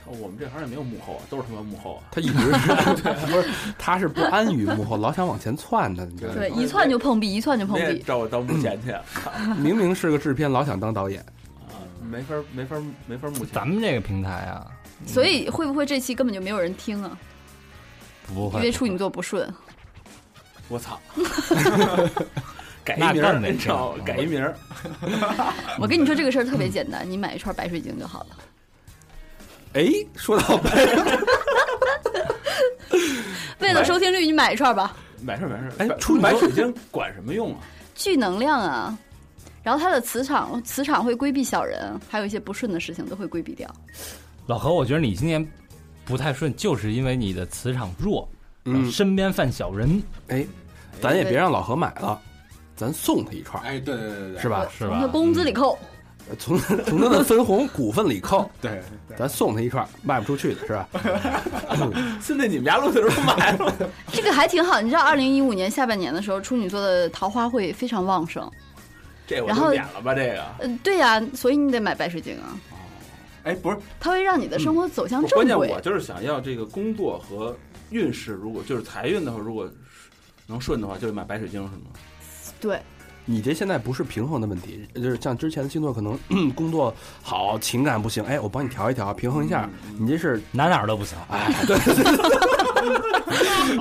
[SPEAKER 7] 我们这行也没有幕后啊，都是他妈幕后啊。
[SPEAKER 3] 他一直是 不是，他是不安于幕后，老想往前窜的，你知道
[SPEAKER 6] 对，
[SPEAKER 7] 对
[SPEAKER 3] 吗？
[SPEAKER 6] 一窜就碰壁，一窜就碰
[SPEAKER 7] 你也
[SPEAKER 6] 壁，
[SPEAKER 7] 找我当幕前去啊，
[SPEAKER 3] 明明是个制片，老想当导演。
[SPEAKER 7] 没法没法没法幕前。
[SPEAKER 4] 咱们这个平台啊，嗯
[SPEAKER 6] 所以会不会这期根本就没有人听啊？
[SPEAKER 4] 不
[SPEAKER 6] 因
[SPEAKER 4] 会
[SPEAKER 6] 为处女座不顺，
[SPEAKER 7] 我操，改
[SPEAKER 4] 那
[SPEAKER 7] 一名
[SPEAKER 4] 更
[SPEAKER 7] 儿，
[SPEAKER 4] 得
[SPEAKER 7] 你知道
[SPEAKER 4] 这
[SPEAKER 7] 吗
[SPEAKER 4] 样
[SPEAKER 7] 改一名儿，
[SPEAKER 6] 我跟你说这个事儿特别简单，你买一串白水晶就好了。
[SPEAKER 3] 哎，说 到
[SPEAKER 6] 为了收听率，你买一串吧，
[SPEAKER 7] 没事儿没事儿。
[SPEAKER 3] 哎
[SPEAKER 7] 白
[SPEAKER 3] 处女
[SPEAKER 7] 白
[SPEAKER 3] 座
[SPEAKER 7] 水晶管什么用啊？
[SPEAKER 6] 聚能量啊。然后它的磁场，磁场会规避小人，还有一些不顺的事情都会规避掉。
[SPEAKER 4] 老何，我觉得你今年不太顺，就是因为你的磁场弱，
[SPEAKER 3] 嗯，
[SPEAKER 4] 身边犯小人，
[SPEAKER 3] 哎，咱也别让老何买了，咱送他一串儿，
[SPEAKER 5] 哎，对对对对
[SPEAKER 3] 是吧？
[SPEAKER 4] 是
[SPEAKER 6] 从他
[SPEAKER 4] 吧？
[SPEAKER 6] 工资里扣，
[SPEAKER 3] 从从他的分红股份里扣，
[SPEAKER 5] 对，
[SPEAKER 3] 咱送他一串儿，卖不出去的是吧？
[SPEAKER 7] 现在你们家录的时候买了，
[SPEAKER 6] 这个还挺好。你知道，二零一五年下半年的时候，处女座的桃花会非常旺盛。
[SPEAKER 7] 这我
[SPEAKER 6] 然后
[SPEAKER 7] 就免了吧，这个。
[SPEAKER 6] 嗯、对呀、所以你得买白水晶啊，
[SPEAKER 5] 哎，不是，
[SPEAKER 6] 它会让你的生活走向
[SPEAKER 7] 不
[SPEAKER 6] 正
[SPEAKER 7] 关键
[SPEAKER 6] 轨。
[SPEAKER 7] 我就是想要这个工作和运势，如果就是财运的话，如果能顺的话，就买白水晶是吗？
[SPEAKER 6] 对，
[SPEAKER 3] 你这现在不是平衡的问题，就是像之前的星座可能嗯工作好，情感不行，哎，我帮你调一调，平衡一下。你这是
[SPEAKER 4] 哪哪儿都不行，
[SPEAKER 3] 哎，对，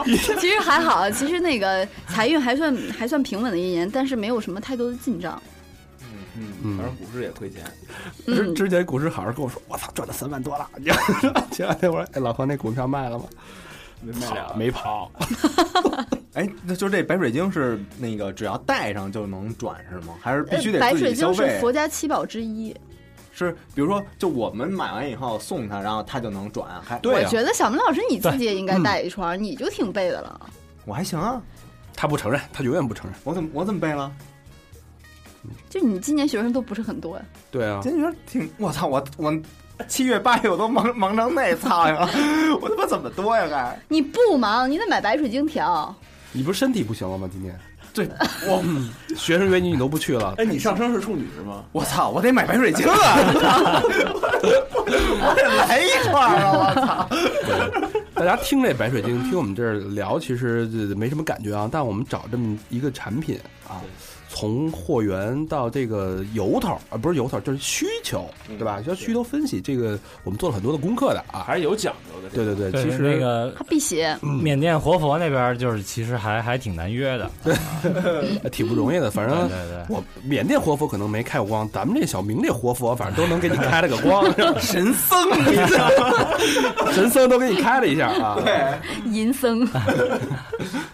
[SPEAKER 6] 其实还好，其实那个财运还算还算平稳的一年，但是没有什么太多的进账。
[SPEAKER 7] 嗯
[SPEAKER 3] 嗯
[SPEAKER 7] 反正股市也亏钱，
[SPEAKER 6] 嗯
[SPEAKER 3] 之之前股市好好跟我说，我操，赚了三万多了。你知道吗 前两天我说，哎，老黄那股票卖了吗？啊
[SPEAKER 7] 没卖了。
[SPEAKER 3] 没跑，
[SPEAKER 5] 哎，那就这白水晶是那个只要戴上就能转是吗？还是必须得
[SPEAKER 6] 呃白
[SPEAKER 5] 自己
[SPEAKER 6] 水晶
[SPEAKER 5] 消
[SPEAKER 6] 是
[SPEAKER 5] 费？
[SPEAKER 6] 佛家七宝之一，
[SPEAKER 5] 是比如说，就我们买完以后送他，然后他就能转，还
[SPEAKER 3] 对啊
[SPEAKER 6] 我
[SPEAKER 3] 呀、
[SPEAKER 6] 觉得小明老师你自己也应该带一
[SPEAKER 5] 嗯
[SPEAKER 6] 串，你就挺背的了。
[SPEAKER 5] 我还行啊，
[SPEAKER 3] 他不承认，他永远不承认。
[SPEAKER 5] 我怎么我怎么背了？
[SPEAKER 6] 就你今年学生都不是很多呀，
[SPEAKER 3] 对啊，
[SPEAKER 5] 今天挺，我操，我我七月八月我都忙忙成那操呀，我他妈怎么多呀还？
[SPEAKER 6] 你不忙，你得买白水晶条。
[SPEAKER 3] 你不是身体不行了吗？今年
[SPEAKER 5] 对，我
[SPEAKER 3] 学生原你你都不去了，
[SPEAKER 7] 哎，你上升是处女是吗？
[SPEAKER 5] 我操，我得买白水晶 啊！我得来一串啊！我操，
[SPEAKER 3] 但大家听这白水晶，听我们这儿聊，其实呃没什么感觉啊。但我们找这么一个产品啊，从货源到这个由头啊，不是由头，就是需求，对吧？要需求分析，这个我们做了很多的功课的啊。
[SPEAKER 7] 还是有讲究的。这
[SPEAKER 3] 对
[SPEAKER 7] 个
[SPEAKER 3] 对对，
[SPEAKER 4] 对
[SPEAKER 3] 其实
[SPEAKER 4] 那个
[SPEAKER 6] 它辟邪，
[SPEAKER 4] 缅甸活佛那边就是其实还还挺难约的，
[SPEAKER 3] 呃挺不容易的，反
[SPEAKER 4] 对
[SPEAKER 3] 正。
[SPEAKER 4] 嗯对对。
[SPEAKER 3] 我缅甸活佛可能没开过光，咱们这小明这活佛，反正都能给你开了个光，神僧，
[SPEAKER 5] 啊
[SPEAKER 3] 神僧都给你开了一下啊。
[SPEAKER 5] 对，
[SPEAKER 6] 银僧，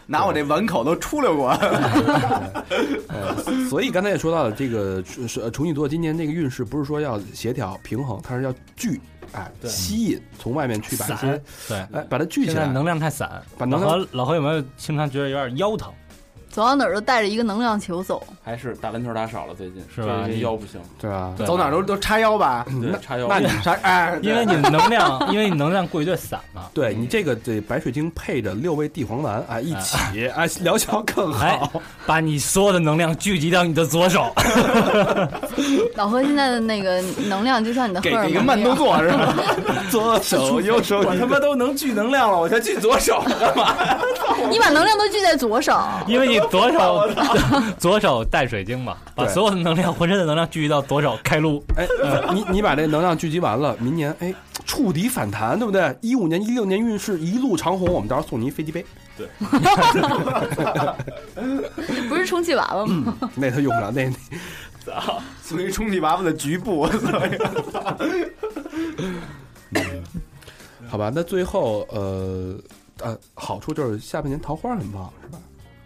[SPEAKER 5] 拿我这碗口都出溜过。
[SPEAKER 7] 嗯
[SPEAKER 3] 呃，所以刚才也说到了，这个是呃处女座今年这个运势不是说要协调平衡，它是要聚，哎，吸引从外面去把一些，
[SPEAKER 4] 对
[SPEAKER 3] 哎，把它聚起
[SPEAKER 4] 现在
[SPEAKER 3] 来。
[SPEAKER 4] 能量太散，
[SPEAKER 3] 把
[SPEAKER 4] 老
[SPEAKER 3] 能量
[SPEAKER 4] 何老何有没有经常觉得有点腰疼？
[SPEAKER 6] 走到哪儿都带着一个能量球走。
[SPEAKER 7] 还是打篮球打少了，最近
[SPEAKER 4] 是吧
[SPEAKER 7] 这这腰不行，
[SPEAKER 3] 对吧？
[SPEAKER 4] 对
[SPEAKER 5] 走哪儿都都叉腰吧，
[SPEAKER 7] 对，叉
[SPEAKER 3] 嗯
[SPEAKER 7] 腰。
[SPEAKER 3] 那你
[SPEAKER 5] 叉哎，对
[SPEAKER 4] 因为你 能量，因为你能量过于的散嘛。
[SPEAKER 3] 对你这个这白水晶配着六味地黄丸啊，
[SPEAKER 7] 哎
[SPEAKER 3] 一起啊疗效更
[SPEAKER 4] 哎
[SPEAKER 3] 好。，
[SPEAKER 4] 把你所有的能量聚集到你的左 手，
[SPEAKER 6] 老何现在的那个能量就像你的荷
[SPEAKER 5] 给
[SPEAKER 6] 尔
[SPEAKER 5] 给个
[SPEAKER 6] 蒙
[SPEAKER 5] 慢
[SPEAKER 6] 一
[SPEAKER 5] 动
[SPEAKER 6] 样，
[SPEAKER 5] 作是 吧？左手右手，
[SPEAKER 7] 我他妈都能聚能量了，我才聚左手干嘛？
[SPEAKER 6] 你把能量都聚在左手，
[SPEAKER 4] 因为你左手 左手带水晶嘛，把
[SPEAKER 3] 对
[SPEAKER 4] 所有的能量，浑身的能量聚集到左手开路。
[SPEAKER 3] 哎，你你把这能量聚集完了，明年哎触底反弹，对不对？一五年、一六年运势一路长虹，我们到时候送你一飞机杯，
[SPEAKER 6] 不是充气娃娃
[SPEAKER 5] 嗯
[SPEAKER 6] 吗？
[SPEAKER 3] 那他用不了，那
[SPEAKER 5] 属于充气娃娃的局部。
[SPEAKER 3] 那好吧。那最后呃呃，好处就是下半年桃花很旺，是吧？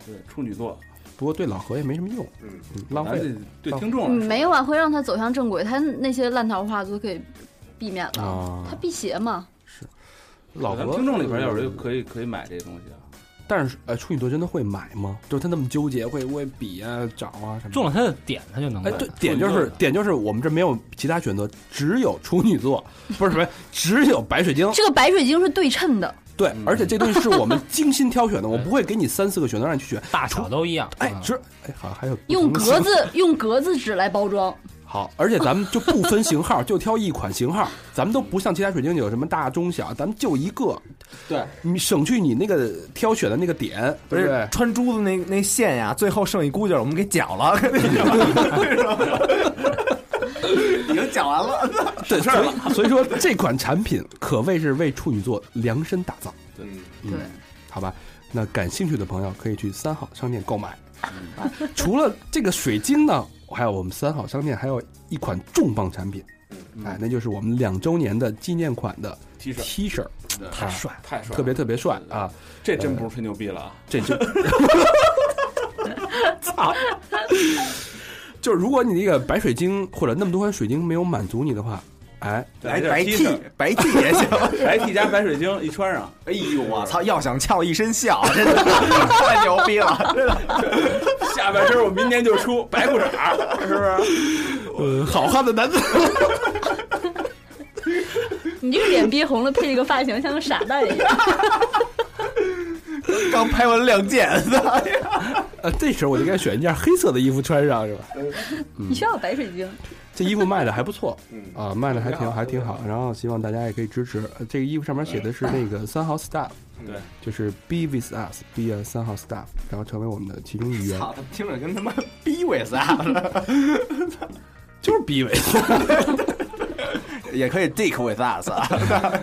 [SPEAKER 7] 对，处女座，
[SPEAKER 3] 不过对老何也没什么用，
[SPEAKER 5] 嗯
[SPEAKER 3] 嗯，浪
[SPEAKER 7] 咱
[SPEAKER 3] 费
[SPEAKER 7] 这对听众来
[SPEAKER 6] 嗯
[SPEAKER 7] 说
[SPEAKER 6] 没有啊，会让他走向正轨，他那些烂桃花都可以避免了。
[SPEAKER 3] 啊
[SPEAKER 6] 他辟邪嘛，
[SPEAKER 3] 老
[SPEAKER 7] 咱
[SPEAKER 3] 何嗯
[SPEAKER 7] 们听众里边有人可以可以买这东西啊。
[SPEAKER 3] 但是呃，处女座真的会买吗？就是他那么纠结，会会比啊、找啊什么的。
[SPEAKER 4] 中了他的点，他就能
[SPEAKER 3] 哎，
[SPEAKER 4] 买
[SPEAKER 3] 对，点就是点就是我们这没有其他选择，只有处女座， 不是什么，只有白水晶。
[SPEAKER 6] 这个白水晶是对称的，
[SPEAKER 3] 对，
[SPEAKER 7] 嗯
[SPEAKER 3] 而且这东西是我们精心挑选的，我不会给你三四个选择让你去选。
[SPEAKER 4] 大小都一样。
[SPEAKER 3] 哎，
[SPEAKER 7] 啊
[SPEAKER 4] 嗯
[SPEAKER 3] 只哎好还有不
[SPEAKER 6] 用
[SPEAKER 3] 同
[SPEAKER 6] 格
[SPEAKER 3] 型
[SPEAKER 6] 子 用格子纸来包装。
[SPEAKER 3] 好，而且咱们就不分型号， 就挑一款型号，咱们都不像其他水晶有什么大中小，咱们就一个，
[SPEAKER 5] 对
[SPEAKER 3] 你省去你那个挑选的那个点，
[SPEAKER 5] 不
[SPEAKER 3] 对
[SPEAKER 5] 是
[SPEAKER 3] 不对？
[SPEAKER 5] 穿珠子那那线呀，最后剩一箍劲儿，我们给绞 了，已经绞完了。
[SPEAKER 3] 对，所以所以说这款产品可谓是为处女座量身打造。
[SPEAKER 6] 对，
[SPEAKER 3] 嗯好吧，那感兴趣的朋友可以去三好商店购买。啊除了这个水晶呢，还有我们三好商店还有一款重磅产品，哎，那就是我们两周年的纪念款的
[SPEAKER 7] T 恤
[SPEAKER 3] T 恤，
[SPEAKER 7] 对
[SPEAKER 3] 太帅，
[SPEAKER 7] 太帅了，
[SPEAKER 3] 特别特别帅
[SPEAKER 7] 对
[SPEAKER 3] 啊！！
[SPEAKER 7] 这真不是吹牛逼了啊！
[SPEAKER 3] 这就，操！就是如果你那个白水晶或者那么多款水晶没有满足你的话，哎，
[SPEAKER 5] 来
[SPEAKER 7] 点
[SPEAKER 5] 白
[SPEAKER 7] T
[SPEAKER 5] T 白 T 也行。
[SPEAKER 7] 白 T 加白水晶一穿上，
[SPEAKER 5] 哎呦我操！要想翘一身 笑，真的太牛逼了！
[SPEAKER 7] 下半身我明年就出白裤衩，是不是？
[SPEAKER 3] 呃，好汉的男子
[SPEAKER 6] 你这个脸憋红了，配这个发型像个傻蛋一样。
[SPEAKER 5] 刚拍完《亮剑》
[SPEAKER 3] 呃，这时候我就该选一件黑色的衣服穿上，是吧？嗯
[SPEAKER 6] 你需要白水晶，
[SPEAKER 3] 这衣服卖的还不错，啊，卖的还挺
[SPEAKER 5] 挺好
[SPEAKER 3] 还挺好。然后希望大家也可以支持。呃这个衣服上面写的是那个三号 staff，
[SPEAKER 7] 对，
[SPEAKER 3] 就是 be with us，be a 三号 staff，然后成为我们的其中一员，
[SPEAKER 5] 操，他听着跟他妈逼啊我 啥的，
[SPEAKER 3] 就是 be with，
[SPEAKER 5] 也可以 dick with us 啊。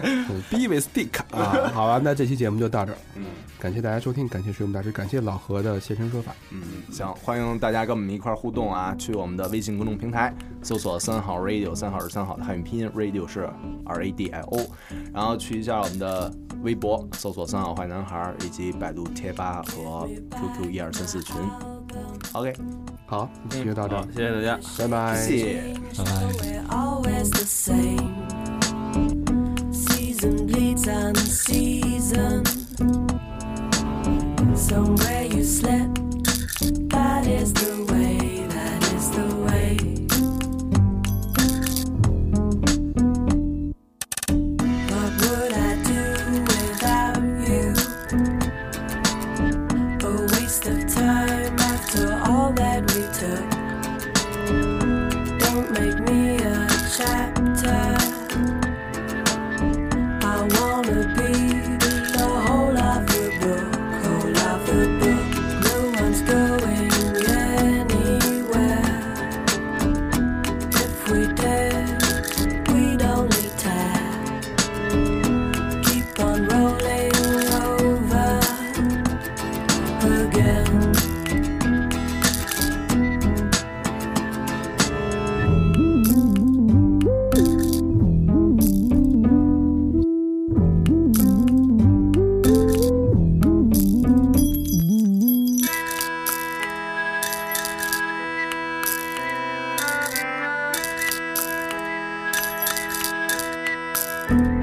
[SPEAKER 3] 嗯 be with dick 啊。好吧，那这期节目就到这儿，
[SPEAKER 5] 嗯
[SPEAKER 3] 感谢大家收听，感谢水母大师，感谢老何的现身说法。
[SPEAKER 5] 嗯，行，欢迎大家跟我们一块儿互动啊！去我们的微信公众平台搜索“三好 radio”，三好是三好的汉语拼音，radio 是 R A D I O，然后去一下我们的微博搜索“三好坏男孩儿”以及百度贴吧和 QQ 一二三四群。OK，
[SPEAKER 3] 好，这期就到这儿
[SPEAKER 7] 嗯好，，谢谢大家。
[SPEAKER 3] 拜拜，
[SPEAKER 5] 谢谢。
[SPEAKER 8] We're always the same. Season bleeds on season. Somewhere you slept. That is the way. That is the way. What would I do without you? A waste of time after all that we took. Don't make me a chapter. you